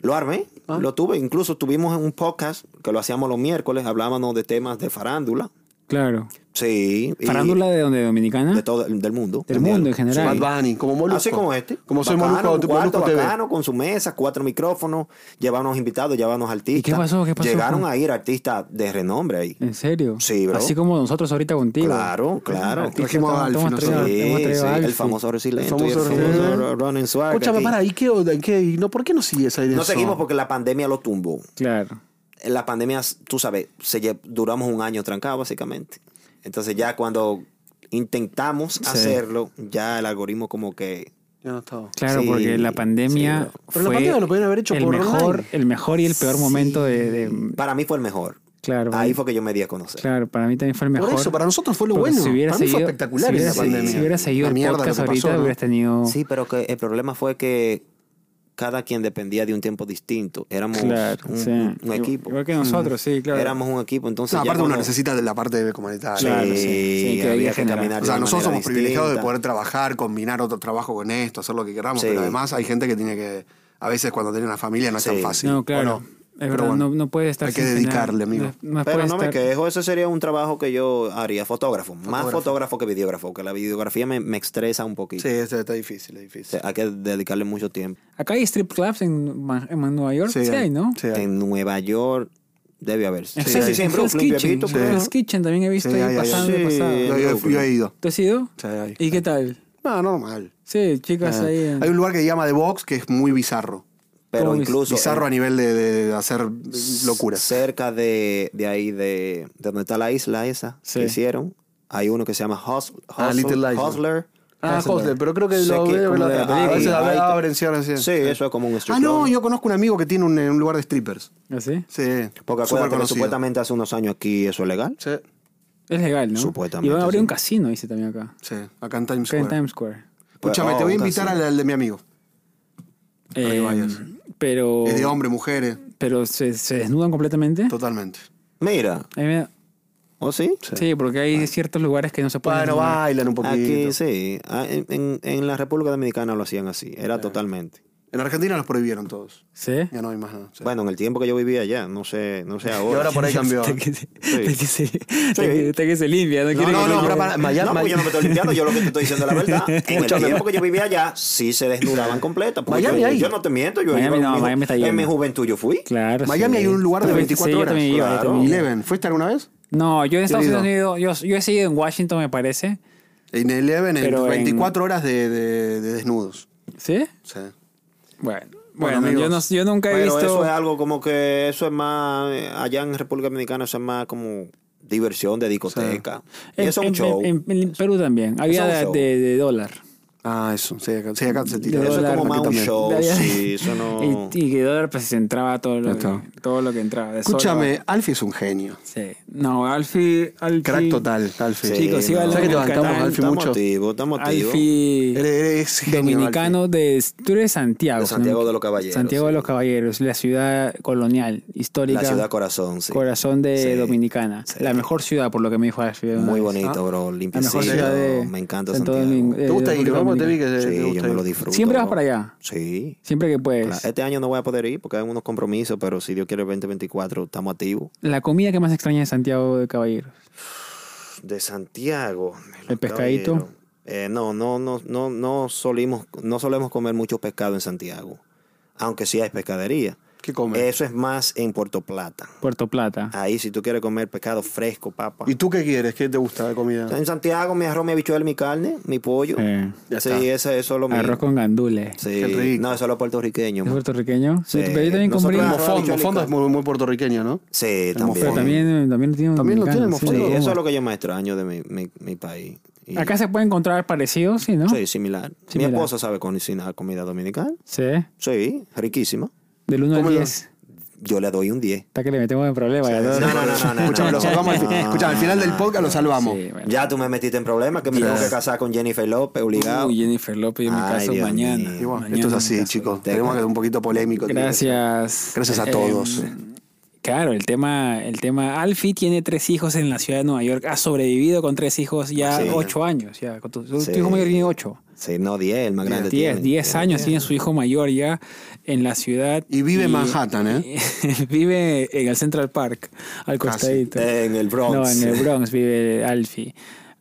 S1: lo armé,
S3: Ah.
S1: lo tuve. Incluso tuvimos un podcast que lo hacíamos los miércoles, hablábamos de temas de farándula.
S3: Claro.
S1: Sí. y
S3: ¿Farándula de donde dominicana?
S1: De todo, del mundo.
S3: Del mundo
S1: Mundial.
S3: en general.
S2: Bad Bunny, como Molusco.
S1: Así como este.
S2: Como soy
S1: Bacano,
S2: Molusco,
S1: un
S2: tu
S1: cuarto
S2: Molusco TV.
S1: bacano, con su mesa, cuatro micrófonos, llevarnos invitados, llevarnos artistas.
S3: qué pasó? ¿Qué pasó?
S1: Llegaron a ir artistas de renombre ahí.
S3: ¿En serio?
S1: Sí, bro.
S3: Así como nosotros ahorita contigo.
S1: Claro, claro.
S3: Artista,
S2: Trajimos a
S3: te- te hemos
S2: Alfie
S3: traído-
S1: Sí,
S3: te hemos traído
S1: sí,
S3: a Alfie.
S1: el famoso resiliente.
S2: Famoso
S1: y el famoso
S2: resiliente.
S1: Running Swag
S2: Escúchame,
S1: aquí.
S2: para, ¿y qué, en qué- y no, por qué no sigues ahí de
S1: No
S2: eso?
S1: seguimos porque la pandemia lo tumbó.
S3: Claro.
S1: en la pandemia, tú sabes, se lle- duramos un año trancado básicamente. Entonces ya cuando intentamos hacerlo, ya el algoritmo como que...
S2: Ya no estaba.
S3: Claro,
S1: Sí,
S3: porque la
S1: sí,
S3: pandemia
S1: bro.
S3: fue
S2: Pero la pandemia lo podían haber hecho
S3: el
S2: por
S3: mejor,
S2: online.
S3: el mejor y el peor momento de, de-
S1: Para mí fue el mejor.
S3: claro,
S1: Ahí
S3: para-
S1: fue que yo me di a conocer.
S3: claro, para mí también fue el mejor.
S2: Por eso, para nosotros fue lo
S3: Porque
S2: bueno.
S3: Si hubiera
S2: para mí fue
S3: seguido-
S2: espectacular
S3: si hubiera,
S2: esa
S1: se-
S2: pandemia.
S3: Si hubiera seguido
S2: La
S3: el
S2: mierda
S3: podcast
S2: lo que pasó,
S3: ahorita,
S2: ¿no?
S3: hubieras tenido...
S1: Sí, pero que el problema fue que cada quien dependía de un tiempo distinto. Éramos
S3: Claro,
S1: un,
S3: sí.
S1: un- un
S3: Igual-
S1: equipo.
S3: Igual que nosotros, sí, claro.
S1: Éramos un equipo, entonces...
S2: No,
S1: ya
S2: aparte uno
S1: cuando-
S2: necesita de la parte de comunitaria.
S1: Sí,
S3: Claro, sí, sí, que hay
S1: había que
S3: que generar.
S1: caminar
S2: O
S1: de
S2: sea,
S1: una
S2: nosotros somos
S1: manera
S2: privilegiados de
S1: distinta.
S2: poder trabajar, combinar otro trabajo con esto, hacer lo que queramos,
S1: Sí.
S2: pero además hay gente que tiene que, a veces cuando tiene una familia no es
S1: Sí.
S2: tan fácil.
S3: No, claro.
S2: Bueno,
S3: es
S2: pero
S3: verdad,
S2: bueno,
S3: no, no puede estar
S2: Hay que
S3: sin cenar.
S2: dedicarle, amigo.
S3: No, no
S1: Pero
S3: puede
S1: no me
S3: estar-
S1: quejo, ese sería un trabajo que yo haría, fotógrafo, más fotógrafo que videógrafo, que la videografía me, me estresa un poquito.
S2: Sí, está, está difícil, es
S1: O
S2: difícil.
S1: sea, hay que dedicarle mucho tiempo.
S3: Acá hay strip clubs en, Ma- en Nueva York, sí,
S2: Sí,
S3: hay, ¿no?
S2: sí, hay.
S1: En Nueva York debe haber.
S3: En Hell's- en Hell's Kitchen.
S1: Viejito,
S3: En
S1: pero-
S3: Hell's Kitchen también he visto
S2: pues. Sí,
S3: ahí
S2: hay, hay,
S3: pasando y
S1: hay.
S3: pasando.
S1: Sí.
S2: Yo, yo-
S1: Loco.
S2: yo he ido.
S3: ¿Tú has ido?
S2: Sí, hay.
S3: ¿Y qué tal?
S2: No, normal.
S3: Sí, chicas
S2: Ah,
S3: ahí. en-
S2: Hay un lugar que se llama The Box que es muy bizarro.
S1: Pero
S3: Como
S1: incluso.
S2: Bizarro a nivel de, de hacer
S1: locura.
S2: locuras.
S1: Cerca de, de ahí, de, de donde está la isla esa,
S3: Sí.
S1: que hicieron, hay uno que se llama Hus- Hustle-
S2: Ah, Little Lies,
S1: Hustler.
S2: Ah,
S3: Hustler.
S2: Hustler, pero creo que
S1: Sé
S2: lo
S1: que
S2: veo
S1: como
S2: la
S1: de-
S2: otra. A veces
S1: ahí, ahí
S2: la
S1: te-
S2: abren, cierran,
S1: Sí,
S2: cierran.
S1: eso es como un strip
S2: Ah, no,
S1: club.
S2: yo conozco un amigo que tiene un, un lugar de strippers.
S3: ¿Así?
S2: Sí.
S1: Porque
S2: súper
S1: acuérdate que
S2: conocido.
S1: supuestamente hace unos años aquí eso es legal.
S2: Sí,
S3: Es legal, ¿no?
S1: Supuestamente,
S3: Y van a abrir
S1: sí.
S3: un casino, dice también acá.
S2: sí, acá en Times
S3: Acá
S2: Square.
S3: en Times Square.
S2: Escúchame,
S1: Oh,
S2: te voy a
S1: un
S2: invitar
S1: casino.
S2: al, al de mi amigo. que
S3: Eh,
S2: vayas.
S3: pero.
S2: Es de hombres, mujeres,
S3: Pero se, se desnudan completamente.
S2: totalmente.
S1: Mira,
S3: A mí me da-
S1: ¿o sí?
S3: Sí, porque hay ciertos lugares que no se pueden.
S2: Bueno,
S3: desnudar.
S2: bailan un poquito.
S1: Aquí sí. Ah, En, en- en la República Dominicana lo hacían así. Era totalmente.
S2: En Argentina los prohibieron todos.
S3: ¿Sí?
S2: Ya no hay más nada. sí.
S1: Bueno, en el tiempo que yo vivía allá, no sé, no sé ahora.
S2: ahora por ahí cambió.
S3: Hasta que, se- hasta que se, hasta que- hasta que se limpia. No,
S2: No,
S3: quiere
S2: no,
S3: que
S2: no,
S3: se-
S2: pero para- Miami-
S1: no, pues yo no me estoy limpiando, yo lo que te estoy diciendo es la verdad. En el
S2: Escúchame.
S1: tiempo que yo vivía allá, sí se desnudaban completas. porque
S2: Miami
S1: yo,
S2: hay.
S1: yo no te miento, yo
S3: Miami
S1: iba en
S3: no,
S1: mi ju-
S3: Miami está lleno.
S1: En mi juventud yo fui.
S3: Claro.
S2: Miami
S3: sí.
S2: hay un lugar de
S3: Sí,
S2: 24
S3: yo
S2: horas.
S3: también iba, yo
S1: Claro.
S3: también iba.
S2: Eleven, ¿fuiste alguna vez?
S3: No, yo en Estados
S2: Querido.
S3: Unidos, yo, yo he seguido en Washington, me parece.
S2: En Eleven, en
S3: Pero en-
S2: 24 horas de, de- de desnudos.
S3: ¿Sí?
S2: Sí.
S3: Bueno,
S2: Bueno,
S3: bueno,
S2: amigos.
S3: yo, no, yo nunca he
S1: Pero
S3: visto.
S1: eso es algo como que eso es más eh, allá en República Dominicana eso es más como diversión de discoteca. Y
S3: en,
S1: eso es
S3: en-
S1: un show.
S3: en- en Perú también. Había
S1: es un
S3: de,
S1: show.
S3: de- de dólar.
S2: Ah, eso. Sí, acá, sí, acá se
S3: De
S2: tira.
S1: Eso es
S3: dólar.
S1: como más
S2: Aquí
S1: un
S2: también.
S1: show,
S3: De-
S1: sí, eso no.
S3: Y, y que dólar pues se entraba todo lo, que,
S2: Está.
S3: todo lo que entraba. de sol,
S2: Escúchame,
S3: va.
S2: Alfie es un genio.
S3: Sí. No, Alfie. Alfie
S2: Crack total, Alfie.
S1: Sí,
S3: Chicos, iba
S1: no.
S3: al
S1: ¿Sabes que te
S3: canal
S2: bancamos, Alfie,
S1: Está
S2: mucho.
S1: motivo, está motivo.
S3: Alfie
S2: Eres, eres genio,
S3: dominicano de. Tú eres Santiago.
S1: De Santiago
S3: ¿no?
S1: de los Caballeros,
S3: Santiago de
S1: sí.
S3: los Caballeros, la ciudad colonial, histórica.
S1: La ciudad corazón, sí.
S3: Corazón de
S1: Sí,
S3: Dominicana.
S1: sí.
S3: La mejor ciudad, por lo que me dijo Alfie. una
S1: Muy
S3: vez.
S1: bonito, bro.
S3: La
S1: Limpiecito.
S3: mejor ciudad de.
S1: me encanta
S3: Santo
S1: Santiago.
S3: Domingo, eh,
S2: Alfie. ¿Te gusta ir?
S3: República
S2: ¿Cómo te vi que te
S1: Sí,
S2: gusta
S1: yo me
S2: ir?
S1: lo disfruto.
S3: Siempre vas
S1: bro.
S3: para allá.
S1: Sí.
S3: Siempre que puedes.
S1: Claro, Este año no voy a poder ir porque hay unos compromisos, pero si Dios quiere el 2024 estamos activos.
S3: Eh, La comida que más extraña de Santiago de Caballeros.
S1: De Santiago. de los
S3: ¿El pescadito?
S1: Caballeros. Eh, no, no, no, no, no solimos, no solemos comer mucho pescado en Santiago. Aunque sí hay pescadería.
S2: ¿Qué comes?
S1: Eso es más en Puerto Plata.
S3: Puerto Plata.
S1: Ahí si tú quieres comer pescado fresco, papa.
S2: ¿Y tú qué quieres? ¿Qué te gusta de comida?
S1: En Santiago mi arroz, mi habichuela, mi carne, mi pollo.
S3: Eh,
S2: Ya
S1: sí,
S2: está.
S1: ese- eso es lo mismo.
S3: arroz con gandules.
S1: Sí.
S2: Qué rico.
S1: No, eso es lo puertorriqueño.
S3: ¿Es
S1: man.
S3: puertorriqueño? Sí,
S1: Sí.
S3: pero yo también compré.
S1: Nosotros-
S3: Mofongo,
S2: Mofón, Mofondo es muy, muy puertorriqueño, ¿no?
S1: Sí,
S3: Pero
S1: también.
S3: también, también tiene un
S2: También lo tiene
S3: dominicano,
S1: Sí,
S2: Mofongo.
S3: sí.
S1: eso es lo que yo más extraño de mi, mi- mi país. Y-
S3: Acá se puede encontrar parecido, sí, ¿no?
S1: Sí, similar.
S3: Similar.
S1: Mi esposa sabe cocinar comida dominicana.
S3: Sí.
S1: Sí, riquísima.
S3: Del 1 al
S2: ¿Cómo lo-
S3: 10.
S1: Yo le doy un 10.
S3: Está que le metemos en problemas. ya todo.
S1: No, no, no, no, no,
S2: Escúchame,
S1: no,
S2: lo salvamos. al
S1: no,
S2: fi- Escúchame, al final del podcast lo salvamos.
S3: Sí, bueno.
S1: Ya tú me metiste en problemas que me tengo que casar con Jennifer López, obligado.
S3: Uy, Jennifer López, yo me
S1: Ay,
S3: caso
S1: Dios
S3: mañana.
S1: mío.
S2: Y bueno,
S3: Mañana
S2: esto es
S3: me
S2: así,
S3: caso.
S2: chicos. Tenemos que ser un poquito polémico. tiene que
S1: Pues, eh,
S3: Gracias.
S2: Gracias a
S3: Eh,
S2: todos.
S3: Claro, el tema, el tema. Alfie tiene tres hijos en la ciudad de Nueva York. Ha sobrevivido con tres hijos ya
S1: Sí.
S3: ocho años. Ya. Con tu, tu
S1: Sí.
S3: hijo mayor tiene ocho.
S1: Sí, no, 10, el más grande. tiene.
S3: 10, 10 años tiene su hijo mayor ya en la ciudad.
S2: Y vive en Manhattan, ¿eh?
S3: vive en el Central Park, al
S2: Casi.
S3: costadito.
S1: Ah, En el Bronx.
S3: No, en el Bronx vive Alfie.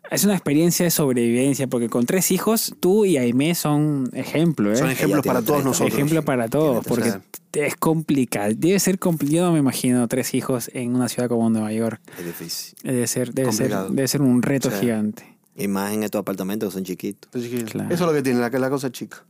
S3: Es una experiencia de sobrevivencia, porque con tres hijos, tú y Aimee son ejemplo, ¿eh?
S2: Son ejemplos
S1: tiene
S2: para todos
S1: 30.
S2: nosotros.
S3: Ejemplo para todos,
S2: Tiene
S3: porque
S2: tres.
S3: es complicado. Debe ser complicado, yo no me imagino, tres hijos en una ciudad como Nueva York.
S1: Es difícil.
S3: Debe ser, debe ser,
S2: Complicado.
S3: debe ser un reto
S2: Sí.
S3: gigante.
S1: Y más en estos apartamentos que son chiquitos.
S2: Entonces, chiquillos,
S3: Claro.
S2: Eso es lo que tiene, la, la cosa chica.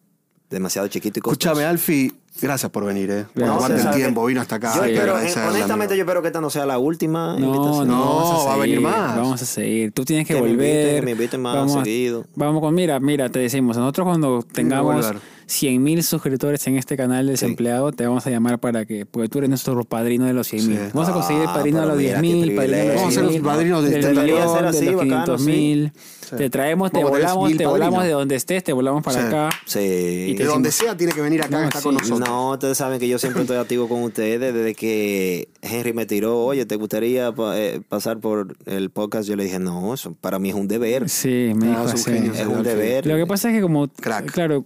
S1: Demasiado chiquitos y costosos.
S2: Escúchame, Alfi, gracias por venir, ¿eh. Por
S3: Gracias.
S2: tomarte el
S1: Sabe-
S2: tiempo, vino hasta acá. eh,
S1: Yo
S2: hay que
S1: espero,
S2: agradecerle,
S1: honestamente, yo
S2: amigo.
S1: espero que esta no sea la última
S3: No,
S1: invitación.
S3: no, vamos
S2: No, va a venir
S3: seguir,
S2: más.
S3: Vamos a seguir. Tú tienes que,
S1: Que me
S3: volver.
S1: inviten, que me inviten más
S3: vamos, a-
S1: seguido.
S3: Vamos con, mira, mira, te decimos, nosotros cuando tengamos
S2: volver.
S3: 100 mil suscriptores en este canal desempleado, te vamos a llamar para que, porque tú eres nuestro padrino de los 100 mil.
S2: Sí.
S3: Vamos a conseguir el
S1: Ah,
S3: padrino de
S1: pero
S3: los
S1: mira,
S3: 10 mil,
S1: qué
S3: padrino de los
S1: privilegio.
S2: Vamos a ser los
S3: 100.000,
S2: padrinos de
S3: del
S2: este
S1: Debería
S3: millón,
S1: ser
S3: de
S1: así,
S3: los
S1: bacano,
S3: 500 mil. Te traemos, te
S2: Vamos a tener
S3: volamos,
S2: 10.000
S3: te volamos
S2: padrinos.
S3: de donde estés, te volamos para
S2: Sí.
S3: acá.
S1: Sí.
S3: Y
S2: De
S3: te-
S2: donde sea, tiene que venir acá,
S3: No,
S2: está
S3: sí.
S2: con nosotros.
S1: No, ustedes saben que yo siempre estoy activo con ustedes. Desde que Henry me tiró, oye, ¿te gustaría pa- eh, pasar por el podcast? Yo le dije, no, eso para mí es un deber.
S3: Sí, me
S2: Ah,
S3: dijo
S2: es un
S3: así.
S2: genio.
S1: Es un deber.
S3: Lo que pasa es que como,
S2: Crack.
S3: claro,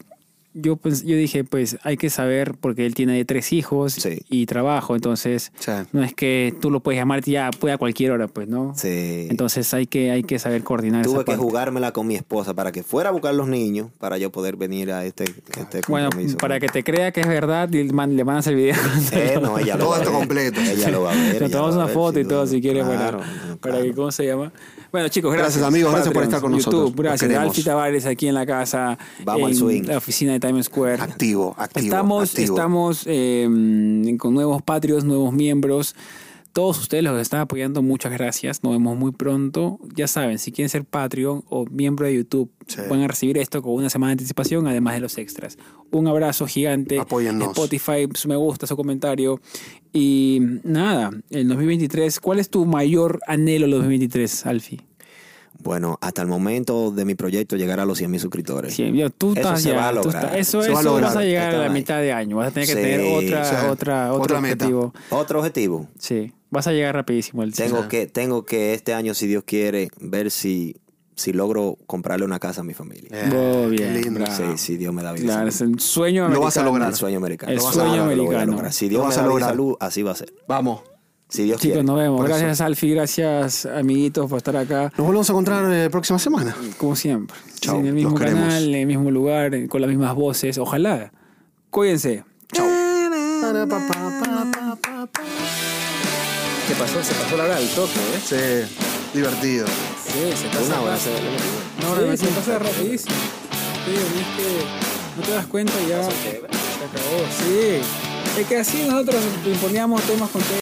S3: yo, pues, yo dije, pues hay que saber, porque él tiene tres hijos
S1: Sí.
S3: y trabajo, entonces
S2: Sí.
S3: no es que tú lo puedes llamar ya pues, a cualquier hora, pues, ¿no?
S1: Sí.
S3: Entonces hay que, hay que saber coordinar esa
S1: Tuve que
S3: parte.
S1: jugármela con mi esposa para que fuera a buscar los niños para yo poder venir a este, este
S3: Bueno,
S1: compromiso.
S3: para que te crea que es verdad, y man- le mandas el video.
S1: Eh, no, ella lo
S2: Todo
S1: va a
S2: esto
S1: ver.
S2: completo.
S1: Ella lo va a ver.
S3: Nos
S1: ella lo va
S3: tomamos
S1: a
S3: una
S1: ver,
S3: foto y
S1: sin
S3: todo,
S1: duda.
S3: si quieres,
S1: Claro,
S3: para,
S1: no,
S3: para
S1: claro.
S3: que, ¿cómo se llama? Bueno, chicos,
S2: Gracias,
S3: gracias.
S2: amigos, gracias por
S3: Patreons,
S2: estar con nosotros.
S3: YouTube,
S2: Los
S3: gracias.
S2: queremos.
S3: Alfie Tavares aquí en la casa.
S1: Vamos al
S3: en
S1: swing.
S3: La oficina de Times Square.
S2: Activo, activo.
S3: Estamos,
S2: activo.
S3: estamos eh, con nuevos patrios, nuevos miembros. Todos ustedes los que están apoyando, muchas gracias. Nos vemos muy pronto. Ya saben, si quieren ser Patreon o miembro de YouTube,
S2: Sí.
S3: van a recibir esto con una semana de anticipación, además de los extras. Un abrazo gigante.
S2: Apóyennos.
S3: Spotify, su me gusta, su comentario. Y nada, el 2023, ¿cuál es tu mayor anhelo el 2023, Alfie?
S1: Bueno, hasta el momento de mi proyecto llegar a los 100 mil suscriptores.
S3: Sí, mira, tú
S1: Eso
S3: estás
S1: se
S3: ya,
S1: va a
S3: tú
S1: lograr,
S3: estás- eso
S2: se Pues, va a
S3: eso vas a
S2: lograr,
S3: llegar a la
S1: está ahí.
S3: mitad de año. Vas a tener que
S1: Sí,
S3: tener otra,
S2: sí.
S3: otra, otro
S2: Otra meta.
S3: objetivo.
S1: Otro objetivo.
S3: Sí, vas a llegar rapidísimo al
S1: Tengo que, tengo que este año, si Dios quiere, ver si, si logro comprarle una casa a mi familia.
S2: Eh,
S3: Muy
S2: qué
S3: bien,
S2: lindo.
S3: bravo.
S1: Sí, si Dios me da vida.
S3: Claro, es el sueño americano.
S2: Lo vas a lograr.
S1: El sueño americano.
S3: El
S1: Lo vas a
S2: sueño
S1: lograr, lo voy a
S3: americano.
S1: lograr. Si
S2: Lo
S1: Dios
S2: vas
S1: me da
S2: a
S1: vida y
S2: lograr.
S1: salud, así va a ser.
S2: Vamos.
S1: Si Dios
S3: Chicos,
S1: quiere.
S3: nos vemos.
S2: Por eso.
S3: Gracias, Alfie. Gracias, amiguitos, por estar acá.
S2: Nos volvemos a encontrar la próxima semana.
S3: Como siempre.
S2: Chao,
S3: en el mismo
S2: los queremos.
S3: canal, en el mismo lugar, eh, con las mismas voces. Ojalá. Cuídense.
S2: Chao.
S3: Mm.
S1: ¿Qué pasó? Se pasó la hora del toque, ¿eh?
S2: Sí, divertido.
S3: Sí, se
S1: Una hora. se-
S3: No, sí, se pasa rapidísimo. Sí, viste, no te das cuenta y ya. Se acabó. Sí. Es que así nosotros imponíamos temas con temas.